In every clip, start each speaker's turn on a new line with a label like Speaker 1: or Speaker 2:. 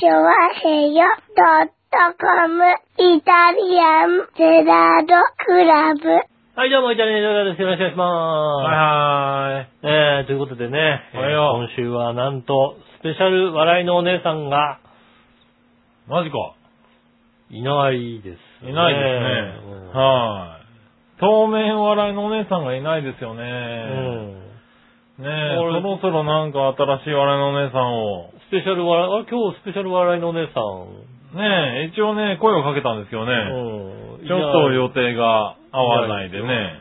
Speaker 1: チョワヘヨドットコムイタリアンゼラードクラブ。
Speaker 2: はい、どうも、イタリアンジョーダです。よろしくお願いしま
Speaker 3: はいはーい。
Speaker 2: す。えー、ということでね、えー
Speaker 3: はいよ
Speaker 2: 今週はなんと、スペシャル笑いのお姉さんが
Speaker 3: マジか。
Speaker 2: いないです、
Speaker 3: いないですね。はーい。当面笑いのお姉さんがいないですよね。
Speaker 2: うんうん
Speaker 3: ねえ、そ
Speaker 2: 俺
Speaker 3: ろそろなんか新しい笑いのお姉さんを。
Speaker 2: スペシャル笑い、あ、今日スペシャル笑いのお姉さん。
Speaker 3: ねえ、一応ね、声をかけたんですけどね。
Speaker 2: うん
Speaker 3: ちょっ
Speaker 2: い
Speaker 3: と
Speaker 2: ない
Speaker 3: 予定が合わないで
Speaker 2: い
Speaker 3: ね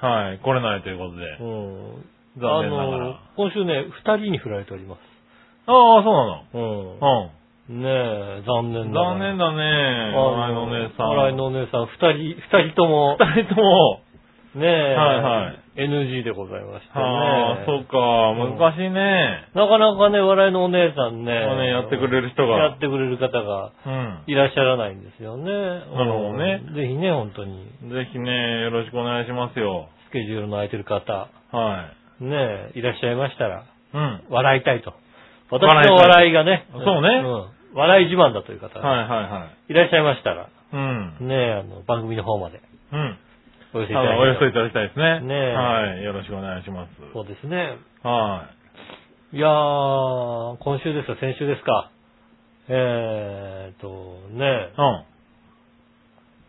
Speaker 2: な。
Speaker 3: はい、来れないということで。
Speaker 2: うん。
Speaker 3: 残念ながら
Speaker 2: あの、今週ね、二人に振られております。
Speaker 3: ああ、そう
Speaker 2: うん。
Speaker 3: なの。
Speaker 2: ねえ、残
Speaker 3: うん。
Speaker 2: 念ながら。
Speaker 3: 残念だね。
Speaker 2: あの。
Speaker 3: 笑いのお姉さん。
Speaker 2: 笑いのお姉さん、二人、二人とも、
Speaker 3: 二人とも。
Speaker 2: ねえ、
Speaker 3: はいはい
Speaker 2: NG でございまして
Speaker 3: は
Speaker 2: ね
Speaker 3: あ、。そっか、
Speaker 2: ん
Speaker 3: 難しいね。
Speaker 2: なかなかね、笑いのお姉さんね。
Speaker 3: まあねやってくれる人が
Speaker 2: やってくれる方が
Speaker 3: うん。
Speaker 2: いらっしゃらないんですよね。な
Speaker 3: るほどね
Speaker 2: ぜひね、本当に、
Speaker 3: ぜひね、よろしくお願いしますよ。
Speaker 2: スケジュールの空いてる方、
Speaker 3: はい。
Speaker 2: ね、いらっしゃいましたら、
Speaker 3: うん。
Speaker 2: 笑いたいと。
Speaker 3: 笑いた
Speaker 2: 私
Speaker 3: い
Speaker 2: の笑いがね。
Speaker 3: そうね
Speaker 2: うん笑い自慢だという方、
Speaker 3: はいはいはい。
Speaker 2: いらっしゃいましたら、
Speaker 3: うん。
Speaker 2: ね、あの、番組の方まで
Speaker 3: うん。
Speaker 2: お寄せい
Speaker 3: あ
Speaker 2: ただ
Speaker 3: のお寄
Speaker 2: き
Speaker 3: せ
Speaker 2: たい
Speaker 3: いただきたいですね。
Speaker 2: ねえ
Speaker 3: はい。よろしくお願いします。
Speaker 2: そうですね。
Speaker 3: はい
Speaker 2: やー、今週ですか、先週ですか。えーっと、ね
Speaker 3: い。、うん。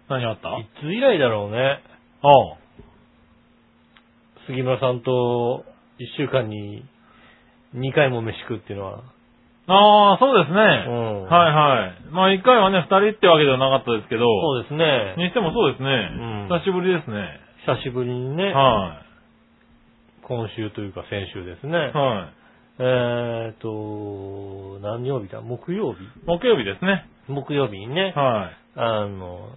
Speaker 3: 何あった
Speaker 2: いつ以来だろうね。
Speaker 3: おう
Speaker 2: 杉村さんと一週間に二回も飯食うっていうのは。
Speaker 3: ああ、そうですね。
Speaker 2: ん
Speaker 3: はいはい。まあ一回はね、二人ってわけではなかったですけど、
Speaker 2: そうですね。
Speaker 3: にしてもそうですね。
Speaker 2: ん
Speaker 3: 久しぶりですね。
Speaker 2: 久しぶりにね、
Speaker 3: は
Speaker 2: 今週というか先週ですね
Speaker 3: い。。はい。
Speaker 2: えーっと、何曜日だ木曜日
Speaker 3: 木曜日ですね。
Speaker 2: 木曜日にね、
Speaker 3: は
Speaker 2: あの、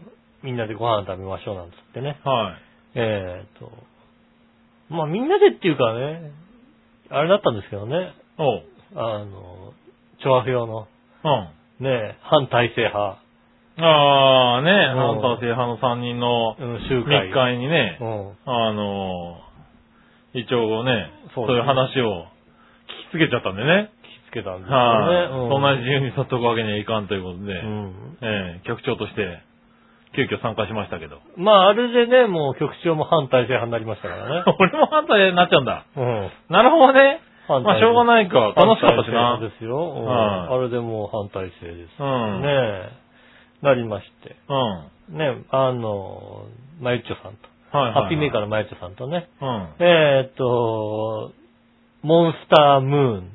Speaker 2: みんなでご飯食べましょうなんつってね。
Speaker 3: い。はい。
Speaker 2: えーっと、まあみんなでっていうかね、あれだったんですけどね、
Speaker 3: おう。
Speaker 2: あの、調和表の
Speaker 3: うん。
Speaker 2: ね、反体制派、
Speaker 3: ああ、ね、
Speaker 2: うん
Speaker 3: ハンター制派の三人の
Speaker 2: うん、集会。
Speaker 3: 密会にね、
Speaker 2: うん。
Speaker 3: あのー、一応ね、
Speaker 2: そ
Speaker 3: そうう
Speaker 2: ですね
Speaker 3: いう話を聞きつけちゃったんでね。
Speaker 2: つけたんですよね。
Speaker 3: はい、
Speaker 2: うん
Speaker 3: そんな自由にさっとくわけにはいかんということで、
Speaker 2: うん
Speaker 3: ええ局長として、急遽参加しましたけど。
Speaker 2: まあ、あれでね、もう局長も反体制派になりましたから ね。
Speaker 3: 俺も反対になっちゃうんだ。
Speaker 2: うん。
Speaker 3: なるほどね。
Speaker 2: 反
Speaker 3: まあ、しょうが
Speaker 2: い。
Speaker 3: ないか。楽しかったし
Speaker 2: 反体制派
Speaker 3: な。
Speaker 2: ですよ。うん
Speaker 3: はい
Speaker 2: あれでもう反体制です。
Speaker 3: うん
Speaker 2: ねえ。なりまして。
Speaker 3: うん。は
Speaker 2: ねあの、まゆっちょさんと。
Speaker 3: いはい、はい。
Speaker 2: ハッピーメーカー
Speaker 3: ー。
Speaker 2: のまゆっちょさんとね。
Speaker 3: うん。
Speaker 2: えーっと、モンスタームーン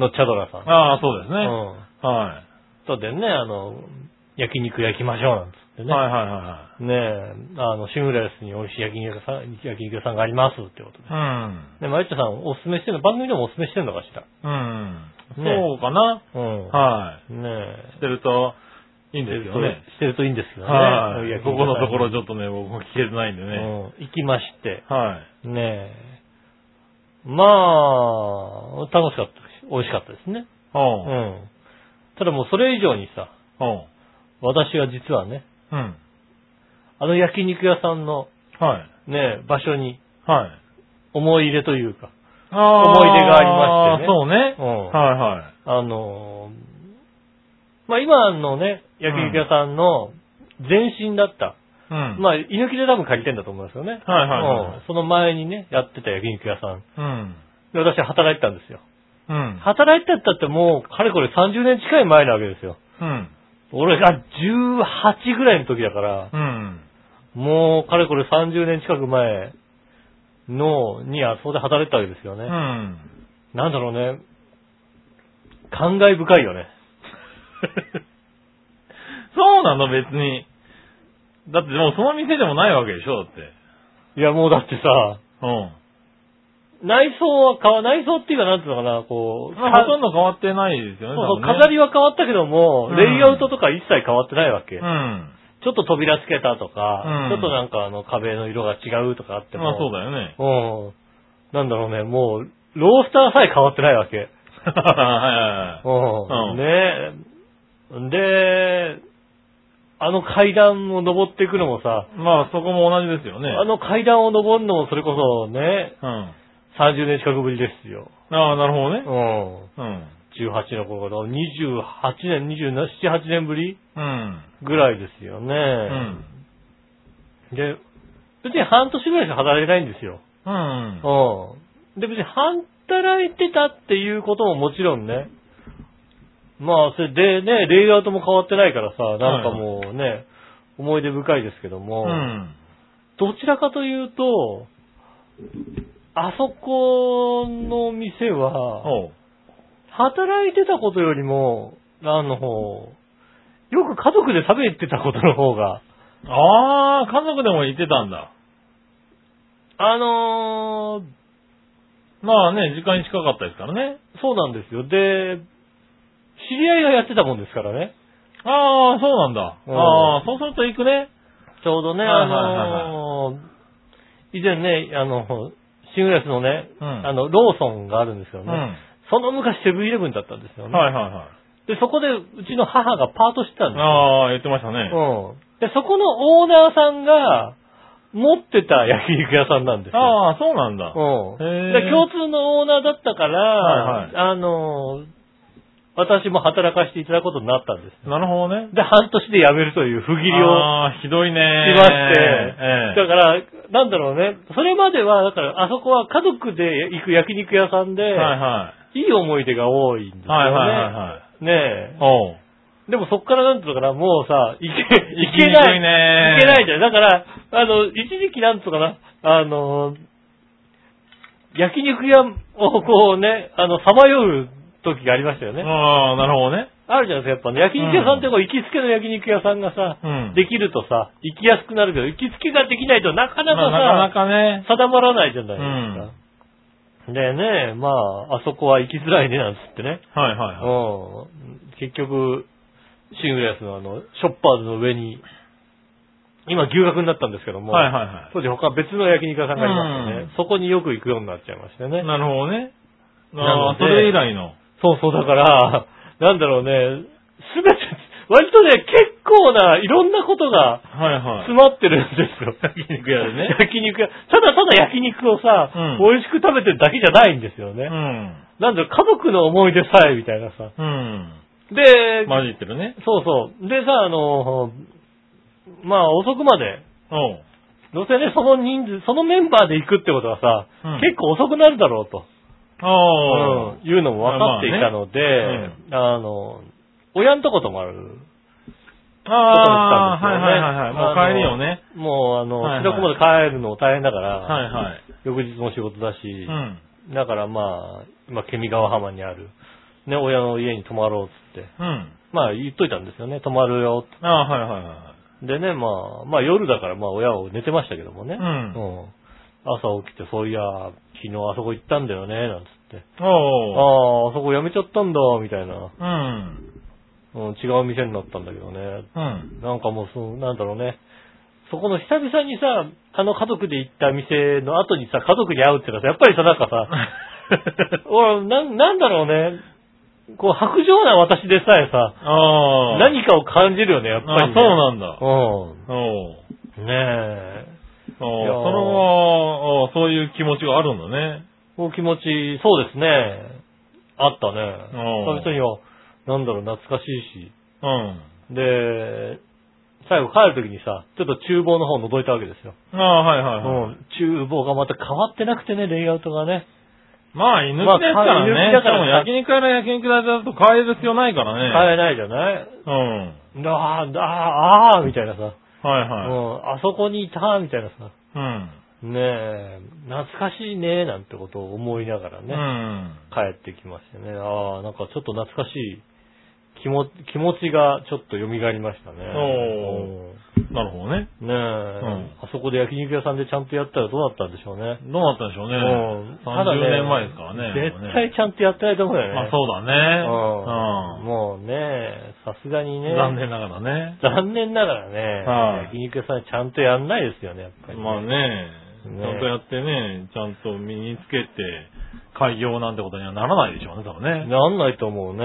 Speaker 2: のチャドラさん。
Speaker 3: ああ、そうですね。
Speaker 2: うん。
Speaker 3: は
Speaker 2: とでね、あの、焼肉焼きましょうなんつって
Speaker 3: い。
Speaker 2: ね。
Speaker 3: はいはいは
Speaker 2: ねえ、あの、シングレスに美味しい焼肉屋さん、焼肉屋さんがありますってことで
Speaker 3: い。うん。
Speaker 2: ね、マリッチョさんおすすめしてるの、番組でもおすすめしてるのかしら。
Speaker 3: うん。
Speaker 2: ね
Speaker 3: そうかな。
Speaker 2: うん。
Speaker 3: はい。
Speaker 2: い。ねえ。
Speaker 3: してると、いいんですけどね。
Speaker 2: してるといいんですけどね。
Speaker 3: はい。
Speaker 2: 焼
Speaker 3: こ
Speaker 2: 肉屋さ
Speaker 3: こ
Speaker 2: ん
Speaker 3: のところちょっとね、僕も聞けてないんで
Speaker 2: う
Speaker 3: ね。
Speaker 2: ん。行きまして。
Speaker 3: はい。
Speaker 2: ねえ。まあ、楽しかったし、美味しかったですね。う
Speaker 3: うん。
Speaker 2: ん。ただもうそれ以上にさ、
Speaker 3: うん。
Speaker 2: 私は実はね、
Speaker 3: うん。
Speaker 2: あの焼肉屋さんの
Speaker 3: はい。
Speaker 2: ねえ、場所に
Speaker 3: はい。
Speaker 2: 思い入れというか、
Speaker 3: ああ
Speaker 2: 思い出がありましてね
Speaker 3: そうね。
Speaker 2: うん
Speaker 3: はいはい。
Speaker 2: あのー、まあ、今のね、焼肉屋さんの前身だった、
Speaker 3: うん。
Speaker 2: まあ、居抜きで多分借りてんだと思うんですよね。
Speaker 3: はいはいはい
Speaker 2: うんその前にね、やってた焼肉屋さん。
Speaker 3: うん。
Speaker 2: で、私は働いてたんですよ。
Speaker 3: うん。
Speaker 2: 働いてたってもう、かれこれ30年近い前なわけですよ。
Speaker 3: うん。
Speaker 2: 俺が18ぐらいの時だから、
Speaker 3: うん。
Speaker 2: もう、かれこれ30年近く前の、に、あそこで働いてたわけですよね。
Speaker 3: うん。
Speaker 2: なんだろうね、感慨深いよね。
Speaker 3: そうなの、別に。だってもうその店でもないわけでしょ、だって。
Speaker 2: いや、もうだってさ、
Speaker 3: うん。
Speaker 2: 内装は変わ、内装っていうか、なんていうのかな、こう、
Speaker 3: ま
Speaker 2: か
Speaker 3: あ、ほとんど変わってないですよ
Speaker 2: そ
Speaker 3: ね、
Speaker 2: うそう
Speaker 3: 多分ね
Speaker 2: 飾りは変わったけども、
Speaker 3: うん
Speaker 2: レイアウトとか一切変わってないわけ。
Speaker 3: うん。
Speaker 2: ちょっと扉つけたとか、
Speaker 3: うん
Speaker 2: ちょっとなんかあの壁の色が違うとかあっても。
Speaker 3: まあそうだよね。
Speaker 2: うん。なんだろうね、もう、ロースターさえ変わってないわけ。
Speaker 3: はいはいはい。う
Speaker 2: う
Speaker 3: ん
Speaker 2: ん。ねえ。で、あの階段を登っていくのもさ、
Speaker 3: まあそこも同じですよね。
Speaker 2: あの階段を登るのもそれこそね、
Speaker 3: うん。
Speaker 2: 30年近くぶりですよ。
Speaker 3: ああ、なるほどね。
Speaker 2: うん。
Speaker 3: うん。
Speaker 2: 18の頃から、28年、27、8年ぶり
Speaker 3: うん。
Speaker 2: ぐらいですよね。
Speaker 3: うん。
Speaker 2: で、別に半年ぐらいしか働いてないんですよ。
Speaker 3: うん。
Speaker 2: うん。で、別に働いてたっていうことももちろんね。まあ、それでね、レイアウトも変わってないからさ、なんかもうね、思い出深いですけども、
Speaker 3: うん。
Speaker 2: どちらかというと、あそこの店は、
Speaker 3: おう。
Speaker 2: 働いてたことよりも、あのよく家族で食べてたことの方が、
Speaker 3: ああ、家族でも行ってたんだ。
Speaker 2: あのー
Speaker 3: まあね、時間に近かったですからね。
Speaker 2: そうなんですよ。で、知り合いがやってたもんですからね。
Speaker 3: ああ、そうなんだ。
Speaker 2: うん
Speaker 3: ああ、そうすると行くね。
Speaker 2: ちょうどね、
Speaker 3: は
Speaker 2: あ
Speaker 3: いはいはい
Speaker 2: のー以前ね、あの、シングレスのね、
Speaker 3: うん
Speaker 2: あの、ローソンがあるんですよ
Speaker 3: う
Speaker 2: ね。
Speaker 3: ん。は
Speaker 2: その昔セブンイレブンだったんですよ
Speaker 3: い
Speaker 2: ね。
Speaker 3: はいはい。
Speaker 2: で、そこでうちの母がパートしてたんですよ。
Speaker 3: ああ、言ってましたね。
Speaker 2: うん。で、そこのオーナーさんが持ってた焼肉屋さんなんですよ。
Speaker 3: ああ、そうなんだ。
Speaker 2: うん。
Speaker 3: へー
Speaker 2: で、共通のオーナーだったから、
Speaker 3: はい
Speaker 2: あのー私も働かせていただくことになったんです。
Speaker 3: なるほどね。
Speaker 2: で、半年で辞めるという不義理を
Speaker 3: ああ、ひどいね。
Speaker 2: しまして、
Speaker 3: え
Speaker 2: だから、なんだろうね、それまでは、だから、あそこは家族で行く焼肉屋さんで、
Speaker 3: え。はい
Speaker 2: い、
Speaker 3: はい
Speaker 2: 思い出が多いんです
Speaker 3: い。はいはいはい
Speaker 2: よ
Speaker 3: はい。
Speaker 2: ね。ね
Speaker 3: おう。
Speaker 2: え。でもそっからなんとかな、もうさ、行け、
Speaker 3: 行
Speaker 2: 行
Speaker 3: き
Speaker 2: け
Speaker 3: にく
Speaker 2: ない。行
Speaker 3: いね。
Speaker 2: けないじゃん。だから、あの、一時期なんとかな、あの、焼肉屋をこうね、あの、さまよう時がありましたよね。
Speaker 3: ああ、なるほどね。
Speaker 2: あるじゃないですか、やっぱね。焼肉屋さんってこう、行きつけの焼肉屋さんがさ、
Speaker 3: うん。
Speaker 2: できるとさ、行きやすくなるけど、行きつけができないとなかなかさ、
Speaker 3: まあなかなかね。
Speaker 2: 定まらないじゃないですか。でね、まあ、あそこは行きづらいね、なんつってね。
Speaker 3: はいはいは
Speaker 2: う
Speaker 3: い。
Speaker 2: ん。結局、シングルヤスのあの、ショッパーズの上に、今牛角になったんですけども、
Speaker 3: はいはいは
Speaker 2: 当時他別の焼肉屋さんがいましてね、
Speaker 3: うん
Speaker 2: そこによく行くようになっちゃいましたね
Speaker 3: い。。なるほどね。
Speaker 2: な
Speaker 3: あ
Speaker 2: の
Speaker 3: あ、
Speaker 2: で
Speaker 3: それ以来の。
Speaker 2: そうそう、だから、なんだろうね、すべて、割とね、結構ないろんなことが
Speaker 3: はいはい。
Speaker 2: 詰まってるんですよ。
Speaker 3: 焼肉屋でね。
Speaker 2: 焼肉屋。ただただ焼肉をさ、
Speaker 3: うん
Speaker 2: 美味しく食べてるだけじゃないんですよね。
Speaker 3: うん。
Speaker 2: なんだろう、家族の思い出さえ、みたいなさ。
Speaker 3: うん。
Speaker 2: で、
Speaker 3: 混じってるね。
Speaker 2: そうそう。でさ、あの、まあ、遅くまで、
Speaker 3: おう。
Speaker 2: どうせね、その人数、そのメンバーで行くってことはさ、
Speaker 3: うん
Speaker 2: 結構遅くなるだろうと、
Speaker 3: おう。
Speaker 2: うんいうのも分かっていたので、あの、親のとこともある。とこに
Speaker 3: ああ、
Speaker 2: 来
Speaker 3: はいはいはいはい。もう
Speaker 2: たんで
Speaker 3: 帰
Speaker 2: す
Speaker 3: り
Speaker 2: よ
Speaker 3: よ
Speaker 2: ね
Speaker 3: ね。
Speaker 2: あのもう、あの、
Speaker 3: はいはい
Speaker 2: 白駒で帰るの大変だから、
Speaker 3: はいはい。
Speaker 2: 翌日も仕事だし、
Speaker 3: うん。
Speaker 2: だからまあ、今、ケミ川浜にある、ね、親の家に泊まろうっつって、
Speaker 3: うん。
Speaker 2: まあ言っといたんですよね、泊まるよ
Speaker 3: ああ、はいはいは
Speaker 2: って。でね、まあ、まあ夜だからまあ親を寝てましたけどもね。
Speaker 3: いはい。うん。
Speaker 2: うん朝起きて、そういや、昨日あそこ行ったんだよね、なんつって。あ
Speaker 3: お
Speaker 2: あ、
Speaker 3: う。
Speaker 2: あそこ辞めちゃったんだ、みたいな。
Speaker 3: う
Speaker 2: う
Speaker 3: ん。
Speaker 2: ん、違う店になったんだけどね。
Speaker 3: うん。
Speaker 2: なんかもう、そうなんだろうね。そこの久々にさ、あの家族で行った店の後にさ、家族に会うってのはさ、やっぱりさ、なんかさ、 俺、なん、なんだろうね。こう、白状な私でさえさ、
Speaker 3: ああ。
Speaker 2: 何かを感じるよね、やっぱ
Speaker 3: あ
Speaker 2: り、ね。
Speaker 3: そうなんだ。おう。
Speaker 2: うん。ねえ。
Speaker 3: ああ、それ
Speaker 2: いやー
Speaker 3: は、ああそういう気持ちがあるんだね。
Speaker 2: お気持ち、そうですね。あったね。
Speaker 3: う
Speaker 2: 久
Speaker 3: ん
Speaker 2: 々には、なんだろう、懐かしいし。
Speaker 3: うん。
Speaker 2: で、最後帰るときにさ、ちょっと厨房の方を覗いたわけですよ。
Speaker 3: ああ、はいは
Speaker 2: う
Speaker 3: いはい。
Speaker 2: ん。厨房がまた変わってなくてね、レイアウトがね。
Speaker 3: まあ、犬ですか
Speaker 2: まあ
Speaker 3: ら
Speaker 2: 犬
Speaker 3: ね。
Speaker 2: だか
Speaker 3: しからも焼肉屋の焼肉屋だと変える必要ないから
Speaker 2: 変
Speaker 3: ね。
Speaker 2: えないじゃない
Speaker 3: うん。
Speaker 2: ああ、ああ、ああ、みたいなさ。
Speaker 3: はいうはい。
Speaker 2: ん。あそこにいた、みたいなさ。
Speaker 3: うん。
Speaker 2: ねえ、懐かしいね、なんてことを思いながら
Speaker 3: う
Speaker 2: ね。
Speaker 3: ん。
Speaker 2: 帰ってきましたね。ああ、なんかちょっと懐かしい気持気持ちがちょっと蘇りましたね。
Speaker 3: おなるほどね。
Speaker 2: うんねえ、あそこで焼肉屋さんでちゃんとやったらどうだったんでしょうね。
Speaker 3: どうなったんでしょうね。
Speaker 2: うんただね
Speaker 3: 30年前ですからね。
Speaker 2: 絶対ちゃんとやってないと思うよね。
Speaker 3: まあそうだね。
Speaker 2: うんも
Speaker 3: うん
Speaker 2: うね、さすがにね。
Speaker 3: 残念ながらね。
Speaker 2: 残念ながらね、
Speaker 3: はい
Speaker 2: 焼肉屋さんちゃんとやんないですよね、やっぱり、
Speaker 3: まあね、ち
Speaker 2: ね
Speaker 3: ゃんとやってね、ちゃんと身につけて、開業なんてことにはならないでしょうね、多分ね。
Speaker 2: なんないと思うね。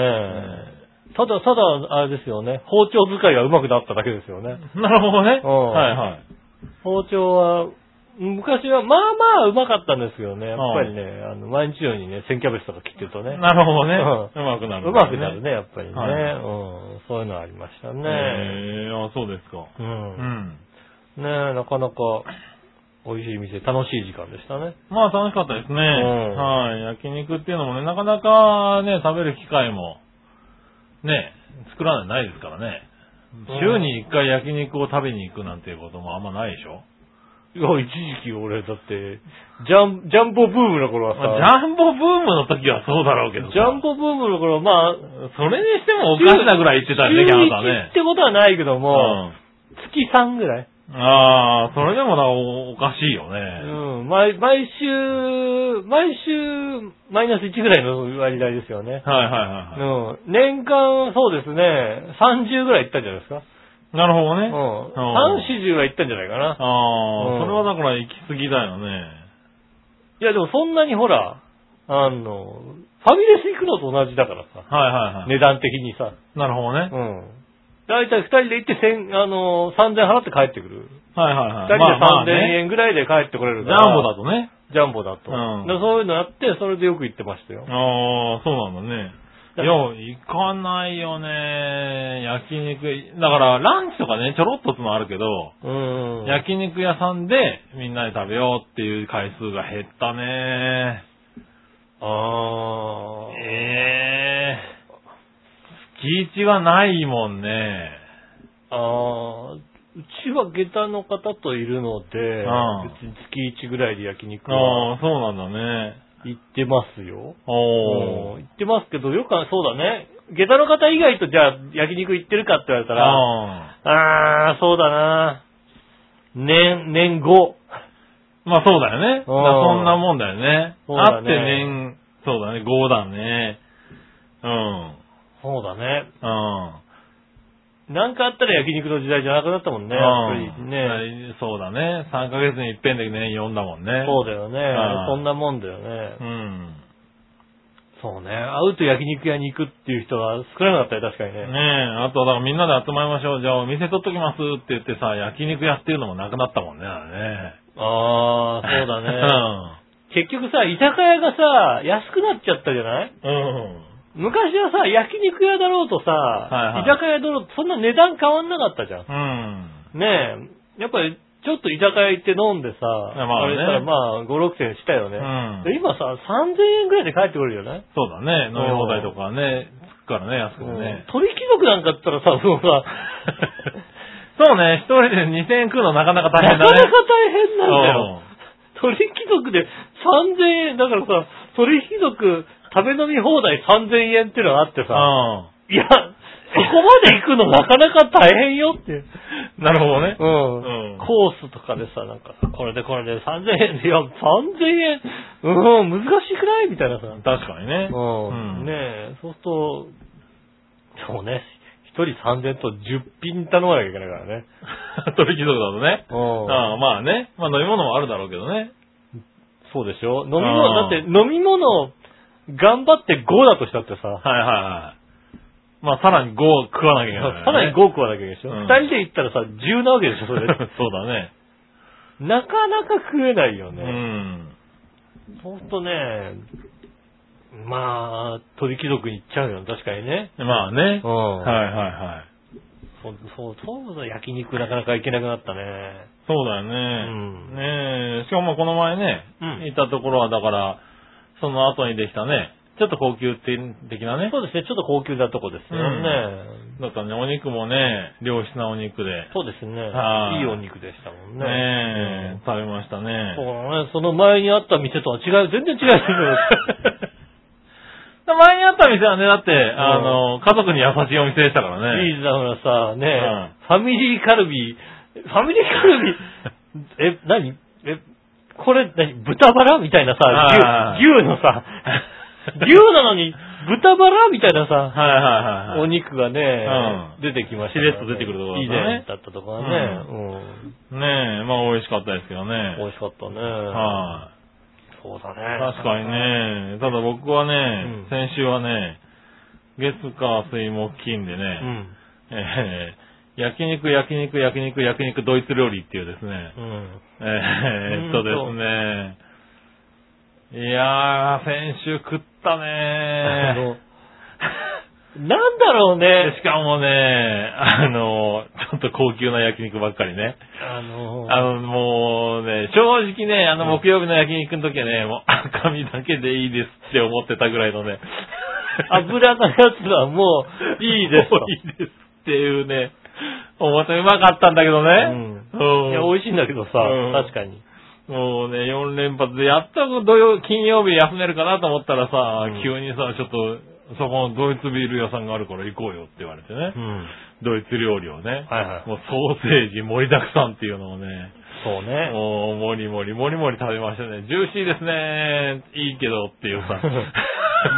Speaker 2: ただただ、あれですよね、包丁使いが上手くなっただけですよね。
Speaker 3: なるほどね。
Speaker 2: うん
Speaker 3: はいはい。
Speaker 2: 包丁は昔は、まあまあうまかったんですけどね、やっぱりね、あの、毎日のようにね、千キャベツとか切ってるとね、
Speaker 3: なるほどね。
Speaker 2: う
Speaker 3: うまくなる、
Speaker 2: うまくなる。ね、やっぱりね、
Speaker 3: はいう
Speaker 2: うん。そういうのありましたね。
Speaker 3: ねえー、あ、そうですか。
Speaker 2: う。
Speaker 3: うんん。
Speaker 2: ねえ、なかなか、美味しい店、楽しい時間でしたね。
Speaker 3: まあ楽しかったですね。
Speaker 2: ん
Speaker 3: はい。焼肉っていうのもね、なかなかね、食べる機会も、ね、作らないですからね。
Speaker 2: うん
Speaker 3: 週に1回焼肉を食べに行くなんていうこともあんまないでしょ、
Speaker 2: いや、一時期俺、だって、ジャン、ジャンボブームの頃はさ、
Speaker 3: まあジャンボブームの時はそうだろうけどさ
Speaker 2: ジャンボブームの頃、まあ、
Speaker 3: それにしてもおかしなぐらい行ってたよね、キャ
Speaker 2: 週
Speaker 3: ン
Speaker 2: 一
Speaker 3: さん
Speaker 2: っ
Speaker 3: ね。
Speaker 2: てことはないけど
Speaker 3: う
Speaker 2: も、月3ぐらい。
Speaker 3: ん。ああ、それでもなおおかしいよね。
Speaker 2: うん、毎、毎週、毎週、マイナス1ぐらいの割合ですよね。
Speaker 3: はいはいはいは
Speaker 2: うん。年間、そうですね、30ぐらい行ったんじゃないですか。
Speaker 3: い。なるほど
Speaker 2: う
Speaker 3: ね。
Speaker 2: ん。3、40は行ったんじゃないかな。
Speaker 3: あ
Speaker 2: う
Speaker 3: あ、
Speaker 2: ん
Speaker 3: それはだから行き過ぎだよね。
Speaker 2: いや、でもそんなにほら、あの、ファミレス行くのと同じだからさ、
Speaker 3: はいはいはい。
Speaker 2: 値段的にさ。
Speaker 3: なるほどね。
Speaker 2: うん。だいたい二人で行って千、あの、3000円払って帰ってくる。
Speaker 3: はいはい
Speaker 2: 二
Speaker 3: はい。
Speaker 2: 人で
Speaker 3: まあま
Speaker 2: 3000
Speaker 3: あね
Speaker 2: 円ぐらいで帰ってこれる
Speaker 3: ジャン
Speaker 2: から。
Speaker 3: ボだとね。
Speaker 2: ジャンボだと。
Speaker 3: うん
Speaker 2: でそういうのやって、それでよく行ってましたよ。
Speaker 3: ああ、そうなんだね。い
Speaker 2: だ
Speaker 3: や、行かないよね。焼肉、だからランチとかね、ちょろっとつもあるけど、
Speaker 2: うん。
Speaker 3: 焼肉屋さんでみんなで食べようっていう回数が減ったね。
Speaker 2: あー
Speaker 3: ええ月一はないもんね。
Speaker 2: あーうちは下駄の方といるので、
Speaker 3: ん
Speaker 2: 別に月1ぐらいで焼肉
Speaker 3: あ
Speaker 2: は
Speaker 3: あ、そうなんだね。
Speaker 2: 行ってますよ。
Speaker 3: お
Speaker 2: うん
Speaker 3: ー
Speaker 2: 行ってますけど、よくあ、そうだね。下駄の方以外とじゃあ焼肉行ってるかって言われたら、
Speaker 3: あ
Speaker 2: あー、そうだな。年、年後。
Speaker 3: ーまあそうだよね。だ
Speaker 2: うん
Speaker 3: からそんなもんだよね。
Speaker 2: そうだね
Speaker 3: あって年、そうだね、5だね。うん。
Speaker 2: そうだね。
Speaker 3: うん。
Speaker 2: なんかあったら焼肉の時代じゃなくなったもんね。やっぱ
Speaker 3: う
Speaker 2: り
Speaker 3: ん
Speaker 2: ね。
Speaker 3: そうだね。3ヶ月に一遍でね、読んだもんね。
Speaker 2: そうだよね
Speaker 3: ん。
Speaker 2: そんなもんだよね。
Speaker 3: うん。
Speaker 2: そうね。会うと焼肉屋に行くっていう人は少なくなったよ、確かに
Speaker 3: ねえ、
Speaker 2: ね。
Speaker 3: あとはだからみんなで集まりましょう。じゃあお店取っときますって言ってさ、焼肉やってるのもなくなったもんね、あれね。
Speaker 2: あー、そうだね。結局さ、居酒屋がさ、安くなっちゃったじゃない
Speaker 3: うん。うん。
Speaker 2: 昔はさ、焼肉屋だろうとさ、
Speaker 3: いはい
Speaker 2: 居酒屋だろうとそんな値段変わんなかったじゃん。
Speaker 3: うん。
Speaker 2: ねえ。やっぱり、ちょっと居酒屋行って飲んでさ、
Speaker 3: やまあね
Speaker 2: れしたらまあ、5、6千円したよね。
Speaker 3: うん
Speaker 2: で今さ、3000円ぐらいで帰ってくるじゃない
Speaker 3: そうだね。飲み放題とかね、つくからね、安くもね。
Speaker 2: 鳥貴族なんかだったらさ、もうさ、
Speaker 3: そうね、一人で2000円食うのなかなか 大
Speaker 2: なか
Speaker 3: 変
Speaker 2: なか
Speaker 3: だね。
Speaker 2: 大変 なんだよ。
Speaker 3: うん
Speaker 2: 鳥貴族で3000円、だからさ、鳥貴族食べ飲み放題3000円っていうのがあってさ、
Speaker 3: う。
Speaker 2: いや、そこまで行くのなかなか大変よって。うん
Speaker 3: なるほどね。
Speaker 2: ん。
Speaker 3: うん
Speaker 2: コースとかでさ、なんか、これでこれで3000円で、いや、3000円、うん、難しくないみたいなさ。
Speaker 3: 確かにね。
Speaker 2: うん。
Speaker 3: ん
Speaker 2: ねえ、そうすると、そうね、一人3000円と10品頼まなきゃいけないからね。
Speaker 3: 取貴族だとね。
Speaker 2: うん。
Speaker 3: ああまあね。まあ飲み物もあるだろうけどね。
Speaker 2: そうでしょ飲み
Speaker 3: う
Speaker 2: 物、だ
Speaker 3: ん
Speaker 2: って飲み物、頑張って5だとしたってさ、
Speaker 3: はいはいはい。まあさらに5食わな きゃいけない、
Speaker 2: さらに5食わなきゃいけないでしょ
Speaker 3: うん
Speaker 2: 二人で行ったらさ、10なわけでしょそれ
Speaker 3: そうだね。
Speaker 2: なかなか食えないよ
Speaker 3: う
Speaker 2: ね。
Speaker 3: ん。
Speaker 2: ほんとね、まあ、鳥貴族に行っちゃうよね、確かにね。
Speaker 3: まあね。はい
Speaker 2: はい。
Speaker 3: はいはい。
Speaker 2: そう、そう、そうだ、焼肉なかなか行けなくなったね。
Speaker 3: そうだよね。
Speaker 2: ん
Speaker 3: ねえ、しかもこの前ね、
Speaker 2: うん
Speaker 3: 行ったところはだから、その後にできたね、ちょっと高級的なね
Speaker 2: そ、うですね、ちょっと高級なとこですよね。
Speaker 3: だったね、お肉もね、良質なお肉で、
Speaker 2: そうですね。
Speaker 3: はい
Speaker 2: いいお肉でしたもんね。
Speaker 3: ねえ、
Speaker 2: うん
Speaker 3: 食べましたね。
Speaker 2: そうだね、その前にあった店とは違う、全然違う
Speaker 3: 前にあった店はね、だって、あの、家族に優しいお店でしたからね。
Speaker 2: リーズナブルなさ、ね、ファミリーカルビ、ファミリーカルビ、 え、何え、これ何豚バラみたいなさ
Speaker 3: は、い
Speaker 2: 牛、牛の さ、牛なのに豚バラみたいなさ、
Speaker 3: はいはいはい、はい。
Speaker 2: お肉がね、
Speaker 3: う
Speaker 2: 出
Speaker 3: ん
Speaker 2: てきました、
Speaker 3: しれっと出てくるところだ
Speaker 2: い
Speaker 3: っ
Speaker 2: い
Speaker 3: たね
Speaker 2: ね、だったところね、うん
Speaker 3: ねえ、まあ美味しかったですけどね。
Speaker 2: 美味しかったね。
Speaker 3: は
Speaker 2: そうだね。
Speaker 3: い、確かに。ね。ただ僕は
Speaker 2: う
Speaker 3: ね
Speaker 2: ん、
Speaker 3: 先週はね、月火水木金で
Speaker 2: う
Speaker 3: ね、
Speaker 2: ん。
Speaker 3: え焼肉、焼肉、焼肉、焼肉、ドイツ料理っていうですね。
Speaker 2: うん。
Speaker 3: えー、っとですね。いやー、先週食った
Speaker 2: あ
Speaker 3: ね
Speaker 2: の、なんだろう
Speaker 3: ー。
Speaker 2: ね
Speaker 3: し。かもね、あの、ちょっと高級な焼肉ばっかりね。
Speaker 2: あの、
Speaker 3: あの、もうね、正直ね、あの、
Speaker 2: うん
Speaker 3: 木曜日の焼肉の時はね、もう 赤身だけでいいですって思ってたぐらいのね。
Speaker 2: 油のやつはもういいです
Speaker 3: もういいですっていうね、思ったうまかったんだけどね。
Speaker 2: と。
Speaker 3: うん
Speaker 2: いや、美味しいんだけどさ、
Speaker 3: うん
Speaker 2: 確かに。
Speaker 3: もうね、4連発で、やっと土曜、金曜日休めるかなと思ったらさ、
Speaker 2: ん
Speaker 3: 急にさ、ちょっと、そこのドイツビール屋さんがあるから行こうよって言われてね。
Speaker 2: ん。
Speaker 3: ドイツ料理をね。
Speaker 2: はいはい
Speaker 3: もうソーセージ盛りだくさんっていうのをね、
Speaker 2: そうね。
Speaker 3: もう、もりもり、もりもり食べましたね。ジューシーですね。いいけどっていうさ。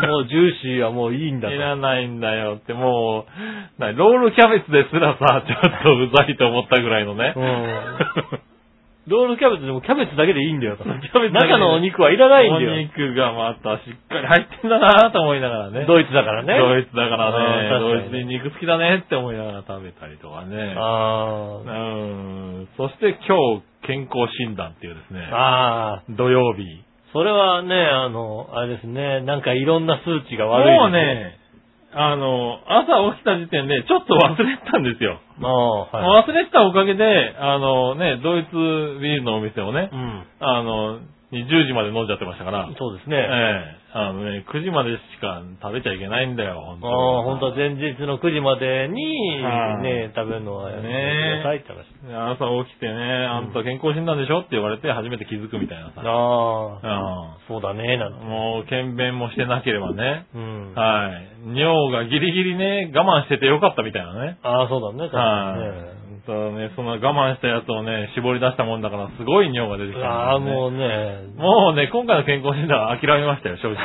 Speaker 2: もうジューシーはもういいんだ
Speaker 3: い
Speaker 2: と。
Speaker 3: らないんだよって、もう、なロールキャベツですらさ、ちょっとうざいと思ったぐらいのね。
Speaker 2: うんロールキャベツでもキャベツだけでいいんだよと。
Speaker 3: キャベツだけ
Speaker 2: 中
Speaker 3: で
Speaker 2: のお肉はいらないんだ
Speaker 3: お
Speaker 2: よ。
Speaker 3: 肉がまたしっかり入ってんだなと思いながらね。
Speaker 2: ドイツだからね。
Speaker 3: ドイツだから
Speaker 2: うん
Speaker 3: ね。
Speaker 2: 確
Speaker 3: ド
Speaker 2: かに
Speaker 3: イツに肉好きだねって思いながら食べたりとかね。う
Speaker 2: あ
Speaker 3: ん。そして今日、健康診断っていうですね
Speaker 2: あ。。ああ。
Speaker 3: 土曜日。
Speaker 2: それはね、あの、あれですね、なんかいろんな数値が悪い
Speaker 3: もうね、あの、朝起きた時点でちょっと忘れてたんですよ。
Speaker 2: ですね。ああ、はい。
Speaker 3: 忘れてたおかげで、あのね、ドイツビールのお店をね、
Speaker 2: うん。
Speaker 3: あの、10時まで飲んじゃってましたから。
Speaker 2: そうですね。
Speaker 3: ええあのね、9時までしか食べちゃいけないんだよ、本当
Speaker 2: ああ、本当は前日の9時までに、
Speaker 3: はい
Speaker 2: ね、食べるのはやめてくださいって話。
Speaker 3: 朝起きてね、あんた健康診断でしょって言われて初めて気づくみたいなさ。
Speaker 2: ああ、
Speaker 3: う
Speaker 2: そうだね、なんの。
Speaker 3: もう、検便もしてなければね。
Speaker 2: うん。あ
Speaker 3: はい。尿がギリギリね、我慢しててよかったみたいなね。
Speaker 2: あ、そうだね、確か
Speaker 3: はい
Speaker 2: にね。。
Speaker 3: ただね、その我慢したやつをね、絞り出したもんだから、すごい尿が出てきたんだ
Speaker 2: ああ、
Speaker 3: よね、
Speaker 2: もうね。
Speaker 3: もうね、今回の健康診断は諦めましたよ、正直。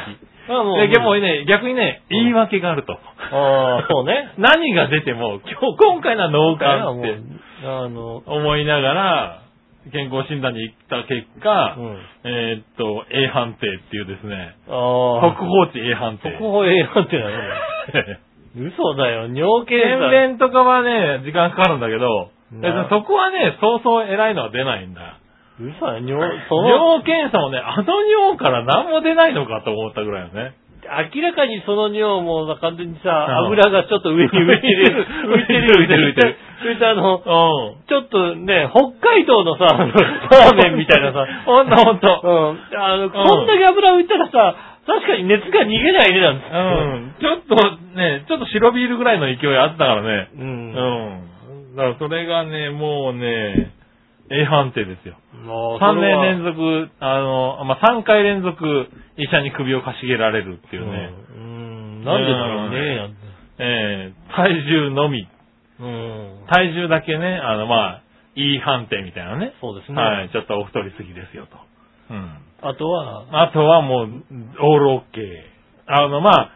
Speaker 2: ああ、もう。
Speaker 3: ででもね、逆にね、言い訳があると。
Speaker 2: ああ、そうね。
Speaker 3: 何が出ても、今日、今回のは脳
Speaker 2: だからも
Speaker 3: 幹っ
Speaker 2: う
Speaker 3: て、
Speaker 2: あの、
Speaker 3: 思いながら、健康診断に行った結果、
Speaker 2: うん。
Speaker 3: えーっと、A 判定っていうですね、
Speaker 2: あ
Speaker 3: 国
Speaker 2: あ、
Speaker 3: 宝値 A 判定。
Speaker 2: 特 報ええなってなの。嘘だよ、尿検
Speaker 3: 検
Speaker 2: 査。
Speaker 3: 便とかはね、時間かかるんだけど、別
Speaker 2: な
Speaker 3: にそこはね、そうそう偉いのは出ないんだ。
Speaker 2: 嘘だよ、尿、その、
Speaker 3: 尿検査もね、あの尿から何も出ないのかと思ったぐらいのね。
Speaker 2: 明らかにその尿もさ完全にさ、
Speaker 3: ん
Speaker 2: 油がちょっと 上に浮いてる。浮いてる、
Speaker 3: 浮いてる浮いてる
Speaker 2: 浮いてるあの、
Speaker 3: うん。
Speaker 2: ちょっとね、北海道のさ、ラーメンみたいなさ、
Speaker 3: ほんとほんと。
Speaker 2: うん。あの、こんだけ油浮いたらさ、確かに熱が逃げないねなんです
Speaker 3: う。ん。ちょっとね、ちょっと白ビールぐらいの勢いあったからね。
Speaker 2: う。
Speaker 3: うんん。だからそれがね、もうね、A 判定ですよ。
Speaker 2: もう
Speaker 3: 3年連続、あの、まあ、3回連続医者に首をかしげられるっていうね。
Speaker 2: うん。うんなんでだろうね、なんて
Speaker 3: えー体重のみ。
Speaker 2: うん。
Speaker 3: 体重だけね、あの、まあ、E 判定みたいなね。
Speaker 2: そうですね。
Speaker 3: はい、ちょっとお太りすぎですよと。うん。
Speaker 2: あとは、
Speaker 3: あとはもう、オールオッケー。あの、まあ、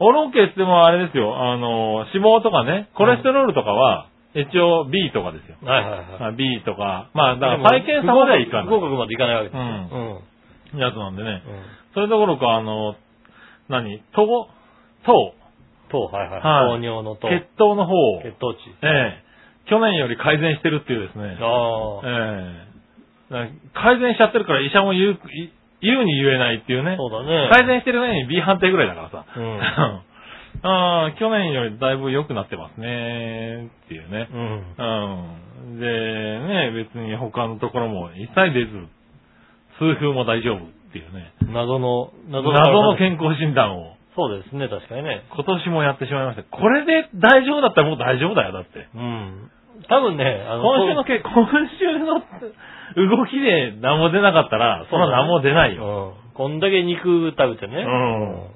Speaker 3: オールオッケーって言ってもあれですよ、あの、脂肪とかね、コレステロールとかは、一応 B とかですよ。
Speaker 2: はいはいはい。
Speaker 3: まあ B とか、まあ、だから再検査まではいか
Speaker 2: 不
Speaker 3: な
Speaker 2: 合格までいかないわけですよ。
Speaker 3: う
Speaker 2: うん。
Speaker 3: いやつなんでね。
Speaker 2: うん。
Speaker 3: それどころか、あの、何糖糖
Speaker 2: 糖、はいはい。
Speaker 3: はい
Speaker 2: 糖尿の糖。
Speaker 3: 血糖の方を、
Speaker 2: 血糖値。
Speaker 3: ええ去年より改善してるっていうですね。
Speaker 2: ああ、
Speaker 3: ええだから改善しちゃってるから医者も言う、い言うに言えないっていうね。
Speaker 2: そうだね。
Speaker 3: 改善してる上に B 判定ぐらいだからさ。
Speaker 2: うん
Speaker 3: あー去年よりだいぶ良くなってますねっていうね。
Speaker 2: うん。
Speaker 3: うん。で、ね、別に他のところも一切出ず、痛風も大丈夫っていうね。
Speaker 2: 謎の、
Speaker 3: 謎
Speaker 2: 謎
Speaker 3: の健康診断を
Speaker 2: そうですね、確かにね。
Speaker 3: 今年もやってしまいました。これで大丈夫だったらもう大丈夫だよ、だって。
Speaker 2: うん。多分ね、あの、
Speaker 3: 今週のけ、今週の動きで何も出なかったら、そんな何も出ないよ。
Speaker 2: うん。こんだけ肉食べてね。
Speaker 3: うん
Speaker 2: うん。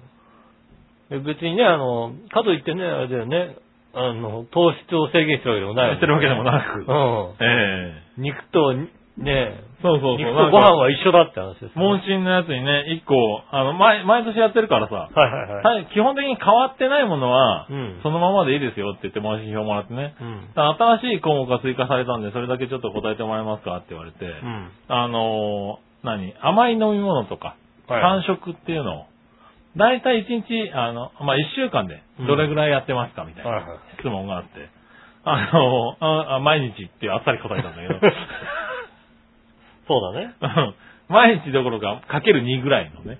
Speaker 2: で別にね、あの、かといってね、あれだよね、あの、糖質を制限してるわけでもない、
Speaker 3: やってるわけでもなく。
Speaker 2: うん。
Speaker 3: ええ
Speaker 2: 肉と、にね、
Speaker 3: そうそうそう。
Speaker 2: 肉と
Speaker 3: なん
Speaker 2: ご
Speaker 3: か
Speaker 2: 飯は一緒だって話です、ね。
Speaker 3: 問診のやつにね、一個、あの、毎、毎年やってるから
Speaker 2: はい
Speaker 3: さ、
Speaker 2: はいはい。
Speaker 3: はい、基本的に変わってないものは
Speaker 2: う、ん。
Speaker 3: そのままでいいですよって言って問診票もらってね。
Speaker 2: うん。
Speaker 3: 新しい項目が追加されたんで、それだけちょっと答えてもらえますかって言われて、
Speaker 2: うん。
Speaker 3: あのー何甘い飲み物とか、
Speaker 2: はい
Speaker 3: 間食っていうのを、だいたい1日、あの、まあ、1週間でどれぐらいやってますかみたい
Speaker 2: はい
Speaker 3: な
Speaker 2: はい。
Speaker 3: 質問があって、あの、ああ毎日ってあっさり答えた んだけど、
Speaker 2: そうだね。
Speaker 3: うん毎日どころか、かける2ぐらいのね。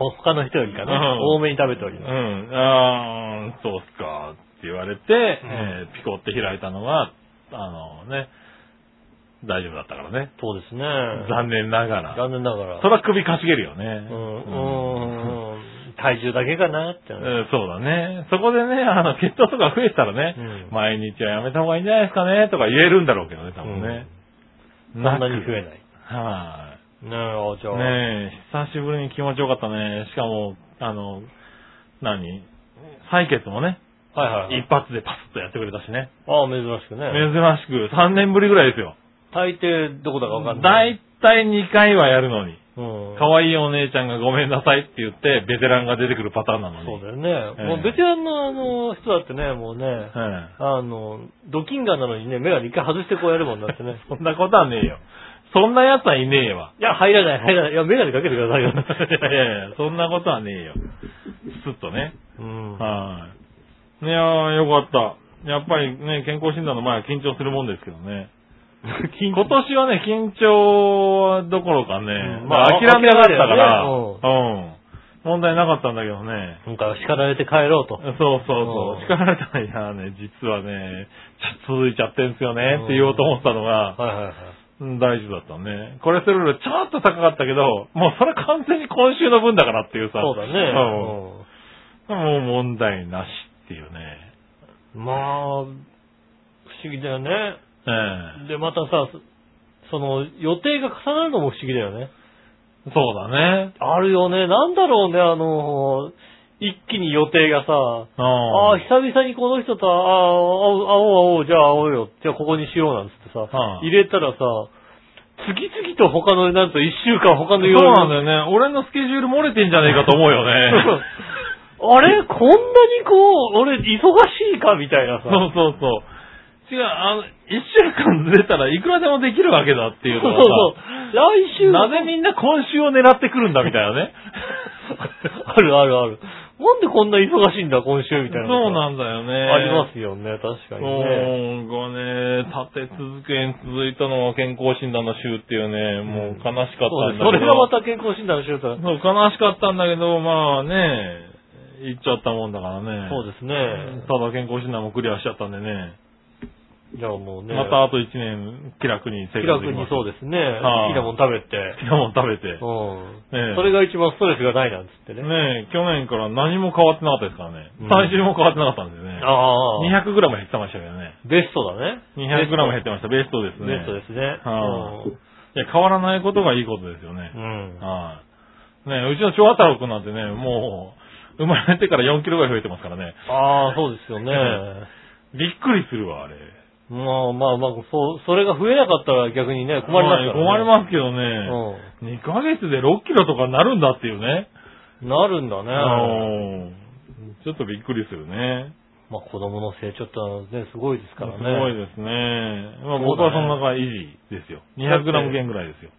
Speaker 2: 他の人よりかね、
Speaker 3: うん
Speaker 2: 多めに食べており
Speaker 3: う
Speaker 2: ます。
Speaker 3: ん、あー、そうっすか、って言われて、えーピコって開いたのは、あのね、大丈夫だったからね。
Speaker 2: そうですね。
Speaker 3: 残念ながら。
Speaker 2: 残念ながら。
Speaker 3: そら首かしげるよね。
Speaker 2: うん、
Speaker 3: う
Speaker 2: う
Speaker 3: ん
Speaker 2: ーん、体重だけかなって。
Speaker 3: えーそうだね。そこでね、あの、血糖とか増えてたらね、
Speaker 2: うん
Speaker 3: 毎日はやめた方がいいんじゃないですかね、とか言えるんだろうけどね、多分ね。
Speaker 2: そんなに増
Speaker 3: え
Speaker 2: えない。
Speaker 3: は
Speaker 2: ねえ、あじゃ
Speaker 3: い。
Speaker 2: あ、
Speaker 3: ねえ、久しぶりに気持ちよかったね。しかも、あの、何採血もね、
Speaker 2: はいはいはい
Speaker 3: 一発でパスッとやってくれたしね。
Speaker 2: ああ、珍しくね。
Speaker 3: 珍しく、3年ぶりぐらいですよ。
Speaker 2: 大抵どこだかわかんな
Speaker 3: だ
Speaker 2: い。
Speaker 3: いたい2回はやるのに。
Speaker 2: うん。
Speaker 3: 可愛いお姉ちゃんがごめんなさいって言って、ベテランが出てくるパターンなのに。
Speaker 2: そうだよね。
Speaker 3: ええ
Speaker 2: もうベテランのあの人だってね、もうね、
Speaker 3: うん
Speaker 2: あの、ドキンガーなのにね、メガネ一回外してこうやるもんだってね。
Speaker 3: そんなことはねえよ。そんな奴はいねえわ。
Speaker 2: いや、入らない、入らない。いや、メガネかけてくださいよ。
Speaker 3: いやいやいや、そんなことはねえよ。スッとね。
Speaker 2: うん。
Speaker 3: はい。いやー、よかった。やっぱりね、健康診断の前は緊張するもんですけどね。今年はね、緊張どころかね、
Speaker 2: うん
Speaker 3: まあ
Speaker 2: まあ
Speaker 3: 諦めなかったから、
Speaker 2: 諦
Speaker 3: うん。問題なかったんだけどね。
Speaker 2: 今回は叱られて帰ろうと。
Speaker 3: そうそうそうう。
Speaker 2: ん
Speaker 3: 叱られたら、いやーね、実はね、ちょっと続いちゃってんすよね、って言おうと思ったのが、
Speaker 2: はいはいはい。
Speaker 3: うん大丈夫だったね。コレステロールちょっと高かったけど、もうそれ完全に今週の分だからっていうさ。
Speaker 2: そうだね。
Speaker 3: うん
Speaker 2: うん
Speaker 3: もう問題なしっていうね。
Speaker 2: まあ、不思議だよね。
Speaker 3: え
Speaker 2: で、またさ、そその、予定が重なるのも不思議だよね。
Speaker 3: えそうだね。
Speaker 2: あるよね。なんだろうね、あの、一気に予定がさ、
Speaker 3: あ
Speaker 2: あ
Speaker 3: あ
Speaker 2: あ、久々にこの人と、ああ、会おう、会おう、じゃあ会おうよ、じゃあここにしようなんつってさ、
Speaker 3: ん
Speaker 2: 入れたらさ、次々と他の、なんと一週間他
Speaker 3: そう
Speaker 2: の曜日
Speaker 3: なんだよね。俺のスケジュール漏れてんじゃねえかと思う よね。
Speaker 2: あれこんなにこう、俺、忙しいかみたいなさ。
Speaker 3: そうそうそう。違う、あの、一週間ずれたらいくらでもできるわけだっていうの
Speaker 2: そうそう
Speaker 3: が
Speaker 2: 来
Speaker 3: さ、
Speaker 2: 週
Speaker 3: なぜみんな今週を狙ってくるんだみたいなね。
Speaker 2: あるあるある。なんでこんな忙しいんだ、今週みたいな。
Speaker 3: そうなんんだよね。
Speaker 2: ありますよね、確かにね。
Speaker 3: そうがね、立て続けに続いたのは健康診断の週っていうね、もう悲しかったんだけど。
Speaker 2: そうですそれがまた健康診断の週だったら。
Speaker 3: そう、悲しかったんだけど、まあね、行っちゃったもんだからね。
Speaker 2: そうですね。
Speaker 3: ただ健康診断もクリアしちゃったんでね。
Speaker 2: じゃあもうね。
Speaker 3: またあと1年気楽に生
Speaker 2: 気
Speaker 3: 活
Speaker 2: 楽
Speaker 3: できま
Speaker 2: に
Speaker 3: す。
Speaker 2: そうですね。
Speaker 3: は
Speaker 2: 好
Speaker 3: い
Speaker 2: きなもん食べて。
Speaker 3: 好きなもん食べて。
Speaker 2: うん。
Speaker 3: ねえ
Speaker 2: それが一番ストレスがないなんつってね。
Speaker 3: ねえ去年から何も変わってなかったですからね。
Speaker 2: うん
Speaker 3: 体重も変わってなかったんですよね。
Speaker 2: ああ。
Speaker 3: 200g 減ってましたけどね。
Speaker 2: ベストだね。
Speaker 3: 200g 減ってました。ベストですね。
Speaker 2: ベストですね。
Speaker 3: は
Speaker 2: うん
Speaker 3: いや、変わらないことがいいことですよね。
Speaker 2: うん。
Speaker 3: はい。ねうちの長太郎くんなんてね、もう、生まれてから4キロぐらい増えてますからね。
Speaker 2: ああ、そうですよね。
Speaker 3: びっくりするわ、あれ。
Speaker 2: まあまあまあ、そう、それが増えなかったら逆にね、困りますからね。
Speaker 3: 困りますけどね。
Speaker 2: す。
Speaker 3: 2ヶ月で6キロとかなるんだっていうね。
Speaker 2: うん。なるんだね。
Speaker 3: うんちょっとびっくりするね。
Speaker 2: まあ子供の成長ってのはね、すごいです
Speaker 3: す
Speaker 2: か
Speaker 3: ご
Speaker 2: らね。
Speaker 3: いですね。まあ僕はその中維持ですよ。200グラム減ぐらいですよ。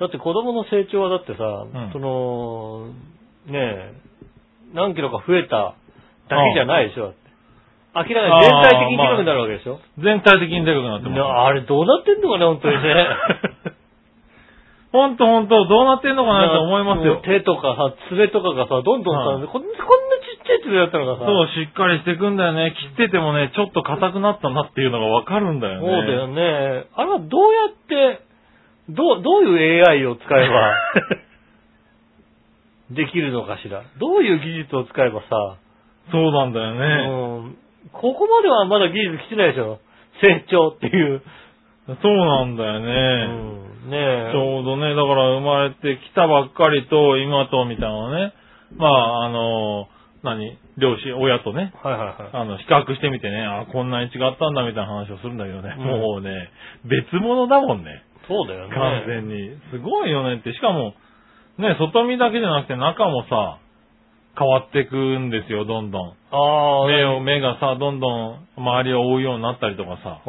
Speaker 2: だって子供の成長はだってさ、
Speaker 3: ん
Speaker 2: その、ねえ、何キロか増えただけじゃないでしょ。だって明らかに全体的に広くなるわけでしょ。
Speaker 3: 全体的にでかくなってます。
Speaker 2: なあれどうなってんのかね、本当に ね。
Speaker 3: ほんとほんと、どうなってんのかなと思いますよ。
Speaker 2: 手とかさ、爪とかがさ、どんどんさ、
Speaker 3: はい
Speaker 2: こんこんなちっちゃい爪だったのがさ、
Speaker 3: そう、しっかりしてくんだよね。切っててもね、ちょっと硬くなったなっていうのがわかるんだよね。
Speaker 2: そうだよね。あれはどうやって、どう、どういう AI を使え ばできるのかしら。どういう技術を使えばさ、
Speaker 3: そうなんだよね。
Speaker 2: うんここまではまだ技術来てないでしょ。成長っていう。
Speaker 3: そうなんだよ
Speaker 2: う
Speaker 3: ね。
Speaker 2: ん、ねえ
Speaker 3: ちょうどね、だから生まれてきたばっかりと、今とみたいなのね。まあ、あの、何両親、親とね。
Speaker 2: はいはいはい。
Speaker 3: あの、比較してみてね、あ、こんなに違ったんだみたいな話をするんだけどね、
Speaker 2: うん
Speaker 3: もうね、別物だもんね。
Speaker 2: そうだよね。
Speaker 3: 完全に。すごいよねって。しかも、ね、外見だけじゃなくて中もさ、変わってくんですよ、どんどん。
Speaker 2: ああ、
Speaker 3: 目を、目がさ、どんどん周りを覆うようになったりとかさ、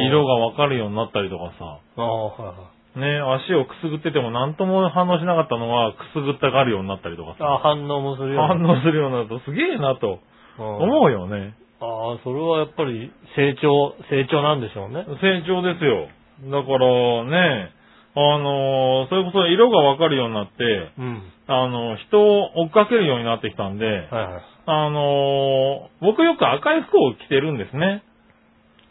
Speaker 3: 色
Speaker 2: が。
Speaker 3: がわかるようになったりとかさ、
Speaker 2: ああ、はいはい。
Speaker 3: ね、足をくすぐってても何とも反応しなかったのが、くすぐったがるようになったりとか
Speaker 2: あ
Speaker 3: さ、
Speaker 2: 反応もするよ。
Speaker 3: 反応するようになるとすげえなと
Speaker 2: 応
Speaker 3: 思うよね。
Speaker 2: ああ、それはやっぱり成長、成長なんでしょうね。
Speaker 3: 成長ですよ。だからね、あの、それこそ色がわかるようになって、
Speaker 2: うん。
Speaker 3: あの、人を追っかけるようになってきたんで、
Speaker 2: はいはい。
Speaker 3: あの、僕よく赤い服を着てるんですね、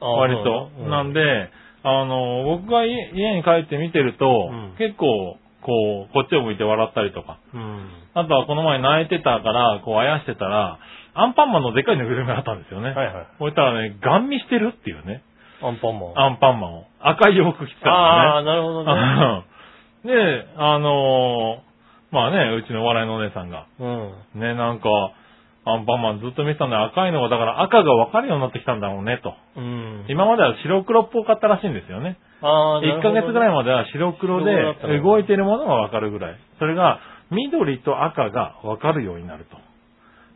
Speaker 2: ああ
Speaker 3: 割
Speaker 2: そう
Speaker 3: と。
Speaker 2: だ
Speaker 3: なんで、あの、僕が家家に帰って見てると、
Speaker 2: うん
Speaker 3: 結構、こう、こっちを向いて笑ったりとか、
Speaker 2: うん。
Speaker 3: あとはこの前泣いてたから、こう、あやしてたら、アンパンマンのでかいぬいぐるみがあったんですよね。
Speaker 2: はいはい。
Speaker 3: こういったらね、ガン見してるっていうね、
Speaker 2: アンパンマン。
Speaker 3: アンパンマンを。赤い洋服着てた
Speaker 2: ああ、
Speaker 3: ん
Speaker 2: なるほど
Speaker 3: で
Speaker 2: ね。
Speaker 3: すね。で、あのーまあね、うちのお笑いのお姉さんが、
Speaker 2: うん。
Speaker 3: ね、なんか、アンパンマンずっと見てたんで赤いのが、だから赤が分かるようになってきたんだろうね、と。
Speaker 2: うん。
Speaker 3: 今までは白黒っぽかったらしいんですよね。
Speaker 2: ああ、
Speaker 3: 1ヶ月ぐらい
Speaker 2: い。
Speaker 3: までは白黒
Speaker 2: 白黒だったの
Speaker 3: で
Speaker 2: ね
Speaker 3: 動いてるものがわかるぐらい。それが緑と赤がわかるようになると。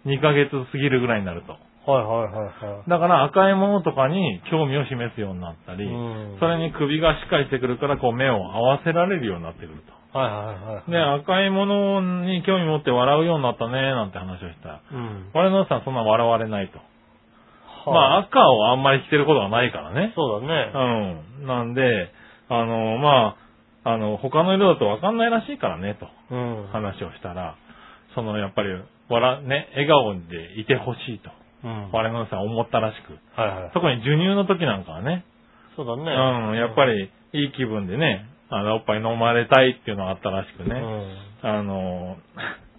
Speaker 3: 2ヶ月過ぎるぐらいになると。
Speaker 2: はいはいはいはい。
Speaker 3: だから赤いものとかに興味を示すようになったり、
Speaker 2: うん
Speaker 3: それに首がしっかりしてくるからこう目を合わせられるようになってくる
Speaker 2: はいはいはい。
Speaker 3: と。で、赤いものに興味持って笑うようになったね、なんて話をしたら。
Speaker 2: うん。
Speaker 3: 我のさんそんな笑われないと。ま
Speaker 2: は
Speaker 3: あ赤をあんまり着てることがないからね。
Speaker 2: そうだね。
Speaker 3: うん。なんで、あの、まあ、あの、他の色だと分かんないらしいからね、と
Speaker 2: うん。
Speaker 3: 話をしたら、その、やっぱり、笑、ね、笑顔でいてほしいと、
Speaker 2: うん。はい
Speaker 3: 我々のさん思ったらしく、
Speaker 2: はい。
Speaker 3: 特に授乳の時なんかはね、
Speaker 2: そうだね。
Speaker 3: うん、やっぱり、いい気分でね、あの、おっぱい飲まれたいっていうのがあったらしく
Speaker 2: う
Speaker 3: ね、
Speaker 2: ん。
Speaker 3: あの、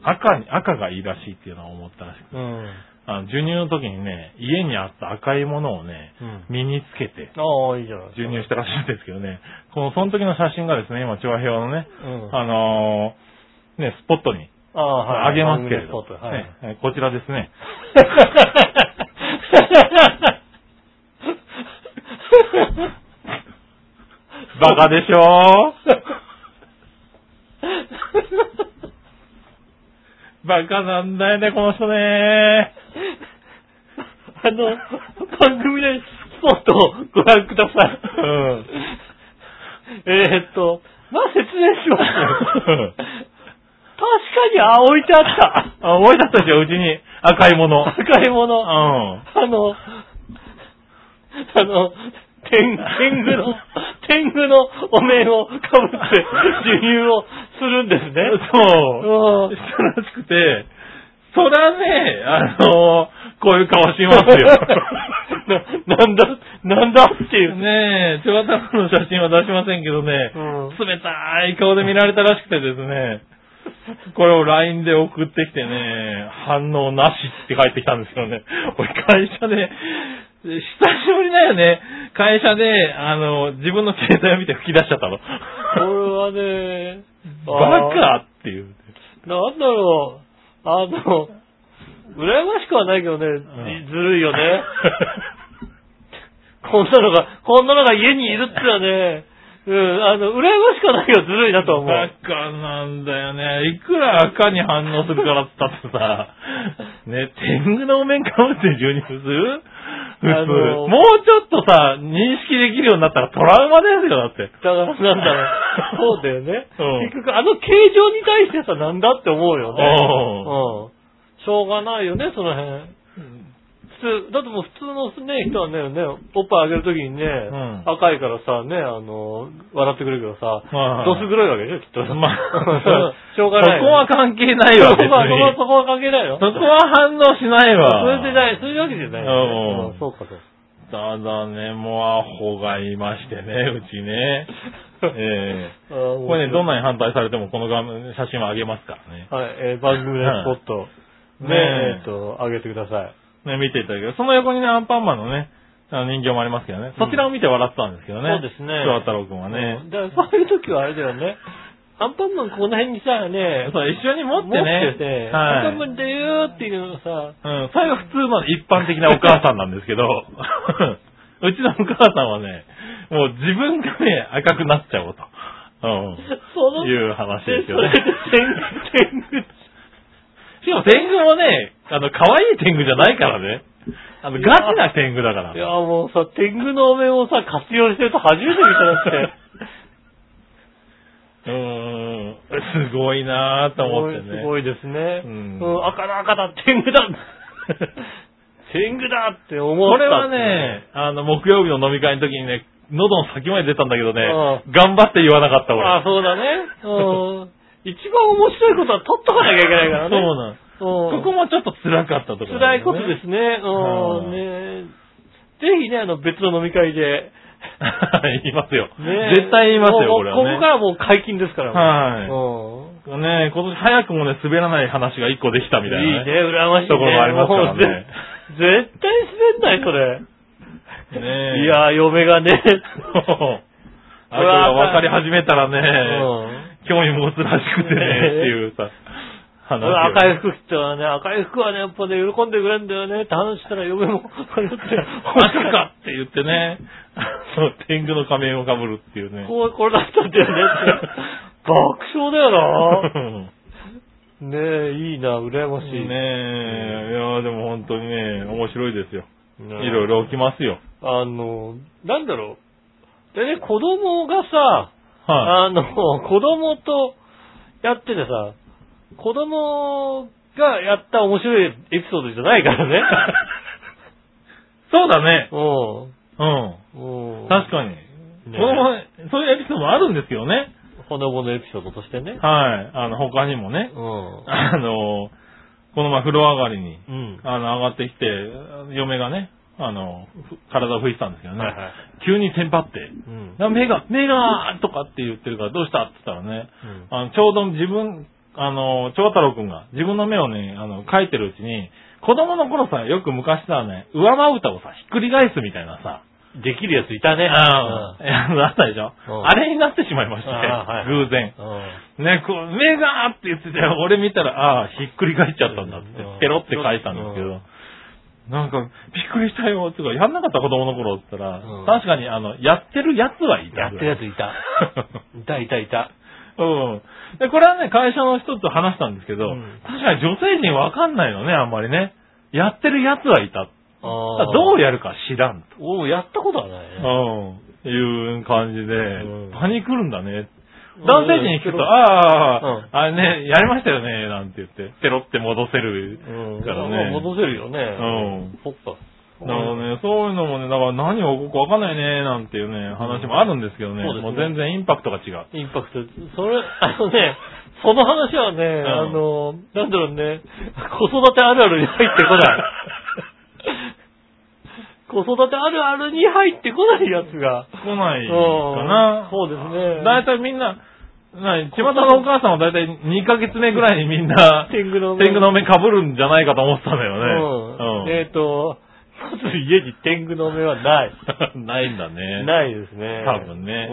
Speaker 3: 赤に、赤がいいらしいっていうのは思ったらしく、
Speaker 2: うん。
Speaker 3: あの、授乳の時にね、家にあった赤いものをね、
Speaker 2: うん。
Speaker 3: 身につけて、
Speaker 2: ああ、いいじゃないですか
Speaker 3: 授乳したらしいんですけどね、この、その時の写真がですね、今、調和表の
Speaker 2: う
Speaker 3: ね、
Speaker 2: ん。
Speaker 3: あのーね、スポットに
Speaker 2: ああ、はい。
Speaker 3: あげますけれ
Speaker 2: 番
Speaker 3: ど、
Speaker 2: 組のスポットはい。
Speaker 3: ねえこちらです ね。 バカでしょ バカなんだよね、この人ね。
Speaker 2: あの、番組でスポットをご覧ください。
Speaker 3: うん。
Speaker 2: えーっと、まあ、説明します
Speaker 3: うん。
Speaker 2: 確かに、あ、置いてあった。
Speaker 3: あ、思い出したでしょ、うちに赤いもの。
Speaker 2: 赤いも
Speaker 3: う
Speaker 2: の、あ
Speaker 3: ん。
Speaker 2: の、あの、天、天狗の、天狗のお面をかぶって授乳をするんですね。
Speaker 3: そう。
Speaker 2: う
Speaker 3: し
Speaker 2: ん
Speaker 3: たらしくて、そらね、あのーこういう顔し ますよ。
Speaker 2: な、なんだ、なんだっていう。
Speaker 3: ねえ、ちょたまの写真は出しませんけどね、
Speaker 2: うん
Speaker 3: 冷たい顔で見られたらしくてです ね、これを LINE で送ってきてね、反応なしって返ってきたんですけどね、俺会社で、久しぶりだよね、会社で、あの、自分の携帯を見て吹き出しちゃ ったの。
Speaker 2: これはね、
Speaker 3: バ
Speaker 2: あ
Speaker 3: カっていう。
Speaker 2: ーなんだろう、あの、羨ましくはないけどね、
Speaker 3: ん
Speaker 2: ずるいよ ね。こんなのが、こんなのが家にいるってのはね、うん、あの、羨ましくはないけどずるいなとは思
Speaker 3: バ
Speaker 2: う。
Speaker 3: カなんだよね。いくら赤に反応するからって言ったってさ、ね、天狗のお面かぶって授乳する普通、
Speaker 2: あのー
Speaker 3: もうちょっとさ、認識できるようになったらトラウマですよ、だって。
Speaker 2: だからなんだろ う、そうだよね。
Speaker 3: うん
Speaker 2: 結局あの形状に対してさ、なんだって思うよね。
Speaker 3: お
Speaker 2: うん。しょうがないよね、その辺。普通、だってもう普通のね、人はね、ね、おっぱいあげるときにね、
Speaker 3: ん
Speaker 2: 赤いからさ、ね、あの、笑ってくれるけどさ、
Speaker 3: はい
Speaker 2: どす黒いわけでしょ、きっと。
Speaker 3: まあ、
Speaker 2: しょうがない
Speaker 3: そ
Speaker 2: よ
Speaker 3: こは
Speaker 2: ね、
Speaker 3: 関係ないわ、別
Speaker 2: そこは、そこは、
Speaker 3: に。
Speaker 2: そこは関係ないよ。
Speaker 3: そこは反応しないわ。
Speaker 2: それでない、そういうわけじゃないよ
Speaker 3: うん
Speaker 2: ね、うんそうか、そうか。
Speaker 3: ただね、もうアホがいましてね、うちね。ええ
Speaker 2: あー
Speaker 3: これね、どん
Speaker 2: 面白い
Speaker 3: なに反対されてもこの画面、写真はあげますからね。
Speaker 2: はい、えー番組のスポット、ね、
Speaker 3: いねえ
Speaker 2: えっと、あげてください。
Speaker 3: ね、見ていただけど、その横にね、アンパンマンのね、あの人形もありますけどね、そちらを見て笑ってたんですけどね。
Speaker 2: そうですね
Speaker 3: 翔太郎くんは
Speaker 2: う
Speaker 3: ね
Speaker 2: ん。だからそういう時はあれだよね。アンパンマンこの辺にさ、ね、
Speaker 3: そう、一緒に持って
Speaker 2: 持
Speaker 3: ね。
Speaker 2: ってて、アン
Speaker 3: は
Speaker 2: パンマ
Speaker 3: い。
Speaker 2: ンだよーっていうのをさ、
Speaker 3: うん、それが普通の一般的なお母さんなんですけ ど、うちのお母さんはね、もう自分がね、赤くなっちゃおうと。
Speaker 2: そ
Speaker 3: うん。
Speaker 2: の、
Speaker 3: いう話
Speaker 2: で
Speaker 3: です
Speaker 2: そ
Speaker 3: よ
Speaker 2: れ
Speaker 3: ね
Speaker 2: で。天狗、天狗、
Speaker 3: しかも天狗もね、あの、可愛い天狗じゃないからね。あの、ガチな天狗だから
Speaker 2: いや、。もうさ、天狗のお面をさ、活用してると初めて見たなって。
Speaker 3: うーん、すごいなぁと思ってね。
Speaker 2: すごいですね。
Speaker 3: うん。
Speaker 2: うん、赤だ赤だ、天狗だ天狗だって思った。
Speaker 3: これは、ね、あの、木曜日の飲み会の時にね、喉の先まで出たんだけどね、
Speaker 2: う
Speaker 3: 頑張って言わなかった
Speaker 2: あ
Speaker 3: 俺。
Speaker 2: あ、そうだね。うん。一番面白いことは取っとかなきゃいけないからね。
Speaker 3: そうなんです
Speaker 2: うん
Speaker 3: ここもちょっと辛かったところ、。
Speaker 2: 辛いことですすね。うん、ねぜひね、あの、別の飲み会で。
Speaker 3: 言いますよ。
Speaker 2: ね
Speaker 3: 絶対言いますよ、
Speaker 2: もう
Speaker 3: これは、ね。
Speaker 2: ここからもう解禁ですから。
Speaker 3: はい
Speaker 2: もううん
Speaker 3: ね今年早くもね、滑らない話が一個できたみたい
Speaker 2: い
Speaker 3: ない
Speaker 2: ね、羨ましいね。
Speaker 3: ところもありますからね
Speaker 2: もうぜ絶対滑んない、それ。
Speaker 3: ね。ねえ
Speaker 2: い、やー、嫁がね。
Speaker 3: あとが分かり始めたらね、
Speaker 2: うん
Speaker 3: 興味持つらしくてね、っていうさ、話を
Speaker 2: 俺赤い服着たらね、赤い服はね、やっぱね、喜んでくれんだよねって話したら嫁も、こうやって、
Speaker 3: 赤かって言ってね、そう、天狗の仮面を被るっていうね。
Speaker 2: こう、これだったんだよねって。爆笑だ よな。ねえ、いいな、羨ましい。
Speaker 3: ねえ、いやでも本当にね、面白いですよ。い
Speaker 2: ねえ
Speaker 3: ろいろ起きますよ。
Speaker 2: あの、なんだろう。でね、子供がさ、
Speaker 3: はい。
Speaker 2: あの、子供とやっててさ、子供がやった面白いエピソードじゃないから ね。
Speaker 3: そうだね。
Speaker 2: う
Speaker 3: うん。
Speaker 2: ん。うん。
Speaker 3: 確かに。このそういうエピソードもあるんですよね。
Speaker 2: ほのぼのエピソードとしてね。
Speaker 3: はい。あの、他にもね。
Speaker 2: うん。
Speaker 3: あの、この前風呂上がりに、
Speaker 2: うん。
Speaker 3: あの、上がってきて、嫁がね、あの、ふ体を拭いてたんですけどね。
Speaker 2: はいはい
Speaker 3: 急にテンパって、
Speaker 2: うん。
Speaker 3: な目が、目がとかって言ってるから、どうしたって言ったらね、
Speaker 2: うん
Speaker 3: あのちょうど自分、あの、長太郎くんが自分の目をね、あの、描いてるうちに、子供の頃さ、よく昔さね、上まぶたをさ、ひっくり返すみたいなさ、
Speaker 2: できるやついたね。
Speaker 3: あのあったでしょ
Speaker 2: うん
Speaker 3: あれになってしまいまして、
Speaker 2: あーはい
Speaker 3: 偶然。ね、こう、目がーって言ってて、俺見たら、ああ、ひっくり返っちゃったんだって
Speaker 2: うん、
Speaker 3: ペロって書いたんですけ
Speaker 2: う
Speaker 3: ど、なんか、びっくりしたよ、つうか、やんなかった子供の頃って言ったら
Speaker 2: うん、
Speaker 3: 確かに、あの、やってるやつはい
Speaker 2: や
Speaker 3: た
Speaker 2: っ
Speaker 3: ぐ
Speaker 2: て
Speaker 3: ら
Speaker 2: る
Speaker 3: い。
Speaker 2: やついた。いたいたいた。
Speaker 3: うん。で、これはね、会社の人と話したんですけど、
Speaker 2: うん
Speaker 3: 確かに女性陣わかんないよね、あんまりね。やってるやつはいた。ただど
Speaker 2: どう
Speaker 3: う
Speaker 2: や、
Speaker 3: やるか知らんと。
Speaker 2: おやったことはないね。
Speaker 3: うん。いう感じで、
Speaker 2: うん
Speaker 3: パニクるんだね。男性陣に聞くと、ああ、
Speaker 2: うん
Speaker 3: あれね、やりましたよね、なんて言って、ペロって戻せる。
Speaker 2: うん、
Speaker 3: からね
Speaker 2: まあ戻せるよね。
Speaker 3: うん。
Speaker 2: そっか。
Speaker 3: だからね、そういうのもね、だから何を起こるかわかんないね、なんていうね、話もあるんですけどね、
Speaker 2: そうですね
Speaker 3: もう全然インパクトが違う。
Speaker 2: インパクト。それ、あのね、その話はね、
Speaker 3: ん
Speaker 2: あの、なんだろうね、子育てあるあるに入ってこ ない。子育てあるあるに入ってこないやつが。
Speaker 3: 来ないかな。
Speaker 2: うんそうですね
Speaker 3: だいたいみんな、な、巷のお母さんはだいたい2ヶ月目ぐらいにみ んな、
Speaker 2: 天狗の
Speaker 3: 天狗の目被るんじゃないかと思ってたんだ
Speaker 2: う
Speaker 3: よ
Speaker 2: ん。
Speaker 3: ね。
Speaker 2: えっ、と、まず家に天狗の目はない。
Speaker 3: うん。ないんだ ね。
Speaker 2: ないですね。
Speaker 3: 多分ね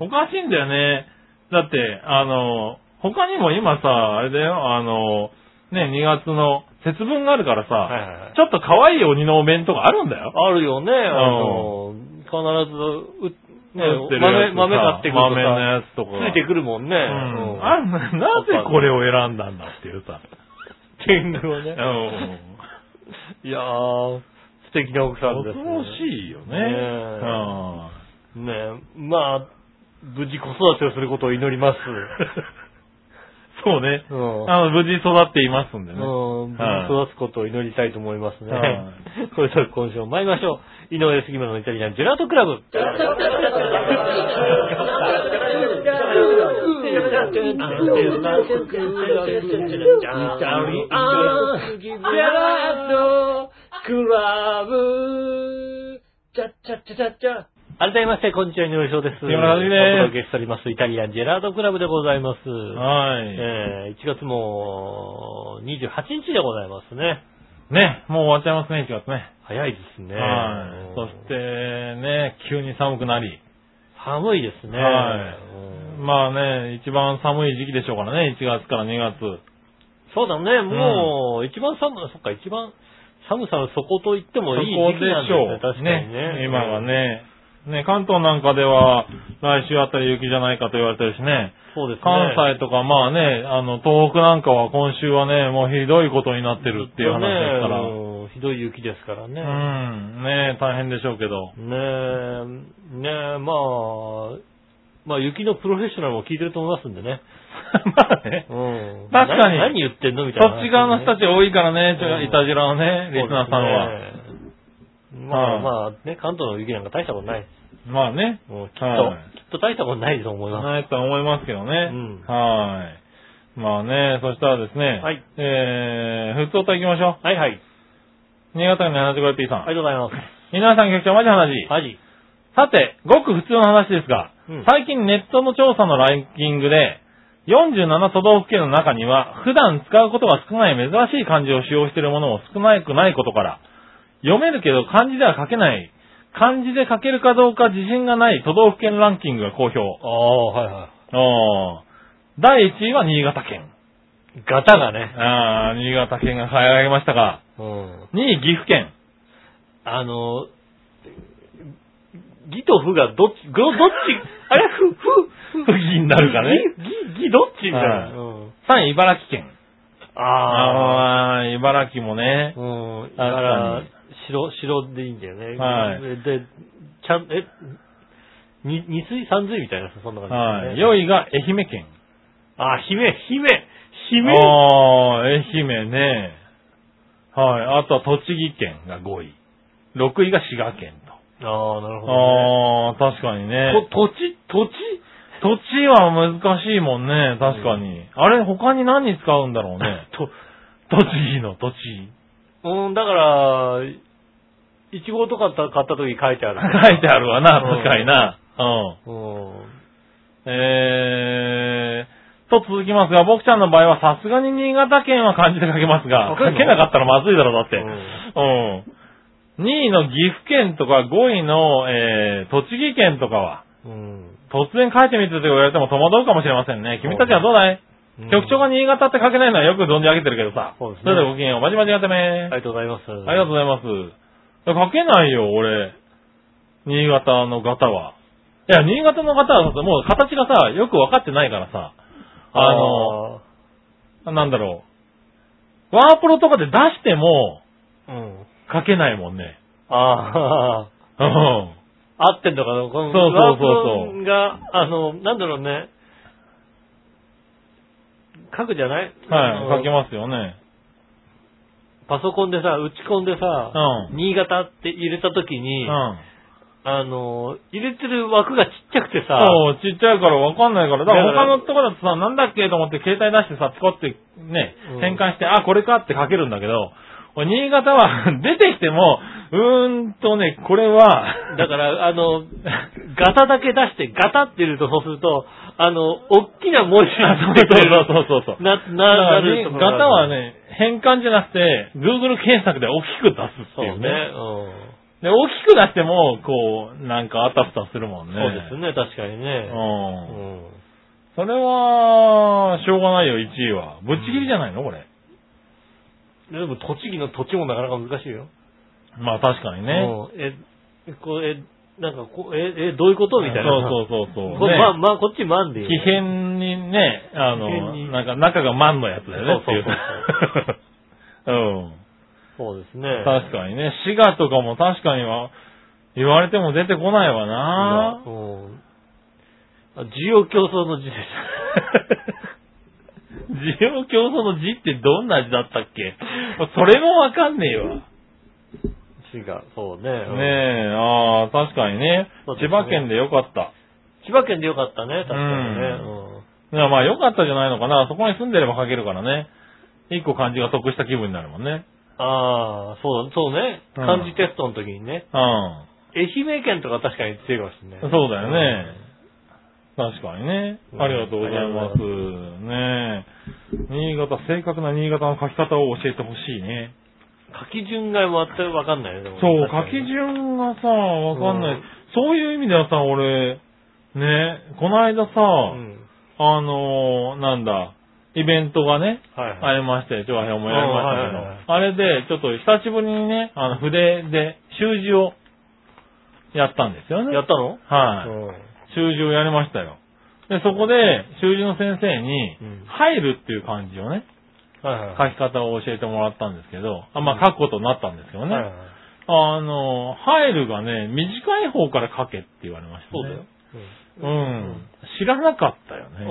Speaker 2: うん。
Speaker 3: おかしいんだよね。だって、あの、他にも今さ、あれだよ、あの、ね、2月の節分があるからさ、
Speaker 2: はいはいはい
Speaker 3: ちょっと可愛い鬼のお面とかあるんだよ。
Speaker 2: あるよね、あの、必ず、う
Speaker 3: 売って
Speaker 2: ね、
Speaker 3: るやつ
Speaker 2: 豆、
Speaker 3: さ
Speaker 2: 豆買ってくるとさ
Speaker 3: 豆のやつとか。
Speaker 2: ついてくるもんね。
Speaker 3: うん
Speaker 2: う。ん
Speaker 3: あんな、なぜこれを選んだんだっていうさ。
Speaker 2: 天狗をね。
Speaker 3: うん。
Speaker 2: いやー、素敵な奥さんです、
Speaker 3: 恐ろしいよね。
Speaker 2: ねえ
Speaker 3: うん
Speaker 2: ねえ、まあ、無事子育てをすることを祈ります。
Speaker 3: そうね。
Speaker 2: うん。
Speaker 3: あの、無事育っていますんで
Speaker 2: う
Speaker 3: ね。
Speaker 2: ん、無事育つことを祈りたいと思いますね。
Speaker 3: は
Speaker 2: これでは今週も参りましょう。井上杉村のイタリアンジェラートクラブ。改めまして、こんにちは、井上翔です。
Speaker 3: 井上和樹です
Speaker 2: お届けしております、イタリアンジェラートクラブでございます。
Speaker 3: はい。
Speaker 2: えー、1月も28日でございますね。
Speaker 3: ね、もう終わっちゃいますね、1月ね。
Speaker 2: 早いですね。
Speaker 3: はい。そして、ね、急に寒くなり。
Speaker 2: 寒いですね。
Speaker 3: はい
Speaker 2: うん
Speaker 3: まあね、一番寒い時期でしょうからね、1月から2月。
Speaker 2: そうだね、もう、一番寒い、そっか、一番寒さはそこと言って
Speaker 3: そ
Speaker 2: もい
Speaker 3: こ
Speaker 2: い時期
Speaker 3: で
Speaker 2: なんで
Speaker 3: し
Speaker 2: す
Speaker 3: ょ
Speaker 2: ね、
Speaker 3: う。
Speaker 2: 確かにね。
Speaker 3: 今は。ね。ね、関東なんかでは、来週あたり雪じゃないかと言われてるしね。
Speaker 2: そうですね。
Speaker 3: 関西とか、まあね、あの、東北なんかは今週はね、もうひどいことになってるっていう話ですから。
Speaker 2: ねうんひどい雪ですからね。
Speaker 3: うん、ね大変でしょう けど。
Speaker 2: ねえ、ねえ、まあ、まあ雪のプロフェッショナルも聞いてると思いますんでね。
Speaker 3: まあね、
Speaker 2: うん。
Speaker 3: 確かに
Speaker 2: な何言ってんのみたいな話ね、
Speaker 3: そっち側の人たち多いからね、ちょ
Speaker 2: うん
Speaker 3: いたじらのね、リスナーさんは。
Speaker 2: そうですねまあ
Speaker 3: はい
Speaker 2: まあね、関東の雪なんか大したことない。
Speaker 3: まあね。
Speaker 2: もうきっと、
Speaker 3: はい
Speaker 2: きっと大したことないと思いま
Speaker 3: ないとは思いますけどね。
Speaker 2: うん
Speaker 3: はい。まあね、そしたらですね、
Speaker 2: はい
Speaker 3: えー、ふつおた行きましょ
Speaker 2: す。はいはい。
Speaker 3: う。新潟県の 75P さん。
Speaker 2: ありがとうございます。
Speaker 3: 皆さん局長、マジ話。
Speaker 2: マジ。
Speaker 3: さて、ごく普通の話ですが、
Speaker 2: うん
Speaker 3: 最近ネットの調査のランキングで、47都道府県の中には、普段使うことが少ない珍しい漢字を使用しているものも少なくないことから、読めるけど漢字では書けない、漢字で書けるかどうか自信がない都道府県ランキングが公表。
Speaker 2: ああ、はいは
Speaker 3: おー第1位は新潟県。
Speaker 2: い。ガタがね。
Speaker 3: あー新潟県が輝きましたが、
Speaker 2: うん。
Speaker 3: 2位岐阜県。
Speaker 2: あの、ギとフがどっち、どどっち、あれフ、フ、
Speaker 3: 不義になるかね。
Speaker 2: ギ、ギ、ギどっちみたいな。
Speaker 3: はい
Speaker 2: うん
Speaker 3: 3位茨城県。
Speaker 2: ああ。
Speaker 3: あー茨城もね、
Speaker 2: うん。だから、白、白でいいんだよね。
Speaker 3: はい
Speaker 2: で、ちゃん、え、に、二水三水みたいなさ、そんな感じ
Speaker 3: は
Speaker 2: だよね、
Speaker 3: い。4位が愛媛県。
Speaker 2: あ、姫、姫、姫。
Speaker 3: ああ、愛媛ね。はい。あとは栃木県が5位。6位が滋賀県と。
Speaker 2: ああ、なるほど、ね。
Speaker 3: ああ、確かにね。
Speaker 2: と、土地、土地
Speaker 3: 土地は難しいもんね、確かに。あれ、他に何に使うんだろうね。
Speaker 2: と、
Speaker 3: 栃木の土地。
Speaker 2: うん、だから、いちごとか買った買った時書いてある。
Speaker 3: 書いてあるわな、
Speaker 2: うん
Speaker 3: 確かにな。うん。
Speaker 2: うん。
Speaker 3: えー、と続きますが、僕ちゃんの場合はさすがに新潟県は漢字で書けますが、
Speaker 2: 書ける
Speaker 3: 書
Speaker 2: の
Speaker 3: けなかったらまずいだろう、だって。
Speaker 2: う
Speaker 3: うん。2位の岐阜県とか5位の、えー、栃木県とかは、
Speaker 2: うん。
Speaker 3: 突然書いてみてと言われても戸惑うかもしれませんね。君たちはどうだい、局長が
Speaker 2: ね、
Speaker 3: 新潟って書けないのはよく存じ上げてるけどさ。
Speaker 2: そうですね
Speaker 3: れではごきげんよう。まじまじやってめ
Speaker 2: ありがとうございます。あり
Speaker 3: ありがとうございます。いや書けないよ、俺。新潟の方は。いや、新潟の方はさもう形がさ、よくわかってないからさ、あの、
Speaker 2: の、
Speaker 3: なんだろう。ワープロとかで出しても
Speaker 2: うん。
Speaker 3: 書けないもんね。
Speaker 2: ああ、
Speaker 3: うん。
Speaker 2: 合ってんのかなこの
Speaker 3: そうそうそうそう
Speaker 2: ワープロが、あの、なんだろうね。書くじゃないあ
Speaker 3: は
Speaker 2: の
Speaker 3: い、書けますよね。
Speaker 2: パソコンでさ、打ち込んでさ、
Speaker 3: うん
Speaker 2: 新潟って入れた時に、
Speaker 3: うん。
Speaker 2: あの、入れてる枠がちっちゃくてさ、
Speaker 3: そう、ちっちゃいからわかんないから。だか
Speaker 2: だから
Speaker 3: ら他のとこだとさ、なんだっけと思って携帯出してさ、ピコってね
Speaker 2: うん、
Speaker 3: 変換して、あ、これかって書けるんだけど、新潟は 出てきても、うーんとね、これは、
Speaker 2: だから、あの、 ガタだけ出して、ガタって入れると、そうすると、あの、大きな文字
Speaker 3: そ
Speaker 2: が
Speaker 3: う
Speaker 2: 出てくる。
Speaker 3: そうそうそうそう。
Speaker 2: な、
Speaker 3: だ
Speaker 2: な、な
Speaker 3: からね
Speaker 2: る
Speaker 3: ガ
Speaker 2: とこ
Speaker 3: タ
Speaker 2: ろがあ
Speaker 3: は
Speaker 2: る、
Speaker 3: ね、変換じゃなくて、Google 検索で大きく出すって
Speaker 2: そう
Speaker 3: い
Speaker 2: ね。
Speaker 3: う
Speaker 2: う
Speaker 3: ね。
Speaker 2: ん
Speaker 3: で、大きく出しても、こう、なんかあたふたするもんね。
Speaker 2: そうですね、確かに
Speaker 3: う。
Speaker 2: ね。うんん
Speaker 3: それは、しょうがないよ、1位は。ぶっちぎりじゃないのこれ。
Speaker 2: でも、栃木の土地もなかなか難しいよ。
Speaker 3: まあ確かにね。
Speaker 2: うんえ、これ、えなんかこう、え、え、どういうことみたいな。
Speaker 3: そうそうそうそう。
Speaker 2: これまあ、
Speaker 3: ね
Speaker 2: まあ、こっちマンでいい
Speaker 3: 奇
Speaker 2: よ。
Speaker 3: 変にね、あ
Speaker 2: 奇変に
Speaker 3: の、なんか中が万のやつだよね。
Speaker 2: そうそう
Speaker 3: っていう
Speaker 2: そうです
Speaker 3: う
Speaker 2: ね
Speaker 3: ん。。確かにね。滋賀とかも確かには、言われても出てこないわな
Speaker 2: 今うんあ需要競争の字で した。
Speaker 3: 需要競争の字ってどんな字だったっけそれもわかんねえわ。
Speaker 2: 違う、そうね。
Speaker 3: ねえ、ああ、確かにね
Speaker 2: そう。です
Speaker 3: 千
Speaker 2: ね
Speaker 3: 葉県でよかった。
Speaker 2: 千葉県でよかったね、確かにね。
Speaker 3: いやまあよかったじゃないのかな。そこに住んでれば書けるからね。一個漢字が得した気分になるもんね。
Speaker 2: うんああ、そうだ、そうね。
Speaker 3: うん
Speaker 2: 漢字テストの時にね。
Speaker 3: うん。
Speaker 2: 愛媛県とか確かに強いかもしれない。
Speaker 3: そうだよね。確かにね
Speaker 2: う。ん
Speaker 3: ありがとうございます。ねえ新潟、正確な新潟の書き方を教えてほしいね。
Speaker 2: 書き順が全くわかんないね。でもね
Speaker 3: そう、
Speaker 2: 確か
Speaker 3: 書
Speaker 2: に
Speaker 3: き順がさ、わかんな
Speaker 2: う
Speaker 3: い
Speaker 2: ん。
Speaker 3: そういう意味ではさ、俺、ね、この間さ、
Speaker 2: うん。
Speaker 3: あのー、なんだ、イベントがね、
Speaker 2: はいは
Speaker 3: あ
Speaker 2: い。
Speaker 3: りまして、長編もやりましたけ
Speaker 2: うんはいはいはい
Speaker 3: ど、あれで、ちょっと久しぶりにね、あの、筆で、習字を、やったんですよね。
Speaker 2: やったの
Speaker 3: はい。
Speaker 2: うん
Speaker 3: 習字をやりましたよ。で、そこで、習字の先生に
Speaker 2: うん、
Speaker 3: 入るっていう漢字をね、
Speaker 2: はいはい。
Speaker 3: 書き方を教えてもらったんですけど、あまあ書くことになったんですけどね。
Speaker 2: はいはい
Speaker 3: あの、入るがね、短い方から書けって言われました
Speaker 2: そうだ
Speaker 3: ね
Speaker 2: よ。。
Speaker 3: うん。知らなかったよね。
Speaker 2: ああ、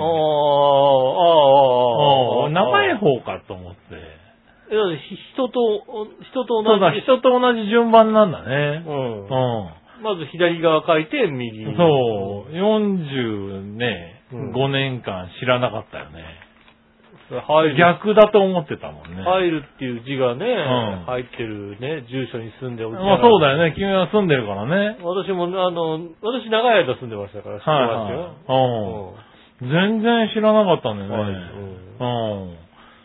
Speaker 2: ああ、ああ。
Speaker 3: うん長い方かと思って。
Speaker 2: えだってひ人とお、人と
Speaker 3: そ
Speaker 2: 同
Speaker 3: うだ、
Speaker 2: じ。
Speaker 3: 人と同じ順番なんだね。
Speaker 2: うん
Speaker 3: うん。。
Speaker 2: まず左側書いて、右。
Speaker 3: そう、40ね、
Speaker 2: うん
Speaker 3: 5年間知らなかったよね。
Speaker 2: う。入る。
Speaker 3: 逆だと思ってたもんね。
Speaker 2: 入るっていう字がね、
Speaker 3: ん
Speaker 2: 入ってるね、住所に住んでお
Speaker 3: まあそうだよね、君は住んでるからね。
Speaker 2: 私も、あの、私長い間住んでましたから、知って
Speaker 3: はい
Speaker 2: ますよ。
Speaker 3: はい、うん。全然知らなかったんだよね。
Speaker 2: はい
Speaker 3: うん。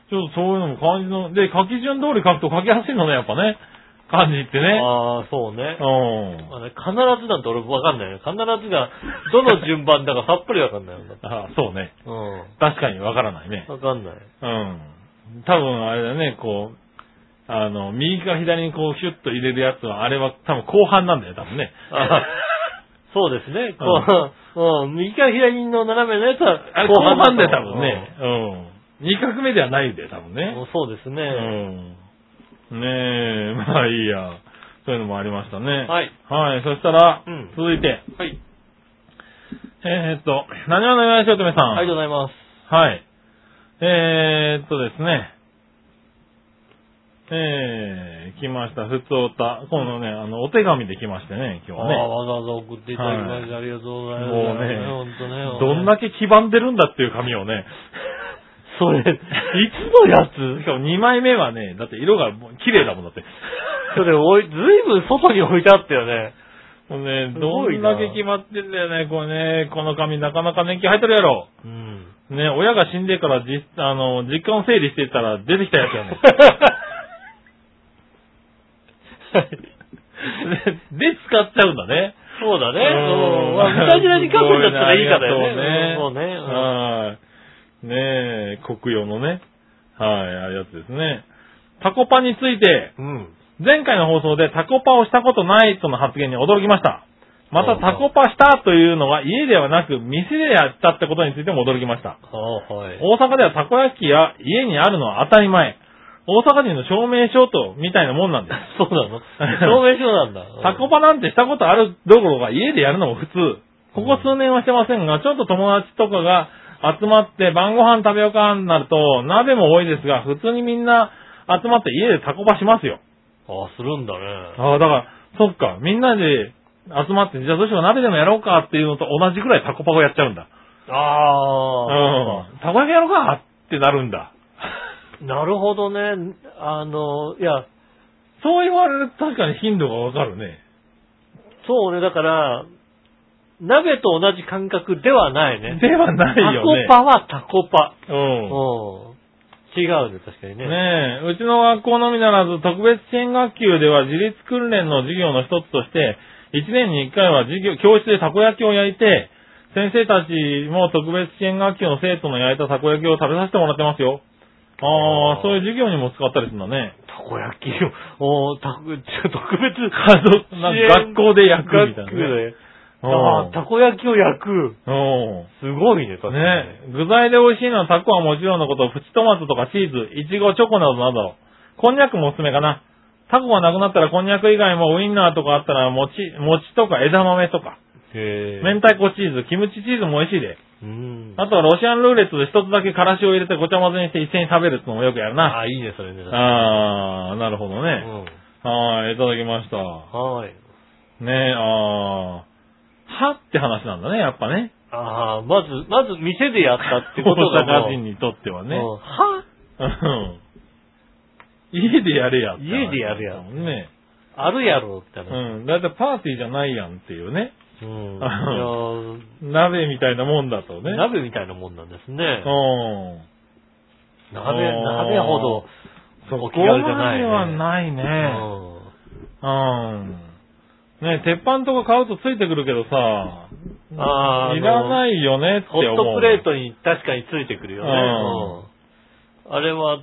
Speaker 3: ちょっとそういうのも感じの、で、書き順通り書くと書きやすいのね、やっぱね。漢字って
Speaker 2: うん
Speaker 3: ね。
Speaker 2: ああ、そうね。
Speaker 3: うん。
Speaker 2: まあね必ずなんて俺わかんないよ。必ずが、どの順番だかさっぱりわかんないよ。だって
Speaker 3: あそうね。
Speaker 2: うん。
Speaker 3: 確かにわからないね。
Speaker 2: わかんない。
Speaker 3: うん。多分あれだね、こう、あの、右から左にこうヒュッと入れるやつは、あれは多分後半なんだよ、多分ね。
Speaker 2: あそうですね。こう、うん、右から左の斜めのやつは
Speaker 3: あれ後半で
Speaker 2: だ
Speaker 3: 多分ね。。うん。二画目ではないで、多分
Speaker 2: うん
Speaker 3: ね。
Speaker 2: そうですね。
Speaker 3: うん。ねえ、 まあいいや。そういうのもありましたね。
Speaker 2: はい。
Speaker 3: はい、そしたら、
Speaker 2: うん
Speaker 3: 続いて、
Speaker 2: はい。
Speaker 3: えーっと、何話のよしおとめさん。
Speaker 2: ありがとうございます。
Speaker 3: はい。えー、っとですね。えー、来ました。ふつおた。今度ね、あの、お手紙で来ましてね、今日
Speaker 2: ああ、
Speaker 3: はね。
Speaker 2: わざわざ送っていただきまして、
Speaker 3: は
Speaker 2: ありがとうございます。
Speaker 3: もうね
Speaker 2: 本当ね。
Speaker 3: どんだけ黄ばんでるんだっていう紙をね。
Speaker 2: そ れ、いつのやつ
Speaker 3: しかも2枚目はね、だって色がもう綺麗だもんだって。
Speaker 2: それ、おい、ずいぶん外に置いてあったよね。
Speaker 3: もうね、
Speaker 2: す
Speaker 3: ど
Speaker 2: ごい
Speaker 3: ん
Speaker 2: な
Speaker 3: だけ決まってんだよね、これね。この紙なかなか年季入ってるやろ。
Speaker 2: うん。
Speaker 3: ね、親が死んでからじ、あの、実家を整理していったら出てきたやつやも ん。で、で使っちゃうんだね。
Speaker 2: そうだね。
Speaker 3: う
Speaker 2: うん
Speaker 3: ん。
Speaker 2: まあ、無駄に何書くんだったらいいかだ
Speaker 3: そ
Speaker 2: よ
Speaker 3: う
Speaker 2: ね。
Speaker 3: ね。はい。ねえ、国用のね。はい、あるやつですね。タコパについて、
Speaker 2: そうね。うん。
Speaker 3: 前回の放送でタコパをしたことないとの発言に驚きました。またタコパしたというのは家ではなく店でやったってことについても驚きまし
Speaker 2: あ
Speaker 3: た。
Speaker 2: あ、はい。
Speaker 3: 大阪ではたこ焼きや家にあるのは当たり前。大阪人の証明書と、みたいなもんなんです。
Speaker 2: そうなの証明書なんだ。
Speaker 3: タコパなんてしたことあるどころか家でやるのも普通。ここ数年はしてませんが、ちょっと友達とかが集まって晩ご飯食べようかになると、鍋も多いですが、普通にみんな集まって家でタコパしますよ。
Speaker 2: ああ、するんだね。
Speaker 3: ああ、だから、そっか、みんなで集まって、じゃあどうしよう鍋でもやろうかっていうのと同じくらいタコパをやっちゃうんだ。う
Speaker 2: ああ、
Speaker 3: ん。タコ焼きやろうかってなるんだ。
Speaker 2: なるほどね。あの、いや、
Speaker 3: そう言われると確かに頻度がわかるね。
Speaker 2: そうね、だから、鍋と同じ感覚ではないね。
Speaker 3: ではないよね。
Speaker 2: タコパはタコパ。
Speaker 3: パ。
Speaker 2: うん
Speaker 3: うん。。
Speaker 2: 違うね、確かにね。
Speaker 3: ねえ、うちの学校のみならず、特別支援学級では自立訓練の授業の一つとして、1年に1回は授業、教室でたこ焼きを焼いて、先生たちも特別支援学級の生徒の焼いたたこ焼きを食べさせてもらってますよ。あ
Speaker 2: あ
Speaker 3: あ、
Speaker 2: ー
Speaker 3: そういう授業にも使ったりするんだね。
Speaker 2: たこ焼きを、おーたこ特別、
Speaker 3: なんか学校で焼くみたいな
Speaker 2: 学
Speaker 3: ね
Speaker 2: 級で
Speaker 3: うん
Speaker 2: あーたこ焼きを焼く。
Speaker 3: うん。
Speaker 2: すごいね、確かに。
Speaker 3: ね具材で美味しいのはタコはもちろんのこと、プチトマトとかチーズ、イチゴ、チョコなどなど、こんにゃくもおすすめかな。タコがなくなったらこんにゃく以外もウインナーとかあったら餅、餅とか枝豆とか、
Speaker 2: へー
Speaker 3: 明太子チーズ、キムチチーズも美味しいで。
Speaker 2: うん。
Speaker 3: あとはロシアンルーレットで一つだけからしを入れてごちゃ混ぜにして一斉に食べるってのもよくやるな。
Speaker 2: あー、いいね、それね。
Speaker 3: あー、なるほど
Speaker 2: う
Speaker 3: ね。
Speaker 2: ん。
Speaker 3: はい、いただきました。
Speaker 2: はい。
Speaker 3: ねえ、あー。はって話なんだね、やっぱね。
Speaker 2: ああ、まず、まず店でやったってこと
Speaker 3: 大
Speaker 2: がも
Speaker 3: 阪
Speaker 2: う
Speaker 3: 人にとってはね。
Speaker 2: うんは
Speaker 3: うん家でやれやって
Speaker 2: 家でやれや
Speaker 3: もんね。
Speaker 2: あるやろって話。
Speaker 3: うん。だいたいパーティーじゃないやんっていうね。
Speaker 2: うん。
Speaker 3: う
Speaker 2: いや
Speaker 3: 鍋みたいなもんだとね。
Speaker 2: ー鍋みたいなもんなんですね
Speaker 3: う。ん。
Speaker 2: 鍋、鍋ほど、
Speaker 3: そこ
Speaker 2: お気軽じゃ
Speaker 3: ま
Speaker 2: ない
Speaker 3: で
Speaker 2: ね
Speaker 3: はないね。うん。ね鉄板とか買うとついてくるけどさ、
Speaker 2: うん。ああ、
Speaker 3: いら
Speaker 2: い。
Speaker 3: ないよねって
Speaker 2: ホ
Speaker 3: 思う。
Speaker 2: ットプレートに確かについてくるよね。うん。あれは、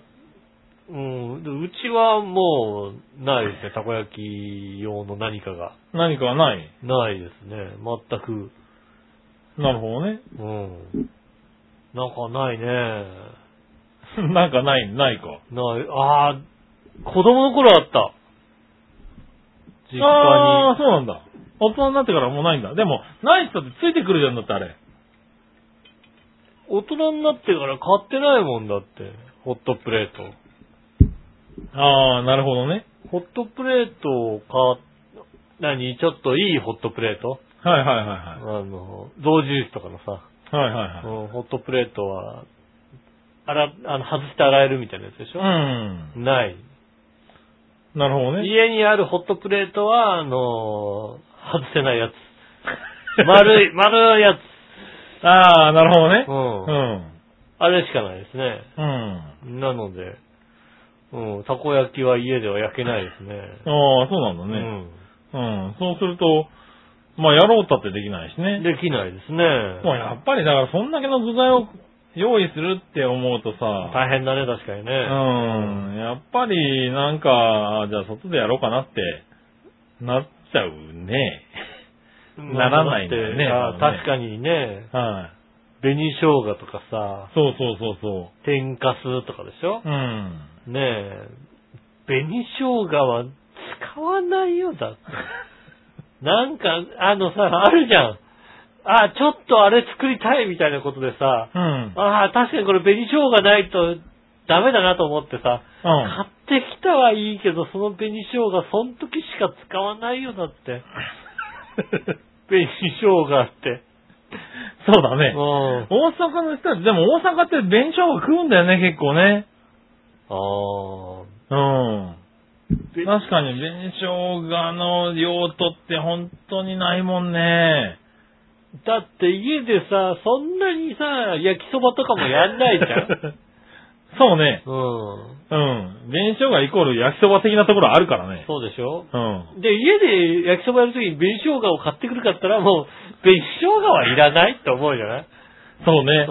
Speaker 2: うん、でうちはもう、ないですね。たこ焼き用の何かが。
Speaker 3: 何かはない。
Speaker 2: ないですね。全く。
Speaker 3: なるほどね。
Speaker 2: うん。なんかないね。
Speaker 3: なんかない、ないか。
Speaker 2: ない、ああ、子供の頃あった。実
Speaker 3: あ
Speaker 2: 家
Speaker 3: あー、そうなんだ。大人になってからもうないんだ。でも、ない人ってついてくるじゃんだってあれ。
Speaker 2: に。大人になってから買ってないもんだって。ホットプレート。
Speaker 3: ああ、なるほどね。
Speaker 2: ホットプレートを買っ、何、ちょっといいホットプレート
Speaker 3: はいはいはい
Speaker 2: あ
Speaker 3: は
Speaker 2: の、象印とかのさ、
Speaker 3: い。はいはいはい。
Speaker 2: うんホットプレートは、洗、あの、外して洗えるみたいなやつでし
Speaker 3: う
Speaker 2: ょ、
Speaker 3: ん。
Speaker 2: ない。
Speaker 3: なるほどね。
Speaker 2: 家にあるホットプレートは、あの、外せない やつ。丸い、丸いやつ。
Speaker 3: ああ、なるほどね
Speaker 2: う。。
Speaker 3: うんん。
Speaker 2: あれしかないですね。
Speaker 3: うん。
Speaker 2: なので、うん、たこ焼きは家では焼けないですね。
Speaker 3: ああ、そうなんだ
Speaker 2: う
Speaker 3: ね。
Speaker 2: ん。
Speaker 3: うん。そうすると、まあ、やろうったってできないしね。
Speaker 2: できないですね。
Speaker 3: もうやっぱりだから、そんだけの具材を用意するって思うとさ、
Speaker 2: 大変だね、確かにね。
Speaker 3: うん。やっぱり、なんか、じゃあ、外でやろうかなって、なっちゃうね。ならないんだよね
Speaker 2: だって
Speaker 3: 多分
Speaker 2: あ
Speaker 3: ね
Speaker 2: 確かにね、
Speaker 3: はい。
Speaker 2: 紅生姜とかさ、
Speaker 3: そうそうそうそ
Speaker 2: 天かすとかでしょ
Speaker 3: う。うん。
Speaker 2: ねえ、紅生姜は使わないよ、だって。 なんか、あのさ、あるじゃん。あ、ちょっとあれ作りたいみたいなことでさ、
Speaker 3: うん。
Speaker 2: ああ、確かにこれ紅生姜ないとダメだなと思ってさ、
Speaker 3: うん。
Speaker 2: 買ってきたはいいけど、その紅生姜、その時しか使わないよ、だって。紅生姜って。
Speaker 3: そうだね。
Speaker 2: うん。
Speaker 3: 大阪の人たち、でも大阪って弁償が食うんだよね、結構ね。
Speaker 2: ああ。
Speaker 3: うん。
Speaker 2: べ
Speaker 3: 確かに、弁償がの用途って本当にないもんね。
Speaker 2: だって家でさ、そんなにさ、焼きそばとかもやんないじゃん。
Speaker 3: そうね。
Speaker 2: うん。
Speaker 3: うん。弁償がイコール焼きそば的なところあるからね。
Speaker 2: そうでしょ
Speaker 3: うん。
Speaker 2: で、家で焼きそばやるときに紅生姜を買ってくるかったらもう、紅生姜はいらないって思うじゃない
Speaker 3: そうね。
Speaker 2: うん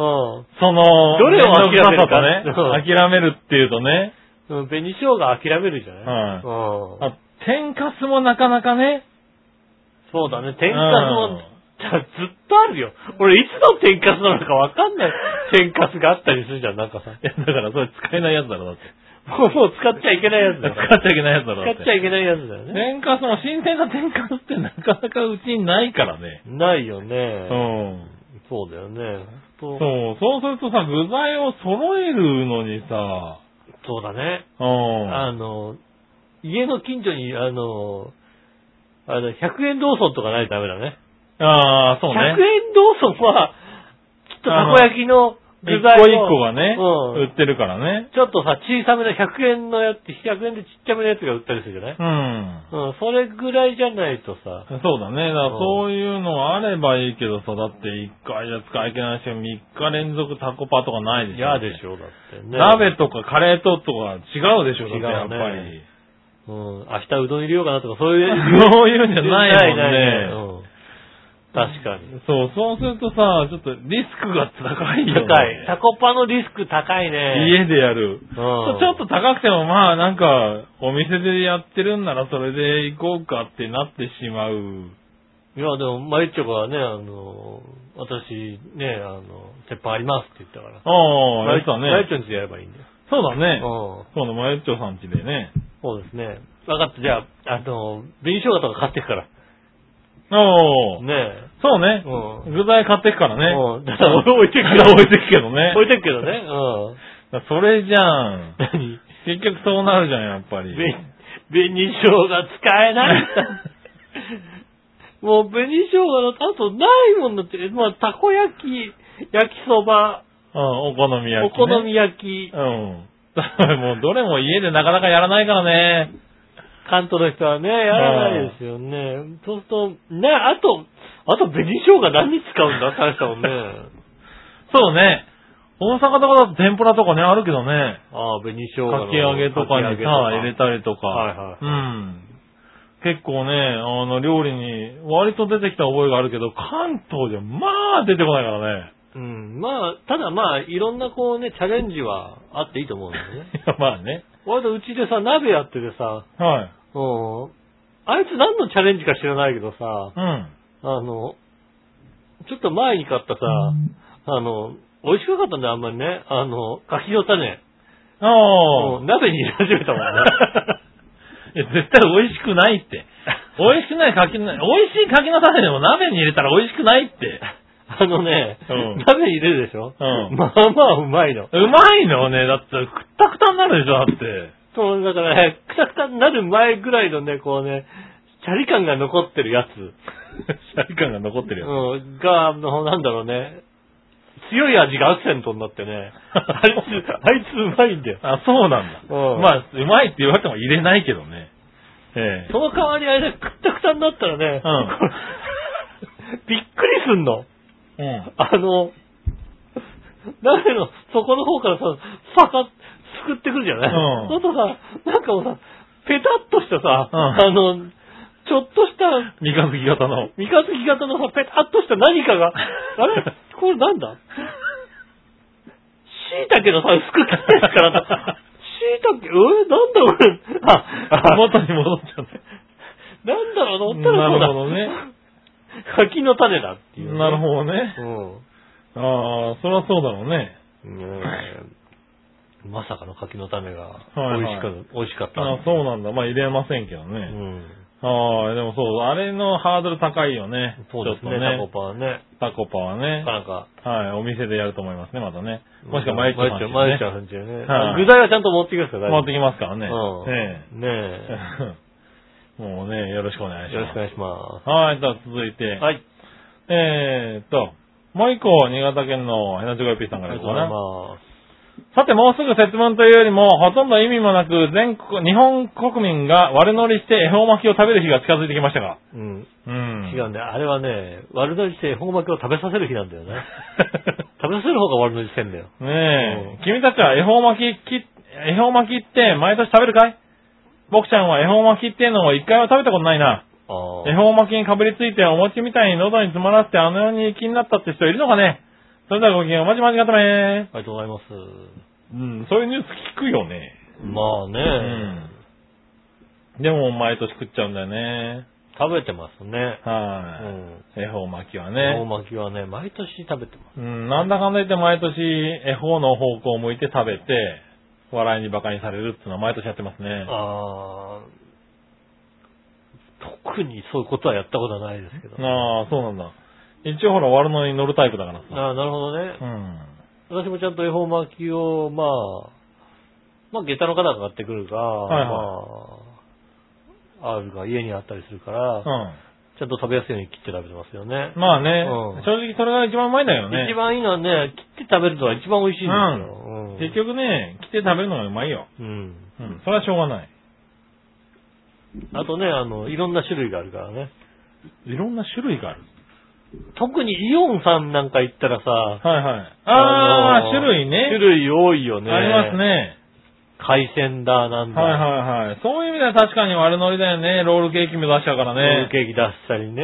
Speaker 3: その、
Speaker 2: どれを諦めるか
Speaker 3: 面倒くさとね、諦めるっていうとね、
Speaker 2: うん。紅生姜諦めるじゃない
Speaker 3: はい
Speaker 2: うん。
Speaker 3: あ天かすもなかなかね、
Speaker 2: そうだね。天かす
Speaker 3: う
Speaker 2: も、
Speaker 3: ん
Speaker 2: じゃあずっとあるよ。俺いつの天かすなのかわかんない。天かすがあったりするじゃん、なんかさ。
Speaker 3: いやだからそれ使えないやつだろ、だって。
Speaker 2: もうもう使っちゃいけないやつ
Speaker 3: 使
Speaker 2: だ
Speaker 3: っ
Speaker 2: よ。
Speaker 3: ちゃいけないやつだろ、だ
Speaker 2: 使
Speaker 3: て
Speaker 2: っちゃいけないやつだよね。
Speaker 3: 天かすも新鮮な天かすってなかなかうちにないからね。
Speaker 2: ないよね。
Speaker 3: うん。
Speaker 2: そうだよね。
Speaker 3: そ
Speaker 2: そう
Speaker 3: う、そうするとさ、具材を揃えるのにさ、
Speaker 2: そうだね。
Speaker 3: うん。
Speaker 2: あの、家の近所に、あの、あの、100円ローソンとかないとダメだね。
Speaker 3: ああ、そう
Speaker 2: 100
Speaker 3: ね。
Speaker 2: 円ローソンは、きっとたこ焼きの具
Speaker 3: 一
Speaker 2: 材を
Speaker 3: 個一個がね、
Speaker 2: うん
Speaker 3: 売ってるからね。
Speaker 2: ちょっとさ、小さめの100円のやつ、100円でちっちゃめのやつが売ったりするじゃない
Speaker 3: うん。
Speaker 2: うん、それぐらいじゃないとさ、
Speaker 3: そうだね。だから
Speaker 2: うん
Speaker 3: そういうのあればいいけどさ、だって一回じゃ使いけないし、三日連続タコパとかないでしょ。
Speaker 2: 嫌でしょ、だってね。
Speaker 3: 鍋とかカレーととか違うでしょ、だっ
Speaker 2: 違
Speaker 3: て
Speaker 2: うね
Speaker 3: やっぱり。
Speaker 2: うん、明日うどん入れようかなとか、そういう。
Speaker 3: そういうんじゃないもんね。
Speaker 2: うん確かに。
Speaker 3: そう、そうするとさ、ちょっとリスクが高いよ、ね。
Speaker 2: 高い。タコパのリスク高いね。
Speaker 3: 家でや
Speaker 2: うん、
Speaker 3: る。
Speaker 2: ち
Speaker 3: ちょっと高くても、まあなんか、お店でやってるんならそれで行こうかってなってしまう。
Speaker 2: いや、でも、マユッチョがね、あの、私、ね、あの、鉄板ありますって言ったから。
Speaker 3: ああ、やってた
Speaker 2: マユッチ
Speaker 3: ね。
Speaker 2: ョの家でやればいいんだよ。
Speaker 3: そうだね。
Speaker 2: うん。
Speaker 3: 今度、マユッチョさん家でね。
Speaker 2: そうですね。分かった、じゃあ、あの、紅生姜とか買ってくから。
Speaker 3: おー。
Speaker 2: ね
Speaker 3: そう
Speaker 2: え。
Speaker 3: ね
Speaker 2: う。ん。
Speaker 3: 具材買ってくからね。
Speaker 2: うん。だから俺置いてくけど。
Speaker 3: 置いてくけどね。
Speaker 2: 置いてくけどね。うん。
Speaker 3: だからそれじゃん。
Speaker 2: 何
Speaker 3: 結局そうなるじゃん、やっぱり。
Speaker 2: べ紅生姜使え ないもう紅生姜のあとないもんだって、まあ、たこ焼き、焼きそば、
Speaker 3: うん、お好み焼
Speaker 2: お
Speaker 3: き、ね。
Speaker 2: 好み焼き
Speaker 3: う、ん。 だからもうどれも家でなかなかやらないからね。
Speaker 2: 関東の人はね、やらないですよね。そうすると、ね、あと、あと紅生姜何に使うんだ大したもんね。
Speaker 3: そうね。大阪とかだと天ぷらとかね、あるけどね。
Speaker 2: ああ、紅生姜の。
Speaker 3: かき揚げとかにさ、入れ
Speaker 2: て。
Speaker 3: たりとか。
Speaker 2: はいはい
Speaker 3: うん。結構ね、あの、料理に割と出てきた覚えがあるけど、関東じゃまあ出てこないか らね。
Speaker 2: うん。まあ、ただまあ、いろんなこうね、チャレンジはあっていいと思うんだよ ね。
Speaker 3: いや、まあね。
Speaker 2: 割とうちでさ、鍋やっててさ、
Speaker 3: はい。
Speaker 2: うん。あいつ何のチャレンジか知らないけどさ、
Speaker 3: うん。
Speaker 2: あの、ちょっと前に買ったさ、あの、美味しくなかったんだよ、あんまりね。あの、柿の種。
Speaker 3: ああ
Speaker 2: うん。鍋に入れ始めたもんね。
Speaker 3: いや、絶対美味しくないって。美味しくない柿の、美味しい柿の種でも鍋に入れたら美味しくな いって。
Speaker 2: あのね、
Speaker 3: うん
Speaker 2: 鍋に入れるでしょ、
Speaker 3: うん
Speaker 2: まあまあうまいの。
Speaker 3: うまいのね。だって、くったくたになるでしょ、だって。
Speaker 2: その、だからね、くたくたになる前ぐらいのね、こうね、チャリ感が残ってるやつ。
Speaker 3: シャリ感が残ってるやつ。
Speaker 2: うん、が、あの、なんだろうね。強い味がアクセントになってね。あいつ、あいつうまいんだよ。
Speaker 3: あ、そうなんだ。
Speaker 2: うん
Speaker 3: まあ、うまいって言われても入れないけどね。ええ
Speaker 2: その代わりあれね、くったくたになったらね、 びっくりすんの。
Speaker 3: う ん。うん。
Speaker 2: あの、鍋の底の方からさ、さか、すくってくるじゃない、
Speaker 3: うん
Speaker 2: ほんとさ、なんかもうさ、ペタッとしたさ、
Speaker 3: うん
Speaker 2: あの、ちょっとした、
Speaker 3: 三日月型の。
Speaker 2: 三日月型のさ、ペタッとした何かが、あ れこれなんだ椎茸のさ、薄く切ってるからさ、椎茸、えなんだこれあ、あ
Speaker 3: 元に戻っちゃった。
Speaker 2: なんだろうな、った
Speaker 3: な
Speaker 2: らそうだ
Speaker 3: るほどね。
Speaker 2: 柿の種だっていうね、
Speaker 3: なるほどね。
Speaker 2: ど。うん。
Speaker 3: ああ、そりゃそうだろうね。
Speaker 2: ねえまさかの柿の種が美
Speaker 3: はい
Speaker 2: 味しか,、
Speaker 3: はい
Speaker 2: 美味しかった
Speaker 3: あ
Speaker 2: んで
Speaker 3: あ
Speaker 2: す
Speaker 3: そうなんだ。まあ入れませんけど
Speaker 2: う
Speaker 3: ね。
Speaker 2: ん。
Speaker 3: ああ、でもそう、あれのハードル高いよね。
Speaker 2: そうですね、
Speaker 3: ち
Speaker 2: タ
Speaker 3: ょ
Speaker 2: コ
Speaker 3: っとね。
Speaker 2: パはね。
Speaker 3: タコパは
Speaker 2: な
Speaker 3: ね。
Speaker 2: かなか。
Speaker 3: はい、お店でやると思いますね、またね。もしくはマイチョさんちね
Speaker 2: マユちゃんちね。
Speaker 3: はい
Speaker 2: 具材はちゃんと持ってきますから
Speaker 3: 回って
Speaker 2: き
Speaker 3: きますからね。
Speaker 2: うん。
Speaker 3: え
Speaker 2: ねえ。
Speaker 3: え もうね、よろしくお願いし
Speaker 2: よろ
Speaker 3: ま
Speaker 2: しくお
Speaker 3: す。
Speaker 2: 願いしま
Speaker 3: はい、では続いて。
Speaker 2: す。はい。
Speaker 3: えーっと、もう一個、新潟県のヘナチョコヨッピーさん
Speaker 2: あ
Speaker 3: か
Speaker 2: り
Speaker 3: ら
Speaker 2: が
Speaker 3: い
Speaker 2: とう
Speaker 3: こ
Speaker 2: ご
Speaker 3: う
Speaker 2: ざい
Speaker 3: かな。
Speaker 2: ます。
Speaker 3: さて、もうすぐ節分というよりも、ほとんど意味もなく、全国、日本国民が悪乗りして恵方巻きを食べる日が近づいてきましたが。
Speaker 2: うん。
Speaker 3: うん。
Speaker 2: 違うんだよ。あれはね、悪乗りして恵方巻きを食べさせる日なんだよね。 食べさせる方が悪乗りしてんだよ。う
Speaker 3: ねえ、君たちは恵方巻きき、恵方巻きって毎年食べるかい僕ちゃんは恵方巻きってのを一回は食べたことないな。
Speaker 2: あ
Speaker 3: 恵方巻きにかぶりついてお餅みたいに喉に詰まらせてあの世に気になったって人いるのかねそれではごきげんお待ち間違っため
Speaker 2: ありがとうございます。
Speaker 3: うん、そういうニュース聞くよね。
Speaker 2: まあね、
Speaker 3: うん。でも毎年食っちゃうんだよね。
Speaker 2: 食べてますね。う
Speaker 3: は
Speaker 2: ん。
Speaker 3: い。恵方巻きは
Speaker 2: 恵方
Speaker 3: ね。
Speaker 2: 巻きはね、毎年食べてます。
Speaker 3: うん、なんだかんだ言って毎年恵方の方向を向いて食べて、笑いに馬鹿にされるっていうのは毎年やってますね。
Speaker 2: あー特にそういうことはやったことはないですけど。
Speaker 3: ああ、そうなんだ。一応ほら、悪者に乗るタイプだからさ。
Speaker 2: あーなるほどね
Speaker 3: う。ん。
Speaker 2: 私もちゃんと恵方巻きを、まあ、まあ、下駄の方が買ってくるか、
Speaker 3: い
Speaker 2: まあ、あるが家にあったりするから、
Speaker 3: う
Speaker 2: ちゃんと食べやすいように切って食べてますよね
Speaker 3: ん。。まあね、
Speaker 2: うん
Speaker 3: 正直それが一番うまいんだよね。
Speaker 2: 一番いいのはね、切って食べるのが一番美味しいんですよ。うん。
Speaker 3: 結局ね、来て食べるのがうまいよ。
Speaker 2: うん。
Speaker 3: うん。それはしょうがない。
Speaker 2: あとね、あの、いろんな種類があるからね。
Speaker 3: いろんな種類がある。
Speaker 2: 特にイオンさんなんか行ったらさ、
Speaker 3: はいはい。ああ、
Speaker 2: の
Speaker 3: 種類ね。
Speaker 2: 種類多いよね。
Speaker 3: ありますね。
Speaker 2: 海鮮だ、なんだ。
Speaker 3: はいはいはい。そういう意味では確かに悪ノリだよね。ロールケーキ目指したからね。
Speaker 2: ロールケーキ出したりね、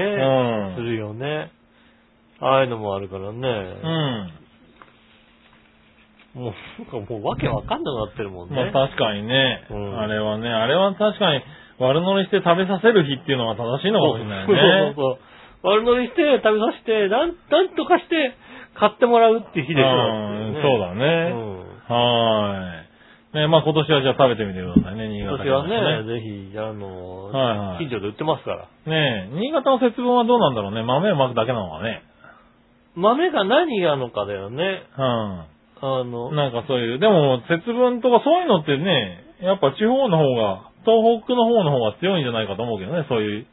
Speaker 2: す
Speaker 3: う
Speaker 2: るよね。ああいうのもあるからね。
Speaker 3: ん。
Speaker 2: もう、なんかもうわけわかんなくなってるも
Speaker 3: うんん。
Speaker 2: ね。
Speaker 3: まあ確かにね、
Speaker 2: うん
Speaker 3: あれはね、あれは確かに悪ノリして食べさせる日っていうのは正しいのかもしれないね。
Speaker 2: そうそうそう。悪乗りして、食べさせて、なん、なんとかして、買ってもらうって日でしょ。
Speaker 3: うんそうだ
Speaker 2: う
Speaker 3: ね。
Speaker 2: ん。
Speaker 3: はーい。ね、まあ今年はじゃあ食べてみてくださいね、新
Speaker 2: 今年
Speaker 3: 潟県の
Speaker 2: はね、ぜひ、あの、
Speaker 3: はいはい
Speaker 2: 近所で売ってますから。
Speaker 3: ねえ新潟の節分はどうなんだろうね。豆をまくだけなのかね。
Speaker 2: 豆が何がのかだよね。あ
Speaker 3: う
Speaker 2: の
Speaker 3: ん。、なんかそういう、でも節分とかそういうのってね、やっぱ地方の方が、東北の方の方が強いんじゃないかと思うけどね、そういう。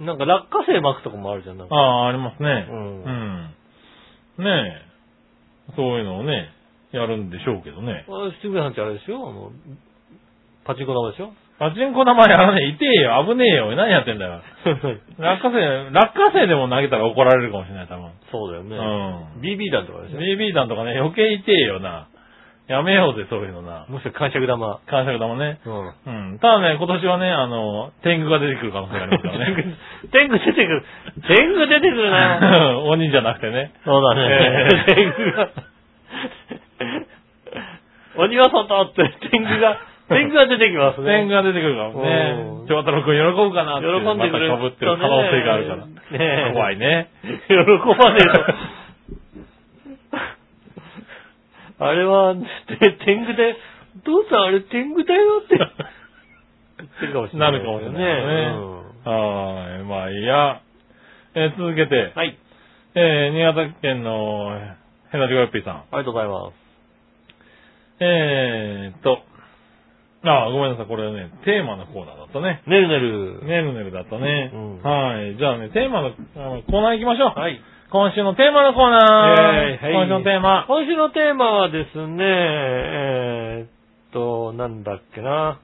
Speaker 2: なんか落花生巻くとかもあるじゃん。なんか
Speaker 3: ああ、ありますね。
Speaker 2: うん
Speaker 3: うん。ねえ。そういうのをね、やるんでしょうけどね。
Speaker 2: あ渋谷さんってあれでしょあの、パチンコ玉で しょ
Speaker 3: パチンコ玉やらねえ、痛えよ、危ねえよ、何やってんだよ。落花生、落花生でも投げたら怒られるかもしれない、多分。
Speaker 2: そうだよ
Speaker 3: う
Speaker 2: ね。
Speaker 3: ん。
Speaker 2: BB 弾とかでしょ
Speaker 3: BB 弾とかね、余計痛えよな。やめようぜ、そういうのな。
Speaker 2: もしくは感触玉。
Speaker 3: 感謝玉ね。
Speaker 2: うん。
Speaker 3: うん。ただね、今年はね、あの、天狗が出てくる可能性がありますからね。
Speaker 2: 天狗出てくる。天狗出てくる な。
Speaker 3: 鬼じゃなくてね。
Speaker 2: そうだね。
Speaker 3: え え
Speaker 2: 天狗が。鬼は外って天狗 が、天狗が出てきます
Speaker 3: 天
Speaker 2: ね。
Speaker 3: 狗が出てくるから
Speaker 2: う
Speaker 3: ね
Speaker 2: ん。
Speaker 3: 長太郎くん喜ぶかなっていう。
Speaker 2: 喜んでくれる
Speaker 3: また被ってる可能性があるから。
Speaker 2: ねえ
Speaker 3: 怖いね。
Speaker 2: 喜ばねえと。あれは、て天狗で、どうせあれ天狗だよって。言ってるかもしれな。
Speaker 3: ないるかもしれない
Speaker 2: ね
Speaker 3: よね。はーい。まあ、いいや。えー続けて
Speaker 2: うん、はい。
Speaker 3: えー新潟県のヘナジゴヨッピーさん。
Speaker 2: ありがとうございます。
Speaker 3: えーっと、ああ、ごめんなさい。これね、テーマのコーナーだったね。
Speaker 2: ねるねる。
Speaker 3: ねるねるだったね。
Speaker 2: うん
Speaker 3: はい。じゃあね、テーマのあのコーナー行きましょう。
Speaker 2: はい。
Speaker 3: 今週のテーマのコーナー。
Speaker 2: イェーイ
Speaker 3: 今週のテーマ。
Speaker 2: 今週のテーマはですね、えーっと、なんだっけな。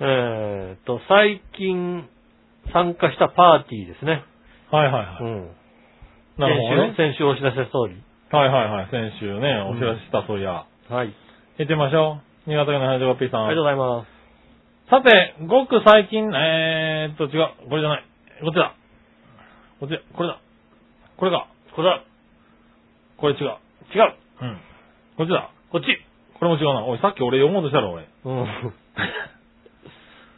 Speaker 2: えーっと、最近参加したパーティーですね。
Speaker 3: はいはいうはい。
Speaker 2: ん。
Speaker 3: なるほどね
Speaker 2: 先週、先週お知らせ通り。
Speaker 3: はいはいはい。先週ね、お知らせした、そういや。
Speaker 2: はい。
Speaker 3: 行ってみましょう。新潟県のハジオピーさん。
Speaker 2: ありがとうございます。
Speaker 3: さて、ごく最近、えーっと、違う。これじゃない。こっちだ。こっちだ。これだ。これか。これだ。これ違う。
Speaker 2: 違う
Speaker 3: うん。こっちだ。
Speaker 2: こっち
Speaker 3: これも違うな。おい、さっき俺読もうとしたろ、俺。ね
Speaker 2: うん。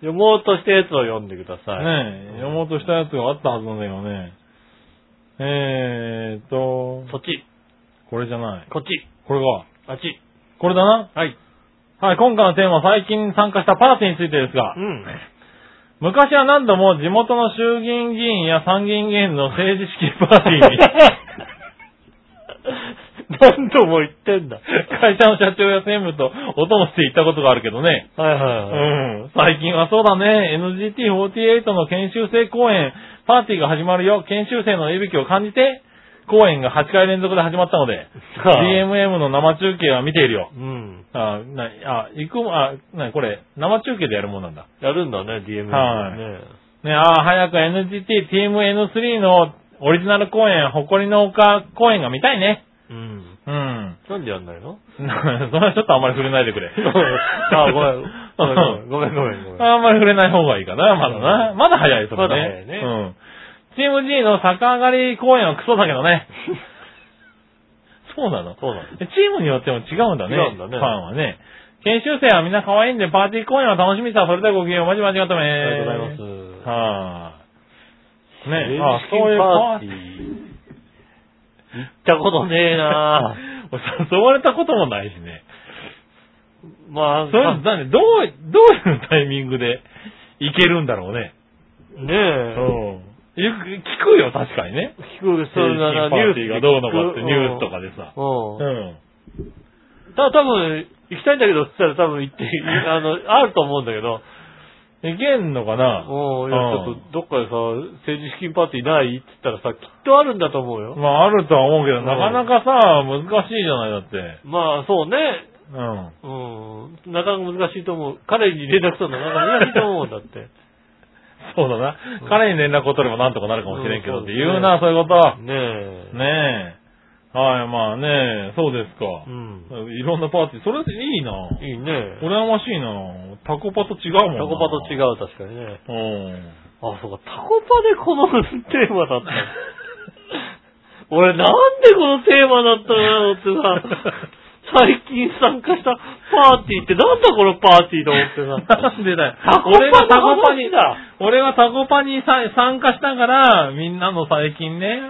Speaker 2: 読もうとしたやつを読んでください。
Speaker 3: え、読もうとしたやつがあったはずなんだけどね。えーっと、
Speaker 2: そっち、
Speaker 3: これじゃない。
Speaker 2: こっち、
Speaker 3: これが。
Speaker 2: あっち。
Speaker 3: これだな。
Speaker 2: はい。
Speaker 3: はい、今回のテーマは最近参加したパーティーについてですが
Speaker 2: う、ん。
Speaker 3: 昔は何度も地元の衆議院議員や参議院議員の政治資金パーテ ィー
Speaker 2: 何
Speaker 3: に
Speaker 2: 度も言ってんだ。
Speaker 3: 会社の社長や専務とお供して行ったことがあるけどね。
Speaker 2: はいうはいはい。
Speaker 3: ん。最近はそうだね。NGT48 の研修生公演、パーティーが始まるよ。研修生の息吹を感じて、公演が8回連続で始まったので、
Speaker 2: さあ
Speaker 3: DMM の生中継は見ているよ。
Speaker 2: うん。
Speaker 3: あ、な、あ、行くも、あ、な、これ、生中継でやるもんなんだ。
Speaker 2: やるんだね、DM
Speaker 3: はい
Speaker 2: ね。
Speaker 3: ね、ああ、早く NGT TMN3 のオリジナル公演、誇りの丘公演が見たいね。
Speaker 2: うん。
Speaker 3: うん。
Speaker 2: なんでやんないの
Speaker 3: それはちょっとあんまり触れないでくれ。
Speaker 2: あ、ごめん。 ごめんごめんごめんごめん。
Speaker 3: あんまり触れない方がいいかな、まだな。まだ早い、そ
Speaker 2: ま
Speaker 3: れね。
Speaker 2: だ早いね
Speaker 3: うん。チーム G の逆上がり公演はクソだけどね。そうなの
Speaker 2: そうなの
Speaker 3: チームによっても違うんだね。
Speaker 2: 違うんだね
Speaker 3: ファンはね。研修生はみんな可愛いんで、パーティー公演は楽しみさ。それではごきげんよう、まじまじまとめ。
Speaker 2: ありがとうござ
Speaker 3: す。
Speaker 2: います。
Speaker 3: はい。ね、あ
Speaker 2: あ、、そ
Speaker 3: そう
Speaker 2: うい
Speaker 3: い
Speaker 2: うう
Speaker 3: パ
Speaker 2: パ
Speaker 3: ー
Speaker 2: ー
Speaker 3: テ
Speaker 2: テ
Speaker 3: ィ
Speaker 2: ィ
Speaker 3: ー。
Speaker 2: ー。行ったことねえ なぁ。
Speaker 3: 俺誘われたこともないしね。
Speaker 2: まあ、
Speaker 3: そういうの、だね、どう、どういうタイミングで行けるんだろうね。
Speaker 2: ねえ。
Speaker 3: うん。よく聞くよ、確かにね。
Speaker 2: 聞く、そういう
Speaker 3: パ
Speaker 2: な
Speaker 3: ーティーがどうのかって、ニュースと
Speaker 2: か。
Speaker 3: かでさ。
Speaker 2: うん。
Speaker 3: うん。
Speaker 2: た多分行きたいんだけどって言ったら多分行って、 あの、あると思うんだけど、
Speaker 3: 行けんのかな
Speaker 2: うん、いや
Speaker 3: う
Speaker 2: ちょ
Speaker 3: ん
Speaker 2: っとどっかでさ、政治資金パーティーないって言ったらさ、きっとあるんだと思うよ。
Speaker 3: まあ、あるとは思うけど、
Speaker 2: うん
Speaker 3: なかなかさ、難しいじゃない、だって。
Speaker 2: まあ、そうね。
Speaker 3: うん。
Speaker 2: うん。なかなか難しいと思う。彼に連絡するのなかなか難しいと思うんだって。
Speaker 3: そうだな
Speaker 2: う。ん
Speaker 3: 彼に連絡を取ればなんとかなるかもしれんけど
Speaker 2: う
Speaker 3: っ
Speaker 2: ん
Speaker 3: て言うな、そういうこ
Speaker 2: ね
Speaker 3: と。
Speaker 2: え。
Speaker 3: ねえ。はい、まあねえ、そうですか。
Speaker 2: うん。
Speaker 3: いろんなパーティー、それでいいな。
Speaker 2: いいね。
Speaker 3: 羨ましいな。タコパと違うもん
Speaker 2: タ
Speaker 3: な。
Speaker 2: コパと違
Speaker 3: う。
Speaker 2: う、確かにね。
Speaker 3: うん。
Speaker 2: あ、そうか、タコパでこのテーマだったの。俺なんでこのテーマだったのだろうってさ、最近参加したパーティーってなんだこのパーティーと思ってさ。
Speaker 3: なんでだよ。
Speaker 2: タコ
Speaker 3: 俺が
Speaker 2: パ
Speaker 3: タ
Speaker 2: の
Speaker 3: コパに
Speaker 2: 話、だ。
Speaker 3: 俺はタコパにさ参加したから、みんなの最近ね、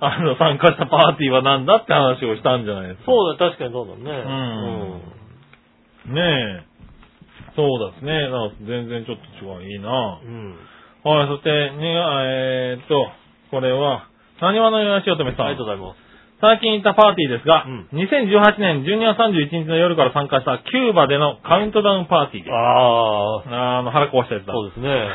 Speaker 3: あの、参加したパーティーはなんだって話をしたんじゃないですか。
Speaker 2: そうだ、確かにそうだね。
Speaker 3: んうねえ。そうですね。なんか全然ちょっと違う。いいな
Speaker 2: うん。うん。
Speaker 3: はい、そして、にが、えーっと、これは、何話のよしおとめさん。
Speaker 2: ありがとうございます。
Speaker 3: 最近行ったパーティーですが、
Speaker 2: うん
Speaker 3: 2018年12月31日の夜から参加したキューバでのカウントダウンパーティーで
Speaker 2: あ
Speaker 3: す。
Speaker 2: あ、
Speaker 3: あの、腹壊したやつだ。
Speaker 2: そうですね。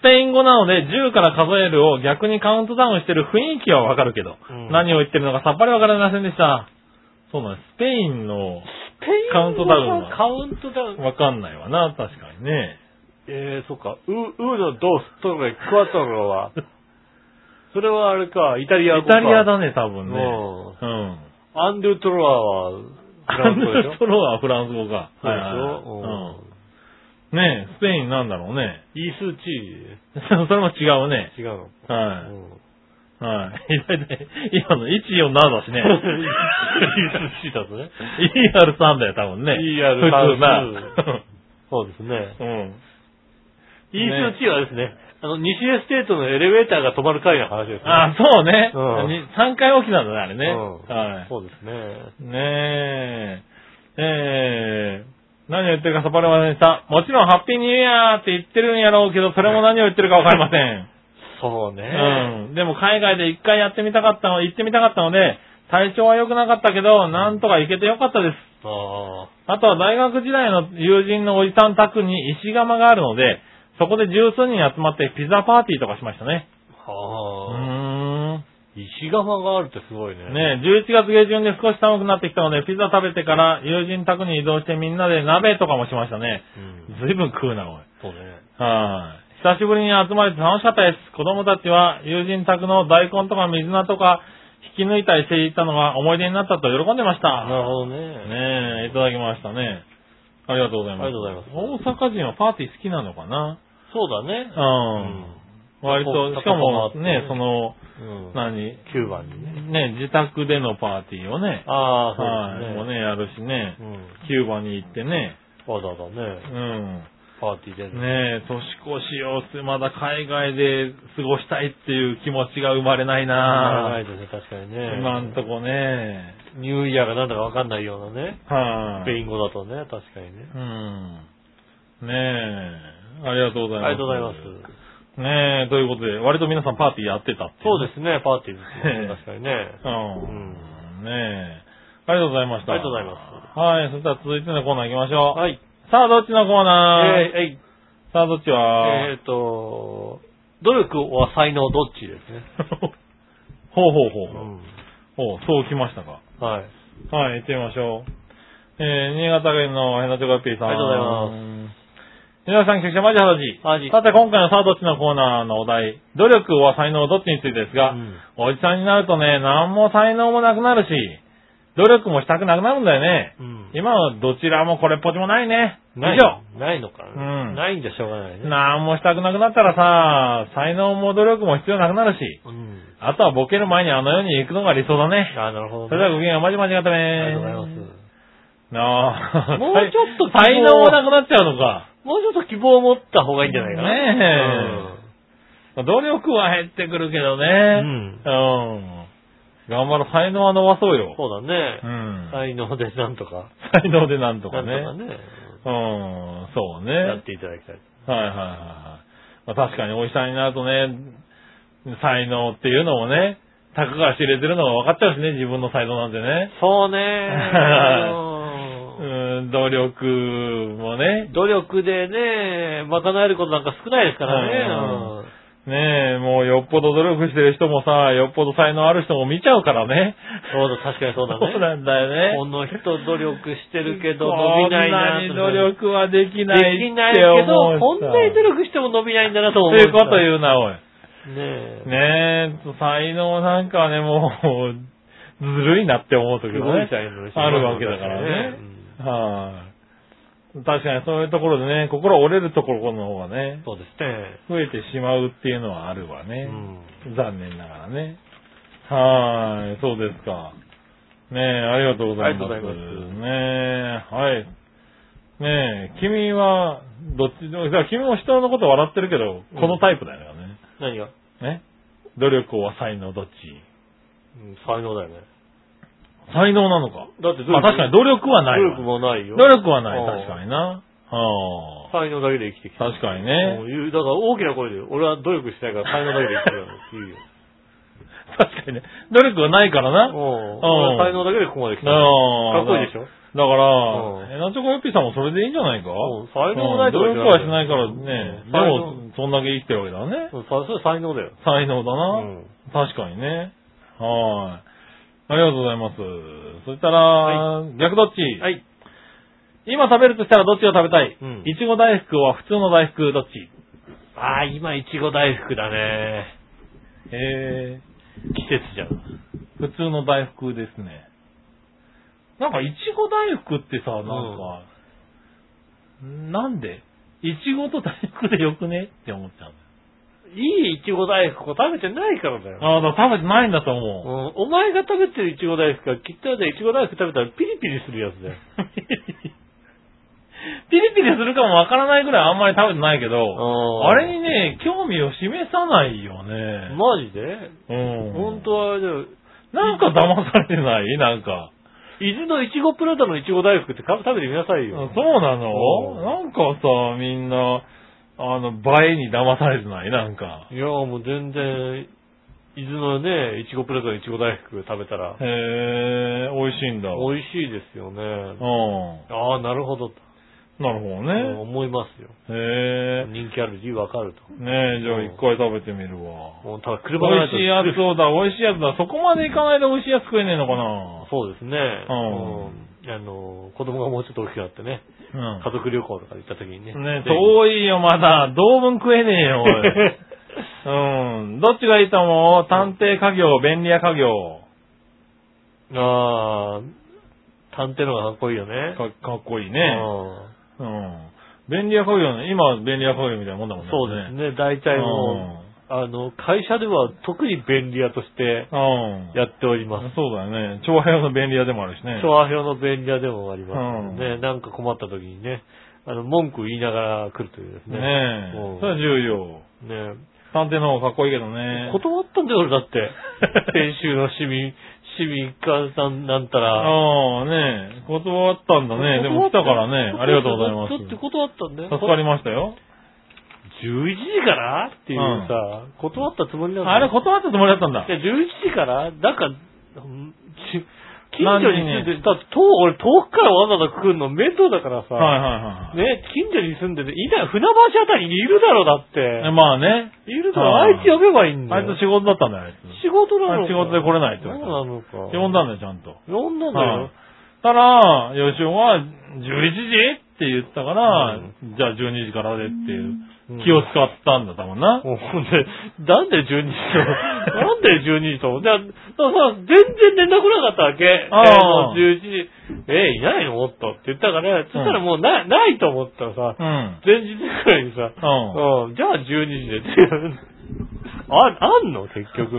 Speaker 3: スペイン語なので10から数えるを逆にカウントダウンしてる雰囲気はわかるけど、
Speaker 2: うん
Speaker 3: 何を言ってるのかさっぱりわかりませんでした。そうなんです。スペインのカウントダウンは
Speaker 2: カウントダウン。
Speaker 3: わかんないわな、確かにね。
Speaker 2: えー、そっか。う、うのドストレクワトロは。それはあれか、イタリア語
Speaker 3: イ
Speaker 2: か。
Speaker 3: タリアだね、多分
Speaker 2: う
Speaker 3: ね。うん。
Speaker 2: アンドゥトロワは、フ
Speaker 3: ア
Speaker 2: ランス
Speaker 3: ンド
Speaker 2: 語でしょ
Speaker 3: ゥトロはフランス語か。
Speaker 2: そうでし
Speaker 3: はいはいはい
Speaker 2: ょ
Speaker 3: うん。ねえ、スペインなんだろうね。
Speaker 2: うん。イースチ
Speaker 3: それも違うね。
Speaker 2: ー違うの。う
Speaker 3: は
Speaker 2: ん。
Speaker 3: い。はい。大体、今の147だしね。
Speaker 2: イースチーだとね。
Speaker 3: ER3 だよ、多分ね。
Speaker 2: ER3
Speaker 3: 普通な。
Speaker 2: そうですね。
Speaker 3: うん。
Speaker 2: イースチーはですね、あの、西エステートのエレベーターが止まる回の話ですね。
Speaker 3: あ、そうね。
Speaker 2: うん
Speaker 3: に3回起きなんだね、あれね。
Speaker 2: うん
Speaker 3: はい。
Speaker 2: そうですね。
Speaker 3: ねえ。えー何を言ってるかさっぱりませんでした。もちろんハッピーニューイヤーって言ってるんやろうけど、それも何を言ってるかわかりません。
Speaker 2: そうね。
Speaker 3: うん。でも海外で一回やってみたかったの、行ってみたかったので、体調は良くなかったけど、なんとか行けてよかったです。
Speaker 2: あ
Speaker 3: あとは大学時代の友人のおじさん宅に石窯があるので、そこで十数人集まってピザパーティーとかしましたね。
Speaker 2: あ。
Speaker 3: う
Speaker 2: はあ。
Speaker 3: ーん。
Speaker 2: 石窯があるってすごいね。
Speaker 3: ねえ11月下旬で少し寒くなってきたので、ピザ食べてから友人宅に移動してみんなで鍋とかもしましたね。
Speaker 2: うん。
Speaker 3: ずいぶん食うな、おい。
Speaker 2: そうね。
Speaker 3: はい。久しぶりに集まれて楽しかったです。子供たちは友人宅の大根とか水菜とか引き抜いたりしていたのが思い出になったと喜んでました。
Speaker 2: なるほどね。
Speaker 3: ねえ、いただきましたね。ありがとうございます。
Speaker 2: ありがとうございます
Speaker 3: 大阪人はパーティー好きなのかな
Speaker 2: そうだね。う
Speaker 3: うん。
Speaker 2: ん。
Speaker 3: 割と、しかもね、その、
Speaker 2: うん。
Speaker 3: 何、
Speaker 2: 9番にね。
Speaker 3: ね、自宅でのパーティーをね、
Speaker 2: ああ、そう
Speaker 3: は
Speaker 2: で
Speaker 3: い、
Speaker 2: すね。
Speaker 3: もうね、やるしね
Speaker 2: う、ん。
Speaker 3: キューバに行ってね、
Speaker 2: わざわざね
Speaker 3: う、ん。
Speaker 2: パーティーでね。
Speaker 3: ねえ、年越しをすまだ海外で過ごしたいっていう気持ちが生まれない
Speaker 2: 長
Speaker 3: ない
Speaker 2: ですね、確かにね。
Speaker 3: 今んとこね。
Speaker 2: ニューイヤーがなんだかわかんないようなね。
Speaker 3: は
Speaker 2: スペ
Speaker 3: い。
Speaker 2: イン語だとね、確かにね。
Speaker 3: うん。ねえ、ありがとうございます。
Speaker 2: ありがとうございます。
Speaker 3: ねえ、ということで、割と皆さんパーティーやってたってい
Speaker 2: そう
Speaker 3: う。
Speaker 2: ですね、パーティーです
Speaker 3: ええ
Speaker 2: ね。確かにね。
Speaker 3: う
Speaker 2: うん
Speaker 3: ん。ねえ。ありがとうございました。。
Speaker 2: ありがとうございます
Speaker 3: はい、それでは続いてのコーナー行きましょう。
Speaker 2: はい。
Speaker 3: さあ、どっちのコー
Speaker 2: え
Speaker 3: ナー、
Speaker 2: ーえい
Speaker 3: さあ、どっちは、
Speaker 2: えっと、努力は才能どっちですね。
Speaker 3: ほうほうほう
Speaker 2: う
Speaker 3: ほう。
Speaker 2: ん。
Speaker 3: ほう、そうきましたか。
Speaker 2: はい。
Speaker 3: はい、行ってみましょう。えー、新潟県のヘナチョコヨッピーさん。
Speaker 2: ありがとうござい
Speaker 3: ます。皆さん、局長、マジハ
Speaker 2: マ
Speaker 3: ラジ。
Speaker 2: ジ
Speaker 3: さて、今回のさあ、どっちのコーナーのお題、努力は才能どっちについてですが、
Speaker 2: うん
Speaker 3: おじさんになるとね、何も才能もなくなるし、努力もしたくなくなるんだよね。
Speaker 2: うん
Speaker 3: 今はどちらもこれっぽっちもないね。以
Speaker 2: ない
Speaker 3: 上。
Speaker 2: ないのかな。
Speaker 3: うん
Speaker 2: ないんじゃしょうがないね。
Speaker 3: 何もしたくなくなったらさ、才能も努力も必要なくなるし、
Speaker 2: うん。
Speaker 3: あとはボケる前にあの世に行くのが理想だね。
Speaker 2: あーなるほどね。
Speaker 3: それではごきげんよう、まじまじがたね。
Speaker 2: ありがとうございます。
Speaker 3: なあ。
Speaker 2: もうちょっと
Speaker 3: 才才能もなくなっちゃうのか。
Speaker 2: もうちょっと希望を持った方がいいんじゃないかな。
Speaker 3: ね努力は減ってくるけどね。
Speaker 2: うん。
Speaker 3: うん。頑張ろう。才能は伸ばそうよ。
Speaker 2: そうだね
Speaker 3: う。ん。
Speaker 2: 才能でなんとか。
Speaker 3: 才能でなんと
Speaker 2: な
Speaker 3: か
Speaker 2: ん
Speaker 3: ね。
Speaker 2: とかね。
Speaker 3: うん。そうね。
Speaker 2: やっていただきたい。
Speaker 3: はいはいはいはい。まあ、確かにおじさんになるとね、才能っていうのもね、たかが知れてるのが分かっちゃうしね、自分の才能なんてね。
Speaker 2: そうね。
Speaker 3: うん、努力もね、
Speaker 2: 努力でね、賄えることなんか少ないですからね。
Speaker 3: ねえ、もうよっぽど努力してる人もさ、よっぽど才能ある人も見ちゃうからね。
Speaker 2: そうだ、確かにそうだ
Speaker 3: そう
Speaker 2: ね。
Speaker 3: なんだよ
Speaker 2: こ
Speaker 3: ね。
Speaker 2: の人努力してるけど伸びないな
Speaker 3: こんなに努力はでき
Speaker 2: で
Speaker 3: ない
Speaker 2: きな
Speaker 3: っ
Speaker 2: い
Speaker 3: て
Speaker 2: け
Speaker 3: 思
Speaker 2: ど、
Speaker 3: う
Speaker 2: こん
Speaker 3: さ
Speaker 2: なに努力しても伸びないんだなと思う。
Speaker 3: そういうこと言うな、お
Speaker 2: う。
Speaker 3: い。
Speaker 2: ねえ。
Speaker 3: ねえ、才能なんかはね、もう、ずるいなって思うとき
Speaker 2: す
Speaker 3: も
Speaker 2: ご
Speaker 3: ね
Speaker 2: い。才能
Speaker 3: あるわけだからね
Speaker 2: うん
Speaker 3: はい、確かにそういうところでね、心折れるところの方がね、
Speaker 2: そうですね。
Speaker 3: 増えてしまうっていうのはあるわ
Speaker 2: う
Speaker 3: ね。
Speaker 2: ん
Speaker 3: 残念ながらね。はーい、そうですか。ねえ、ありがとうございます。
Speaker 2: ありがとうございます
Speaker 3: ねえ、はい。ねえ、君は、どっちでも、じゃあ君も人のこと笑ってるけど、このタイプだよね。
Speaker 2: 何が
Speaker 3: ね。努力は才能どっち
Speaker 2: うん才能だよね。
Speaker 3: 才能なのか。
Speaker 2: だって努力
Speaker 3: まあ確かに努力はない
Speaker 2: 努
Speaker 3: わ。
Speaker 2: 力もないよ。
Speaker 3: 努力はない、
Speaker 2: うん
Speaker 3: 確かにな。はあ。
Speaker 2: 才能だけで生きてきた。
Speaker 3: 確かに
Speaker 2: もう
Speaker 3: ね。
Speaker 2: 言うだから大きな声で、俺は努力してないから才能だけで生きてるからって言う よ。
Speaker 3: 確かにね。努力はないからな。
Speaker 2: うん俺は才能だけでここまで来た。か
Speaker 3: ああ
Speaker 2: っこいいでしょ
Speaker 3: だか
Speaker 2: うん
Speaker 3: ら、えなちょこよっぴーさんもそれでいいんじゃないか
Speaker 2: ん才能もないと
Speaker 3: うん努
Speaker 2: か言
Speaker 3: 力は
Speaker 2: われ
Speaker 3: してないから
Speaker 2: う
Speaker 3: ね。
Speaker 2: ん
Speaker 3: で
Speaker 2: 才能
Speaker 3: も、そんだけ生きてるわけだね。
Speaker 2: うんそそれ才能だよ。
Speaker 3: 才能だ
Speaker 2: う
Speaker 3: な。
Speaker 2: ん。
Speaker 3: 確かにね。はーい。ありがとうございます。そしたら、逆どっち
Speaker 2: はい。
Speaker 3: 今食べるとしたらどっちを食べたい
Speaker 2: うん
Speaker 3: いちご大福は普通の大福どっち
Speaker 2: ああ、今、いちご大福だね。
Speaker 3: えー
Speaker 2: 季節じゃん。
Speaker 3: 普通の大福ですね。なんか、いちご大福ってさ、なんか、なんでいちごと大福でよくねって思っちゃう。
Speaker 2: いいいちご大福を食べてないからだよ。
Speaker 3: ああ、だから食べてないんだと
Speaker 2: う
Speaker 3: 思う。
Speaker 2: ん、お前が食べてるいちご大福はきっとでいちご大福食べたらピリピリするやつだよ。
Speaker 3: ピリ ピリするかもわからないぐらいあんまり食べてないけど、
Speaker 2: あ
Speaker 3: あれにね、興味を示さないよね。
Speaker 2: マジで
Speaker 3: うん。
Speaker 2: 本当はあれだよ。
Speaker 3: なんか騙されてないなんか。
Speaker 2: 伊豆のいちごプラザのいちご大福って食べ食べてみなさい
Speaker 3: そう
Speaker 2: よ。
Speaker 3: な
Speaker 2: う
Speaker 3: の
Speaker 2: ん
Speaker 3: なんかさ、みんな、あの、映えに騙されてないなんか。
Speaker 2: いや、もう全然、伊豆のね、いちごプラザのいちご大福食べたら、
Speaker 3: へえ、美味しいんだ。
Speaker 2: 美味しいですよね。
Speaker 3: う
Speaker 2: ああ、なるほど、と
Speaker 3: ん。なるほど
Speaker 2: うん
Speaker 3: ね。
Speaker 2: 思いますよ。
Speaker 3: へえ。
Speaker 2: 人気ある理由わかると。
Speaker 3: ねえ、じゃあ一回食べてみるわ。
Speaker 2: もうただ
Speaker 3: 美
Speaker 2: 車がない
Speaker 3: 味
Speaker 2: と
Speaker 3: しいやつ、そうだ、美味しいやつだ。そこまで行かないと美味しいやつ食えねえのかな
Speaker 2: そうですね。う
Speaker 3: ん
Speaker 2: んあの、子供がもうちょっと大きくなってね、
Speaker 3: うん
Speaker 2: 家。族旅行とか行った時にね。ぜ
Speaker 3: ね
Speaker 2: ひ
Speaker 3: 遠いよ、まだ。同分食えねえ よ、おいうん。どっちがいいと思う探偵家業、便利屋家業。
Speaker 2: ああ、探偵の方がかっこいいよね。
Speaker 3: かかっこいい
Speaker 2: うん
Speaker 3: ね。うん。便利屋家業ね、今は便利屋家業みたいなもんだもんね。
Speaker 2: そうですね。大体もう、あの、会社では特に便利屋として
Speaker 3: うん。うん。
Speaker 2: やっております。
Speaker 3: そうだよね。長編の便利屋でもあるしね。
Speaker 2: 調和表の便利屋でもありますのでね、
Speaker 3: う
Speaker 2: なんか困った時にね、あの、文句言いながら来るというですね。
Speaker 3: ね
Speaker 2: うん
Speaker 3: え。それは重要。
Speaker 2: ね
Speaker 3: 探偵の方がかっこいいけどね。
Speaker 2: 断ったんだよ、俺だ って。先週の市民、市民一貫さんなんたら。
Speaker 3: ああ、ねえ。断ったんだね。でも来たからね。ありがとうございます。
Speaker 2: だって断ったんだよ。
Speaker 3: 助かりましたよ。
Speaker 2: 11時からっていうさ、断ったつもりなんだ
Speaker 3: あれ断ったつもりだったんだ
Speaker 2: い。や、11時からなんか、うんち近所
Speaker 3: 何
Speaker 2: に
Speaker 3: 時に
Speaker 2: 住んでる、だって遠、俺遠くからわざわざ来るの面倒だからさ、
Speaker 3: はいはいはい。
Speaker 2: ね、近所に住んでて、いない、船橋あたりにいるだろう、だっ
Speaker 3: え
Speaker 2: て。
Speaker 3: まあね。
Speaker 2: いるだろ、あ
Speaker 3: うん
Speaker 2: いつ呼べばいいんだ
Speaker 3: あい
Speaker 2: よ。
Speaker 3: つ仕事だったんだよ、あいつ。
Speaker 2: 仕事なの
Speaker 3: あ仕事で来れないって
Speaker 2: そう
Speaker 3: 言われた
Speaker 2: なのか。
Speaker 3: 呼んだんだよ、ちゃんと。
Speaker 2: 呼んだんだ
Speaker 3: は
Speaker 2: よ
Speaker 3: い。たら、吉尾は、11時って言ったから、
Speaker 2: うん
Speaker 3: じゃあ12時からでっていう
Speaker 2: うん、
Speaker 3: 気を使ったんだ、多分な。
Speaker 2: もうほんで、なんで12時と、 なんで12時と、じゃあ、だからさ、全然連絡なかったわけ。え
Speaker 3: ああ
Speaker 2: ーもう11時、えーいないのもっとって言ったから、そしたらもうな,、ないと思ったらさ、
Speaker 3: うん。
Speaker 2: 前日くらいにさ、
Speaker 3: うん。
Speaker 2: うん、じゃあ12時でってあ、あんの結 局。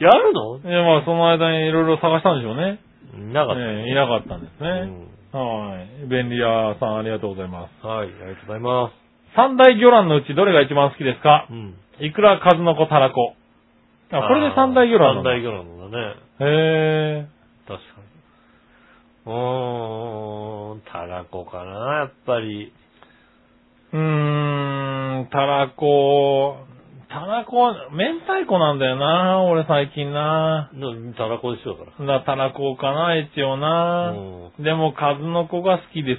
Speaker 2: やるの
Speaker 3: で、まあ、その間にいろいろ探したんでしょうね。
Speaker 2: なかった。
Speaker 3: ねいなかったんですね。はい。便利屋さん、ありがとうございます。
Speaker 2: うんはい、ありがとうございま
Speaker 3: 三大魚卵のうちどれが一番好きですか
Speaker 2: す。うん。
Speaker 3: いくら、数の子、たらこ。あ、これで三大魚
Speaker 2: 三
Speaker 3: 卵なんだ。
Speaker 2: 大魚卵だね。
Speaker 3: へ
Speaker 2: 確かに。うーん、たらこかな、やっぱり。
Speaker 3: ーうーん、たらこ、たらこ、明太子なんだよな、俺最近な。
Speaker 2: なたらこでしょ、だか
Speaker 3: な、たらこかな、一応
Speaker 2: ら。
Speaker 3: な。
Speaker 2: うん
Speaker 3: でも、数の子が好きです。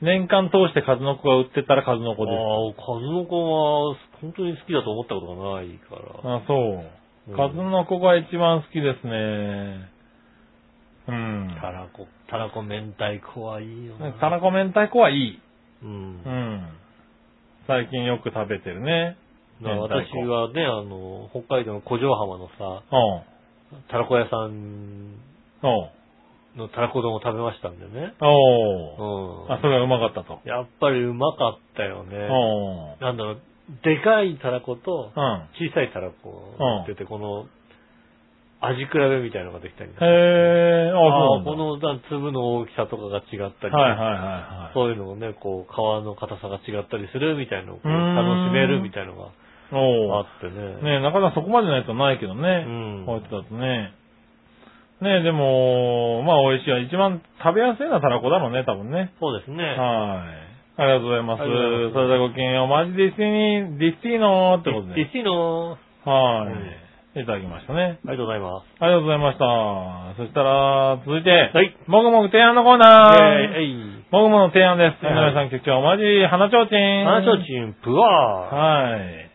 Speaker 3: 年間通して数の子が売ってたら数の子で
Speaker 2: あ
Speaker 3: す。
Speaker 2: あ、数の子は本当に好きだと思ったことがないから。
Speaker 3: あ、そう
Speaker 2: うん。
Speaker 3: 数の子が一番好きですね。うん。
Speaker 2: たらこ、たらこ明太子はいいよな。
Speaker 3: たらこ明太子はいい。
Speaker 2: うん
Speaker 3: う。ん。最近よく食べてるね。
Speaker 2: まあ
Speaker 3: 明太
Speaker 2: 私
Speaker 3: 子
Speaker 2: はね、あの、北海道の古城浜のさ、
Speaker 3: うん。
Speaker 2: たらこ屋さん
Speaker 3: うん。
Speaker 2: のたらこ丼を食べましたんでね。
Speaker 3: お
Speaker 2: う
Speaker 3: ー。
Speaker 2: ん。
Speaker 3: あ、それはうまかったと。
Speaker 2: やっぱりうまかったよね。
Speaker 3: おー。
Speaker 2: なんだろう、でかいたらこと、
Speaker 3: うん。
Speaker 2: 小さいたらこ
Speaker 3: うん
Speaker 2: 出てて、この、味比べみたいなのができたりね
Speaker 3: へー。
Speaker 2: あ
Speaker 3: あ、
Speaker 2: ーこ
Speaker 3: そうなん
Speaker 2: のだ粒の大きさとかが違ったり、
Speaker 3: だ。はいはいはいはい。
Speaker 2: そういうのをね、こう、皮の硬さが違ったりするみたいなのをこう
Speaker 3: うーん
Speaker 2: 楽しめるみたいなのがあ
Speaker 3: お
Speaker 2: って
Speaker 3: ー。
Speaker 2: ね。
Speaker 3: ねえ、なかなかそこまでないとないけど
Speaker 2: う
Speaker 3: ね。
Speaker 2: ん。
Speaker 3: こうやってだとね。ねえ、でも、まあ美味しいわ。一番食べやすいのはたらこだろうね、多分ね。
Speaker 2: そうですね。
Speaker 3: はい。ありがとうございます。
Speaker 2: あ
Speaker 3: そ
Speaker 2: りがとうございます
Speaker 3: れではごきげんよう。マジディスティニー、ディスティーノーってこと
Speaker 2: ディ
Speaker 3: で。
Speaker 2: スティーノ
Speaker 3: はい。いただきましたね。
Speaker 2: ありがとうございま
Speaker 3: ありがとうございました。そしたら、続いて、
Speaker 2: はい
Speaker 3: もぐもぐ提案のコー
Speaker 2: す。
Speaker 3: ナー。
Speaker 2: えい。
Speaker 3: もぐもぐの提案です。
Speaker 2: は
Speaker 3: 井
Speaker 2: いはい
Speaker 3: 上さん局長、マジ花ちょうちん。
Speaker 2: 花ちょうちん、ぷわー。
Speaker 3: はい。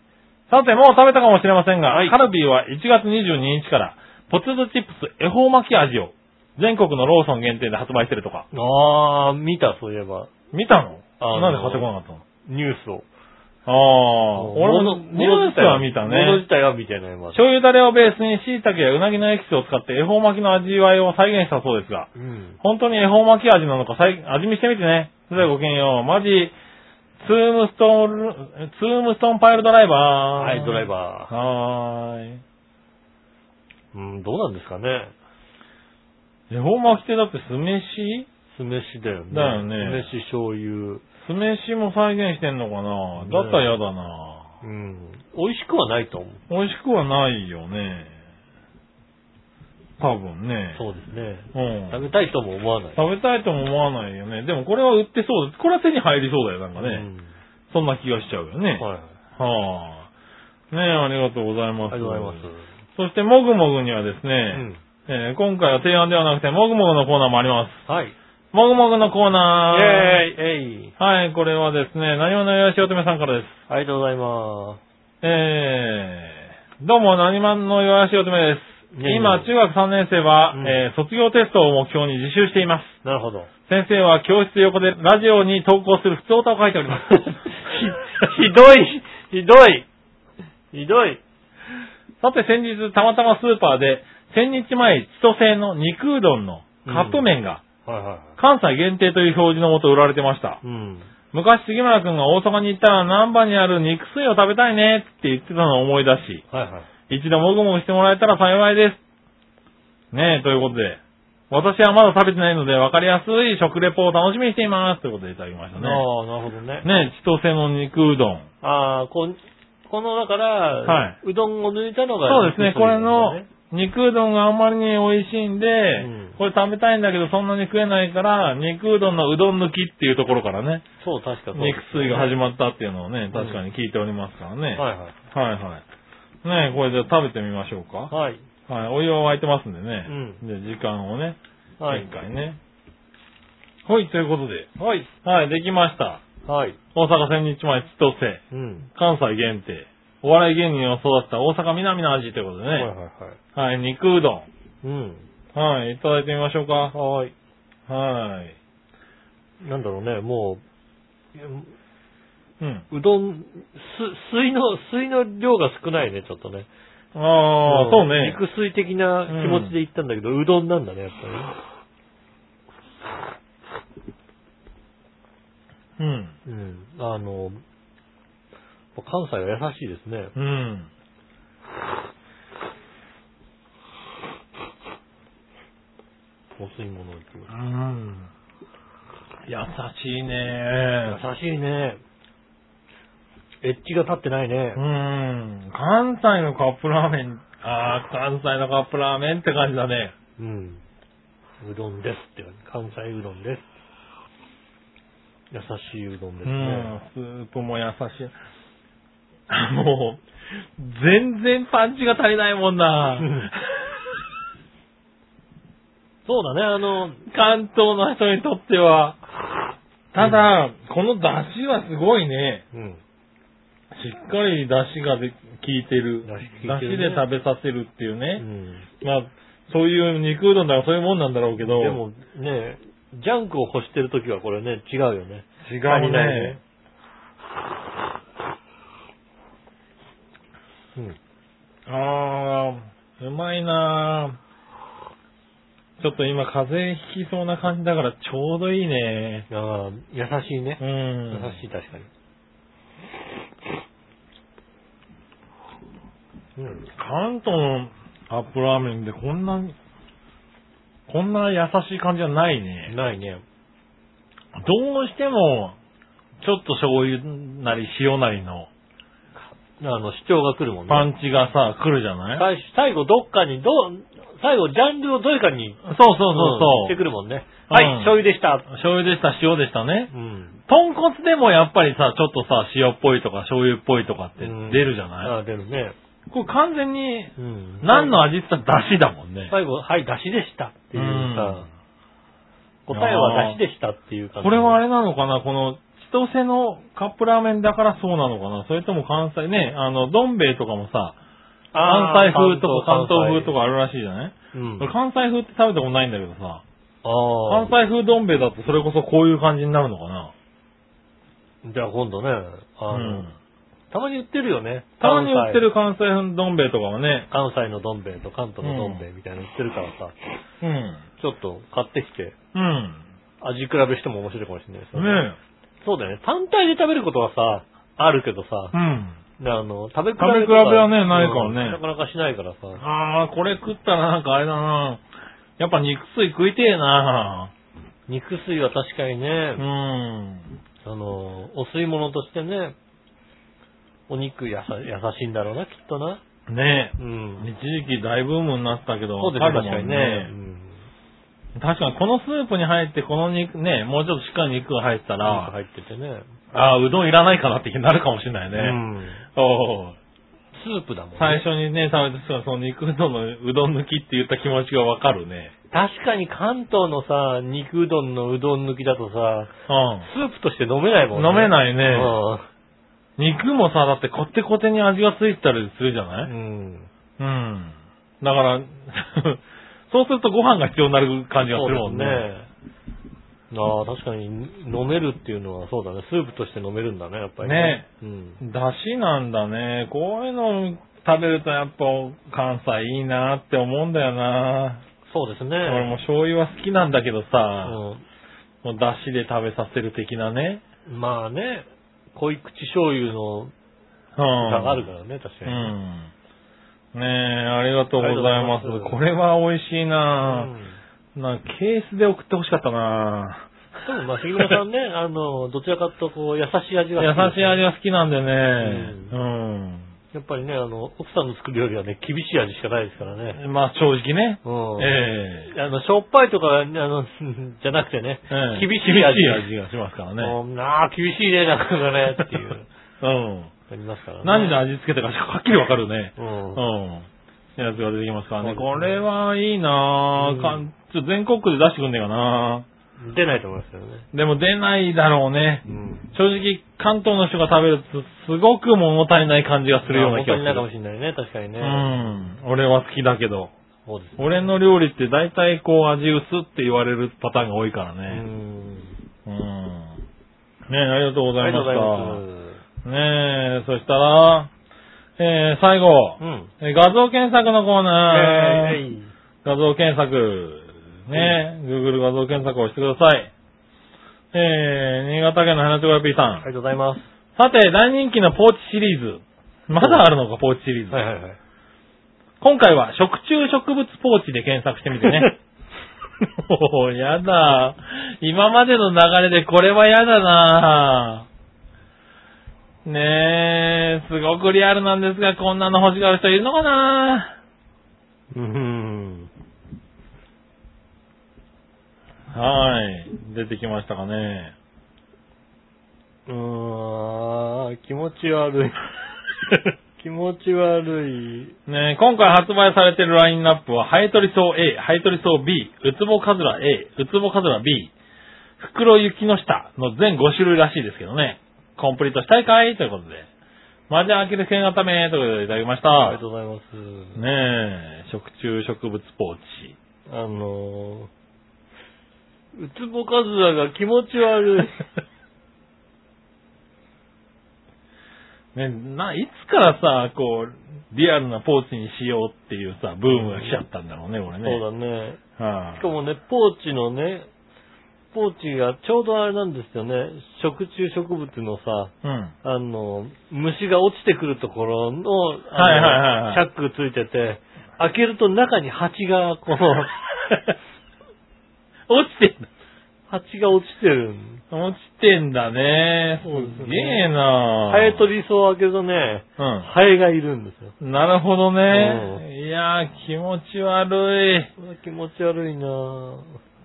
Speaker 3: さて、もう食べたかもしれませんが、
Speaker 2: はい
Speaker 3: カルビーは1月22日から、ポテトチップス恵方巻き味を、全国のローソン限定で発売してるとか。
Speaker 2: あー、見た、そういえば、
Speaker 3: 見たの
Speaker 2: あの
Speaker 3: なんで買ってこなかったの
Speaker 2: ニュースを。
Speaker 3: ああ、俺も
Speaker 2: の
Speaker 3: ニュースは見た
Speaker 2: 物
Speaker 3: ね
Speaker 2: 自。体は見てないまだ
Speaker 3: 醤油ダレをベースに椎茸やうなぎのエキスを使って恵方巻きの味わいを再現したそうですが、
Speaker 2: うん。
Speaker 3: 本当に恵方巻き味なのか再味見してみてね。それではごきげんよう。マジ、ツームストール、ツームストーンパイルドライバー。は
Speaker 2: はい、ドライ
Speaker 3: ー。
Speaker 2: バ
Speaker 3: はー
Speaker 2: ー。
Speaker 3: い。
Speaker 2: うん、どうなんですかね。
Speaker 3: 恵方巻きってだって酢飯
Speaker 2: 酢飯だよね。
Speaker 3: だよね
Speaker 2: 酢飯醤油。
Speaker 3: 酢飯も再現してんの
Speaker 2: ね
Speaker 3: かなだったら嫌だな。
Speaker 2: うん。美味しくはないと思う。
Speaker 3: 美味しくはないよね。多分ね。
Speaker 2: そうですね。
Speaker 3: うん。
Speaker 2: 食べたいとも思わない。
Speaker 3: 食べたいとも思わないよね。でもこれは売ってそうです。これは手に入りそうだよ、なんかね。
Speaker 2: うん
Speaker 3: そんな気がしちゃうよね。
Speaker 2: はい。
Speaker 3: はあ。ねえ、ありがとうございます。
Speaker 2: ありがとうございます。
Speaker 3: そして、もぐもぐにはですね、えー今回は提案ではなくて、もぐもぐのコーナーもあります。
Speaker 2: うん。はい。イ
Speaker 3: もぐもぐのコーナー。
Speaker 2: ェーイえい
Speaker 3: はい、これはですね、何者よしおとめさんからです。
Speaker 2: ありがとうございま
Speaker 3: えー、どうも、何者のよしおとめです。
Speaker 2: いやいや
Speaker 3: 今、中学3年生は、
Speaker 2: うん
Speaker 3: えー卒業テストを目標に自習しています。
Speaker 2: す。なるほど。
Speaker 3: 先生は教室横でラジオに投稿する普通歌を書いており ます。
Speaker 2: ひどい、ひどい、ひどい。
Speaker 3: さて先日、たまたまスーパーで、千日前、千歳の肉うどんのカップ麺が、
Speaker 2: はいは
Speaker 3: 関西限定という表示のもと売られてました。
Speaker 2: い。うん。
Speaker 3: 昔、杉村くんが大阪に行ったら、難波にある肉水を食べたいねって言ってたのを思い出し、
Speaker 2: はいはい。
Speaker 3: 一度もぐもぐしてもらえたら幸いです。ねえ、ということで、私はまだ食べてないので、わかりやすい食レポを楽しみにしています。ということでいただきましたね。
Speaker 2: ああ、なるほどね。
Speaker 3: ねえ、千歳の肉うどん。
Speaker 2: ああ、こん、この、だから、
Speaker 3: は
Speaker 2: うどんを抜いたのが、
Speaker 3: そうですね、これの
Speaker 2: ね、
Speaker 3: 肉うどんがあまりに美味しいんで、
Speaker 2: うん
Speaker 3: これ食べたいんだけどそんなに食えないから、肉うどんのうどん抜きっていうところからね、
Speaker 2: そう、確かそう
Speaker 3: 肉水が始
Speaker 2: ま
Speaker 3: まったっていうのをね、確かに聞いておりますからね。
Speaker 2: はいはい。
Speaker 3: はいはい。ねえこれじゃあ食べてみましょうか。
Speaker 2: はい。
Speaker 3: はい、お湯は沸いてますんでね。
Speaker 2: う
Speaker 3: で、時間をね、
Speaker 2: はい
Speaker 3: 前。回ね。はい、ということで。
Speaker 2: はい。
Speaker 3: はい、できました。
Speaker 2: はい。
Speaker 3: 大阪千日前千歳、
Speaker 2: うん。
Speaker 3: 関西限定、お笑い芸人を育てた大阪南の味ということでね。
Speaker 2: はいはいはい。
Speaker 3: はい、肉うど
Speaker 2: うん。
Speaker 3: ん。はい、いただいてみましょうか。
Speaker 2: はい。
Speaker 3: はい。
Speaker 2: なんだろうね、もういや、
Speaker 3: うん。
Speaker 2: うどん、す、水の、水の量が少ないね、ちょっとね。
Speaker 3: ああ、
Speaker 2: ん
Speaker 3: そうね。
Speaker 2: 肉水的な気持ちで行ったんだけど、うどんなんだね、やっぱりね。
Speaker 3: うん。
Speaker 2: うん。あの、関西は優しいですね。
Speaker 3: うん。
Speaker 2: お吸い物を行く。
Speaker 3: うん。優しい
Speaker 2: 優
Speaker 3: ね。
Speaker 2: しいね。エッジが立ってないね
Speaker 3: う。ん。関西のカップラーメン、ああ、関西のカップラーメンって感じだね。
Speaker 2: うん。うどんですって感じ、関西うどんです。優しいうどんで
Speaker 3: う
Speaker 2: すね
Speaker 3: ん。。スープも優しい。 あもう、全然パンチが足りないもんな
Speaker 2: う。んそうだね、あの、
Speaker 3: 関東の人にとっては。ただ、この出汁はすごいね。
Speaker 2: うん。
Speaker 3: しっかり出汁がで効いてる。
Speaker 2: 出
Speaker 3: 出
Speaker 2: 汁効いてる
Speaker 3: 汁
Speaker 2: ね
Speaker 3: で食べさせるっていう
Speaker 2: う
Speaker 3: ね。
Speaker 2: ん
Speaker 3: まあ、そういう肉うどんだからそういうもんなんだろうけど。
Speaker 2: でもね、ジャンクを欲してるときはこれね、違うよね。足
Speaker 3: 違
Speaker 2: り
Speaker 3: う
Speaker 2: ない
Speaker 3: ね。。
Speaker 2: うん。
Speaker 3: あー、うまいなぁ。ちょっと今風邪ひきそうな感じだからちょうどいいね。
Speaker 2: ああ、優しいね
Speaker 3: う。
Speaker 2: 優
Speaker 3: ん。
Speaker 2: しい、確かに。うん。
Speaker 3: 関東のカップラーメンでこんなに、こんな優しい感じはないね。
Speaker 2: ないね。
Speaker 3: どうしても、ちょっと醤油なり塩なりの
Speaker 2: あの、主張が来るもんね。
Speaker 3: パンチがさ、来るじゃない
Speaker 2: 最最後、どっかに、どう、最後、ジャンルをどれかに、
Speaker 3: そうそうそう
Speaker 2: うん行っ
Speaker 3: そ
Speaker 2: て
Speaker 3: う。
Speaker 2: くるもんね。はい、
Speaker 3: うん
Speaker 2: 醤油でした。
Speaker 3: 醤油でした、塩でしたね。
Speaker 2: うん。
Speaker 3: 豚骨でもやっぱりさ、ちょっとさ、塩っぽいとか醤油っぽいとかって出るじゃない、
Speaker 2: あ出るね。
Speaker 3: これ完全に、
Speaker 2: うん
Speaker 3: 何の味って言ったら出汁だもんね。
Speaker 2: 最後、はい、出汁でしたっていうさ、
Speaker 3: うん
Speaker 2: 答えは出汁でしたっていう感じ。
Speaker 3: これはあ
Speaker 2: れ
Speaker 3: れなのかなこの、千歳のカップラーメンだからそうなのかなそれとも関西ね、あの、どん兵衛とかもさ、関西風とか関東風と
Speaker 2: か。
Speaker 3: かあるらしいじゃない、
Speaker 2: うん。
Speaker 3: 俺関西風って食べたことないんだけどさ、
Speaker 2: あ
Speaker 3: 関西風どん兵衛だとそれこそこういう感じになるのかな
Speaker 2: あ。じゃあ今度ね、あの、
Speaker 3: うん
Speaker 2: たまに売ってるよね。
Speaker 3: たまに売ってる関西風どん兵衛とかはね、
Speaker 2: 関西。関西のどん兵衛と関東のどん兵衛みたいなの売ってるからさ、
Speaker 3: うん。
Speaker 2: ちょっと買ってきて、
Speaker 3: うん。
Speaker 2: 味比べしても面白いかもしれないです
Speaker 3: ね
Speaker 2: そうだよね。単体で食べることはさ、あるけどさ
Speaker 3: え。う、ん。
Speaker 2: あの、食べ比べ
Speaker 3: 食べ比べはねないからね
Speaker 2: うんなかなかしないからさ。
Speaker 3: あー、これ食ったらなんかあれだなやっぱ肉水食いてえな
Speaker 2: 肉水は確かにね、
Speaker 3: うん。
Speaker 2: あの、お吸い物としてね、お肉やさ優しいんだろうな、きっとな。
Speaker 3: ねえ
Speaker 2: う。
Speaker 3: 一
Speaker 2: ん。
Speaker 3: 時期大ブームになったけど、
Speaker 2: そうですね、
Speaker 3: ある
Speaker 2: 確か
Speaker 3: もん
Speaker 2: にね。うん
Speaker 3: 確かにこのスープに入って、この肉、ね、もうちょっとしっかり肉が入ってた、
Speaker 2: なんから入っててね。
Speaker 3: ああ、うどんいらないかなって気になるかもしれないね。
Speaker 2: うん
Speaker 3: おう
Speaker 2: スープだもんね。
Speaker 3: 最初にね、食べてたその肉うどんのうどん抜きって言った気持ちがわかるね。
Speaker 2: 確かに関東のさ、肉うどんのうどん抜きだとさ、
Speaker 3: うん。
Speaker 2: スープとして飲めないもんね。
Speaker 3: 飲めないね
Speaker 2: うん
Speaker 3: 肉もさ、だってこってこてに味がついてたりするじゃない
Speaker 2: うん。
Speaker 3: うん。だから、 そうするとご飯が必要になる感じがするもんね。
Speaker 2: そうだねああ、確かに飲めるっていうのはそうだね。スープとして飲めるんだね、やっぱり
Speaker 3: ね
Speaker 2: うん。
Speaker 3: だしなんだね。こういうの食べるとやっぱ関西いいなって思うんだよな。
Speaker 2: そうですね。
Speaker 3: 俺も醤油は好きなんだけどさ、
Speaker 2: う
Speaker 3: もうだしで食べさせる的なね。
Speaker 2: ん。まあね、濃い口醤油の
Speaker 3: うん。
Speaker 2: 差があるからね、確か
Speaker 3: う
Speaker 2: に。
Speaker 3: ん。ねえ、ありがとうございます
Speaker 2: ありがとうございます。
Speaker 3: これは美味しいうな、
Speaker 2: ん
Speaker 3: なんかケースで送ってほしかったな
Speaker 2: でも、まあ、杉村さん ね、あの、どちらかというとこう、優しい味
Speaker 3: 優
Speaker 2: が
Speaker 3: し
Speaker 2: 好きですね
Speaker 3: い味が好きなんでね。う。
Speaker 2: うんやっぱりね、あの、奥さんの作る料理はね、厳しい味しかないですからね。
Speaker 3: まあ正直ね。
Speaker 2: うん。
Speaker 3: ええ
Speaker 2: あの、しょっぱいとか、あの、じゃなくてね、
Speaker 3: ええ
Speaker 2: 厳しい味。
Speaker 3: 厳しい味がしますからね。
Speaker 2: うんああ、厳しいね、なんかね、っていう、
Speaker 3: うん。
Speaker 2: ありますからね。
Speaker 3: 何の味付けたかはっきりわかるね。
Speaker 2: うん。
Speaker 3: うん。やつが出てきますからね。
Speaker 2: そ
Speaker 3: こ
Speaker 2: うですね
Speaker 3: れはいいな
Speaker 2: う
Speaker 3: ぁ。
Speaker 2: ん
Speaker 3: かんちょっと全国区で出してくんねえかな
Speaker 2: 出ないと思いますけどね。
Speaker 3: でも出ないだろうね
Speaker 2: う。ん。
Speaker 3: 正直、関東の人が食べると、すごく物足りない感じがするような
Speaker 2: 本
Speaker 3: 気が
Speaker 2: 当
Speaker 3: す
Speaker 2: にな
Speaker 3: る。
Speaker 2: いかもしれないね、確かにね。
Speaker 3: うん。俺は好きだけど。
Speaker 2: そうですね。
Speaker 3: 俺の料理って大体こう味薄って言われるパターンが多いから
Speaker 2: う
Speaker 3: ね。
Speaker 2: ん。
Speaker 3: うん。ねえ、ありがとうご
Speaker 2: あ
Speaker 3: ざ
Speaker 2: り
Speaker 3: い
Speaker 2: が
Speaker 3: ま
Speaker 2: とう
Speaker 3: し
Speaker 2: ござい
Speaker 3: た。
Speaker 2: ます。
Speaker 3: ねえ、そしたら、えー、最後
Speaker 2: う、ん。
Speaker 3: えー画像検索のコーナー。
Speaker 2: えい
Speaker 3: 画像検索、ね、Google 画像検索をしてください。えー、新潟県の花ちごや P さ
Speaker 2: ありが
Speaker 3: ん。
Speaker 2: とうございます。
Speaker 3: さて、大人気のポーチシリーズ。まだあるのか、ポーチシリーズ。
Speaker 2: はいはいはい。
Speaker 3: 今回は、食虫植物ポーチで検索してみ てね。おー、やだ。今までの流れでこれはやだなねえ、すごくリアルなんですが、こんなの欲しがる人いるのかな
Speaker 2: うん。
Speaker 3: はい。出てきましたかね。
Speaker 2: うーん、気持ち悪い。 気持ち悪い。
Speaker 3: ねえ今回発売されているラインナップは、ハエトリソウ A、ハエトリソウ B、ウツボカズラ A、ウツボカズラ B、袋雪の下の全5種類らしいですけどね。コンプリートしたいかいということで。マジアキレス腱固めということでいただきまし
Speaker 2: ありが
Speaker 3: た。
Speaker 2: とうございます。
Speaker 3: ねえ、食虫植物ポーチ。
Speaker 2: あのー、ウツボカズラが気持ち 悪い。
Speaker 3: ねな、いつからさ、こう、リアルなポーチにしようっていうさ、ブームが来ちゃったんだろうね、俺
Speaker 2: そ
Speaker 3: ね。
Speaker 2: うだね。
Speaker 3: は
Speaker 2: し
Speaker 3: い
Speaker 2: かもね、ポーチのね、ポーチがちょうどあれなんですよね、食虫植物のさ、
Speaker 3: うん。
Speaker 2: あの、虫が落ちてくるところの、
Speaker 3: はいはいはいはい
Speaker 2: あの、チャックついてて、開けると中に蜂が、 この、
Speaker 3: 落ちてんだ。
Speaker 2: 蜂が落ちてる。
Speaker 3: 落ちてんだね。
Speaker 2: そうですね
Speaker 3: すげえな
Speaker 2: ハエ取りそうを開けるとね、ハエがいるんですよ。
Speaker 3: うん。なるほど
Speaker 2: う
Speaker 3: ね。いやー、気持ち悪い。
Speaker 2: うわ気持ち悪いなぁ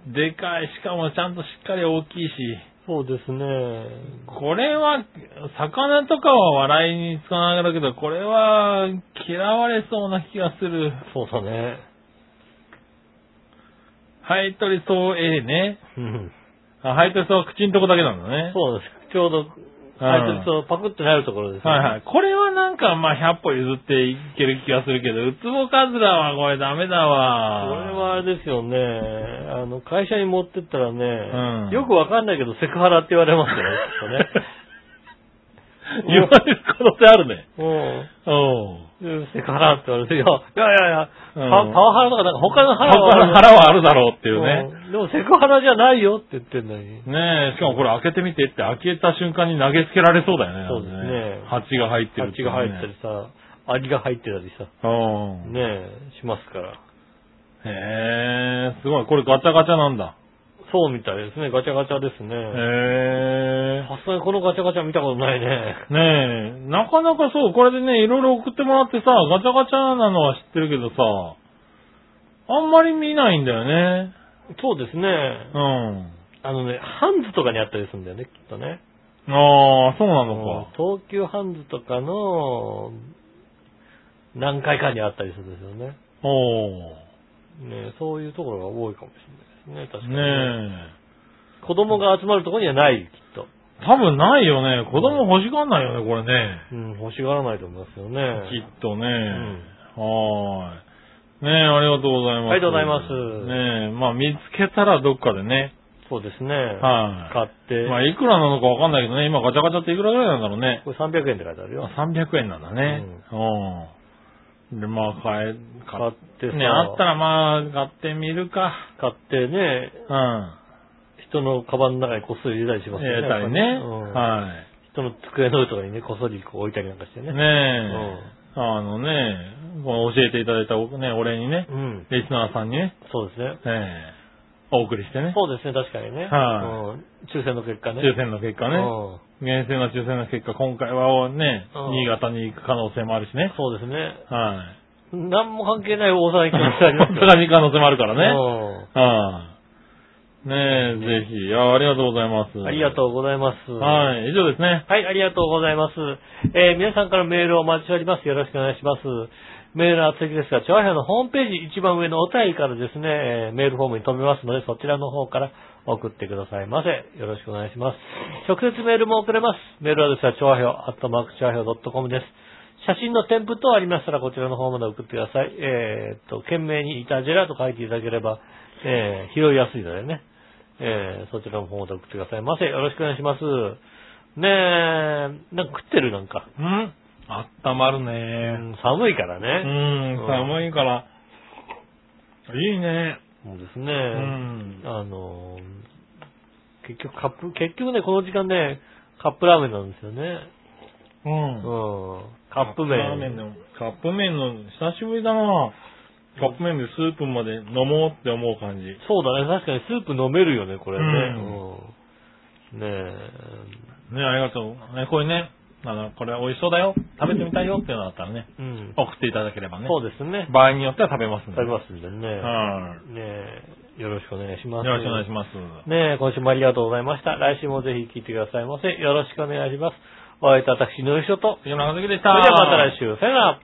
Speaker 3: でかい。しかもちゃんとしっかり大きいし。
Speaker 2: そうですね。
Speaker 3: これは、魚とかは笑いにつかながらけど、これは嫌われそうな気がする。
Speaker 2: そうだね。
Speaker 3: ハエ取りそう A ね。
Speaker 2: うん
Speaker 3: あ、ハエ取りそうは口んとこだけなんだね。
Speaker 2: そうなんです。ちょうど、ハエ取りそうパクってなるところですね。
Speaker 3: はいはい。これはなんか、まあ、100歩譲っていける気がするけど、ウツボカズラはこれダメだ
Speaker 2: こ
Speaker 3: わ。
Speaker 2: れはあれですよね。あの、会社に持ってったらね、
Speaker 3: うん
Speaker 2: よくわかんないけどセクハラって言われますよね、 きっとね。
Speaker 3: 言われる可能性あるね。
Speaker 2: うん
Speaker 3: うん。
Speaker 2: うん。セクハラって言われて、いや、いやいやいや、パ
Speaker 3: うん
Speaker 2: パワハラとかなんか他のハ
Speaker 3: 腹
Speaker 2: ラ
Speaker 3: は
Speaker 2: っ
Speaker 3: 腹はあるだろうっていうね。
Speaker 2: ね。でもセクハラじゃないよって言ってんのに。
Speaker 3: ねえ、しかもこれ開けてみてって、開けた瞬間に投げつけられそうだよね。
Speaker 2: そうですね
Speaker 3: なんかね蜂が入ってる
Speaker 2: 蜂が入ったりさ、アリが入ってたりさ、
Speaker 3: うん。
Speaker 2: ねえ、しますから。
Speaker 3: へえ、すごい。これガチャガチャなんだ。
Speaker 2: そうみたいですね。ガチャガチャですね。
Speaker 3: へ
Speaker 2: さすがにこのガチャガチャ見たことないね。
Speaker 3: え。ねえ、なかなかそう、これでね、いろいろ送ってもらってさ、ガチャガチャなのは知ってるけどさ、あんまり見ないんだよね。
Speaker 2: そうですね。
Speaker 3: うん。
Speaker 2: あのね、ハンズとかにあったりするんだよね、きっとね。
Speaker 3: ああ、そうなのか。
Speaker 2: 東急ハンズとかの、何回かにあったりするんですよね。
Speaker 3: おー。
Speaker 2: ねそういうところが多いかもしれないですね、確かに。
Speaker 3: ねえ。
Speaker 2: 子供が集まるところにはない、きっと。
Speaker 3: 多分ないよね。子供欲しがんないよね、これね。
Speaker 2: うん、欲しがらないと思いますよね。
Speaker 3: きっと
Speaker 2: ん
Speaker 3: ね。はーい。ねえ、ありがとうございます。
Speaker 2: ありがとうございます
Speaker 3: ねえ、まあ見つけたらどっかでね。
Speaker 2: そうですね。
Speaker 3: はい
Speaker 2: 買って、
Speaker 3: まあいくらなのかわかんないけどね、今ガチャガチャっていくらぐらいなんだろうね。
Speaker 2: これ300円って書いてあるよ。
Speaker 3: 300円なんだね。うん。で、まあ買え、
Speaker 2: 買ってさ、
Speaker 3: ね、あったらまあ買ってみるか。
Speaker 2: 買ってね、
Speaker 3: うん。
Speaker 2: 人のカバンの中にこっそり入れたりしますよね。
Speaker 3: 入れたりね。
Speaker 2: うん
Speaker 3: はい。
Speaker 2: 人の机の上とかにね、こっそりこう置いたりなんかしてね。
Speaker 3: ねえ、あのね、こう教えていただいたおね、お礼にね、
Speaker 2: うん。
Speaker 3: リスナーさんにね、
Speaker 2: そうですね。
Speaker 3: ええお送りしてね、
Speaker 2: そうですね、確かにね。
Speaker 3: は
Speaker 2: うん抽選の結果ね。
Speaker 3: 抽選の結果ね、
Speaker 2: うん
Speaker 3: 厳正な抽選の結果、今回はね、
Speaker 2: うん
Speaker 3: 新潟に行く可能性もあるしね、
Speaker 2: そうですね。
Speaker 3: はい。
Speaker 2: 何も関係ない 大阪行き
Speaker 3: 本
Speaker 2: ました
Speaker 3: 当が行く可能性もあるからね、
Speaker 2: ね。
Speaker 3: はい。ねえ、ぜひ、いやありがとうございます
Speaker 2: う。んありがとうございます。い。
Speaker 3: はい、以上ですね。
Speaker 2: はい、ありがとうございます。えー皆さんからメールをお待ちしております。よろしくお願いします。メールは次ですが、チョアヘアのホームページ一番上のお便りからですね、えーメールフォームに飛べますので、そちらの方から送ってくださいませ。よろしくお願いします。直接メールも送れます。メールアドレスはチョアヘア、アットマークチョアヘア .com です。写真の添付等ありましたら、こちらの方まで送ってください。えーっと、懸命にイタジェラと書いていただければ、えー拾いやすいのでね、えーそちらの方まで送ってくださいませ。よろしくお願いします。ねえ、なんか食ってるなんか。
Speaker 3: うんあったまる
Speaker 2: う
Speaker 3: ね。
Speaker 2: ん寒いから
Speaker 3: う
Speaker 2: ね。
Speaker 3: ん、寒いから、いいね。
Speaker 2: そうですね。
Speaker 3: ん
Speaker 2: あの、結局カップ、結局ね、この時間ね、カップラーメンなんですよね。
Speaker 3: うん
Speaker 2: うん。カップ
Speaker 3: カップラーメ
Speaker 2: 麺。
Speaker 3: ンの、カップ麺の、久しぶりだなカップ麺でスープまで飲もうって思う感じ。ね
Speaker 2: そうだね、確かにスープ飲めるよね、これね。
Speaker 3: う
Speaker 2: う
Speaker 3: ん
Speaker 2: んねえ。
Speaker 3: ありがとう。ね、これね、あの、これ美味しそうだよ。食べてみたいよっていうのだったらね、
Speaker 2: うん。
Speaker 3: 送っていただければね。
Speaker 2: そうですね。
Speaker 3: 場合によっては食べますんで。
Speaker 2: 食べますんでね。ね
Speaker 3: は
Speaker 2: え、よろしくお願いし
Speaker 3: い。
Speaker 2: ま
Speaker 3: よ
Speaker 2: す。
Speaker 3: ろしくお願いします。
Speaker 2: ねえ、今週もありがとうございました。来週もぜひ聞いてくださいませ。よろしくお願いします。お会いいた私、のりしおと。
Speaker 3: 杉村和樹でし
Speaker 2: そ
Speaker 3: た。
Speaker 2: れではまた来週。さよなら。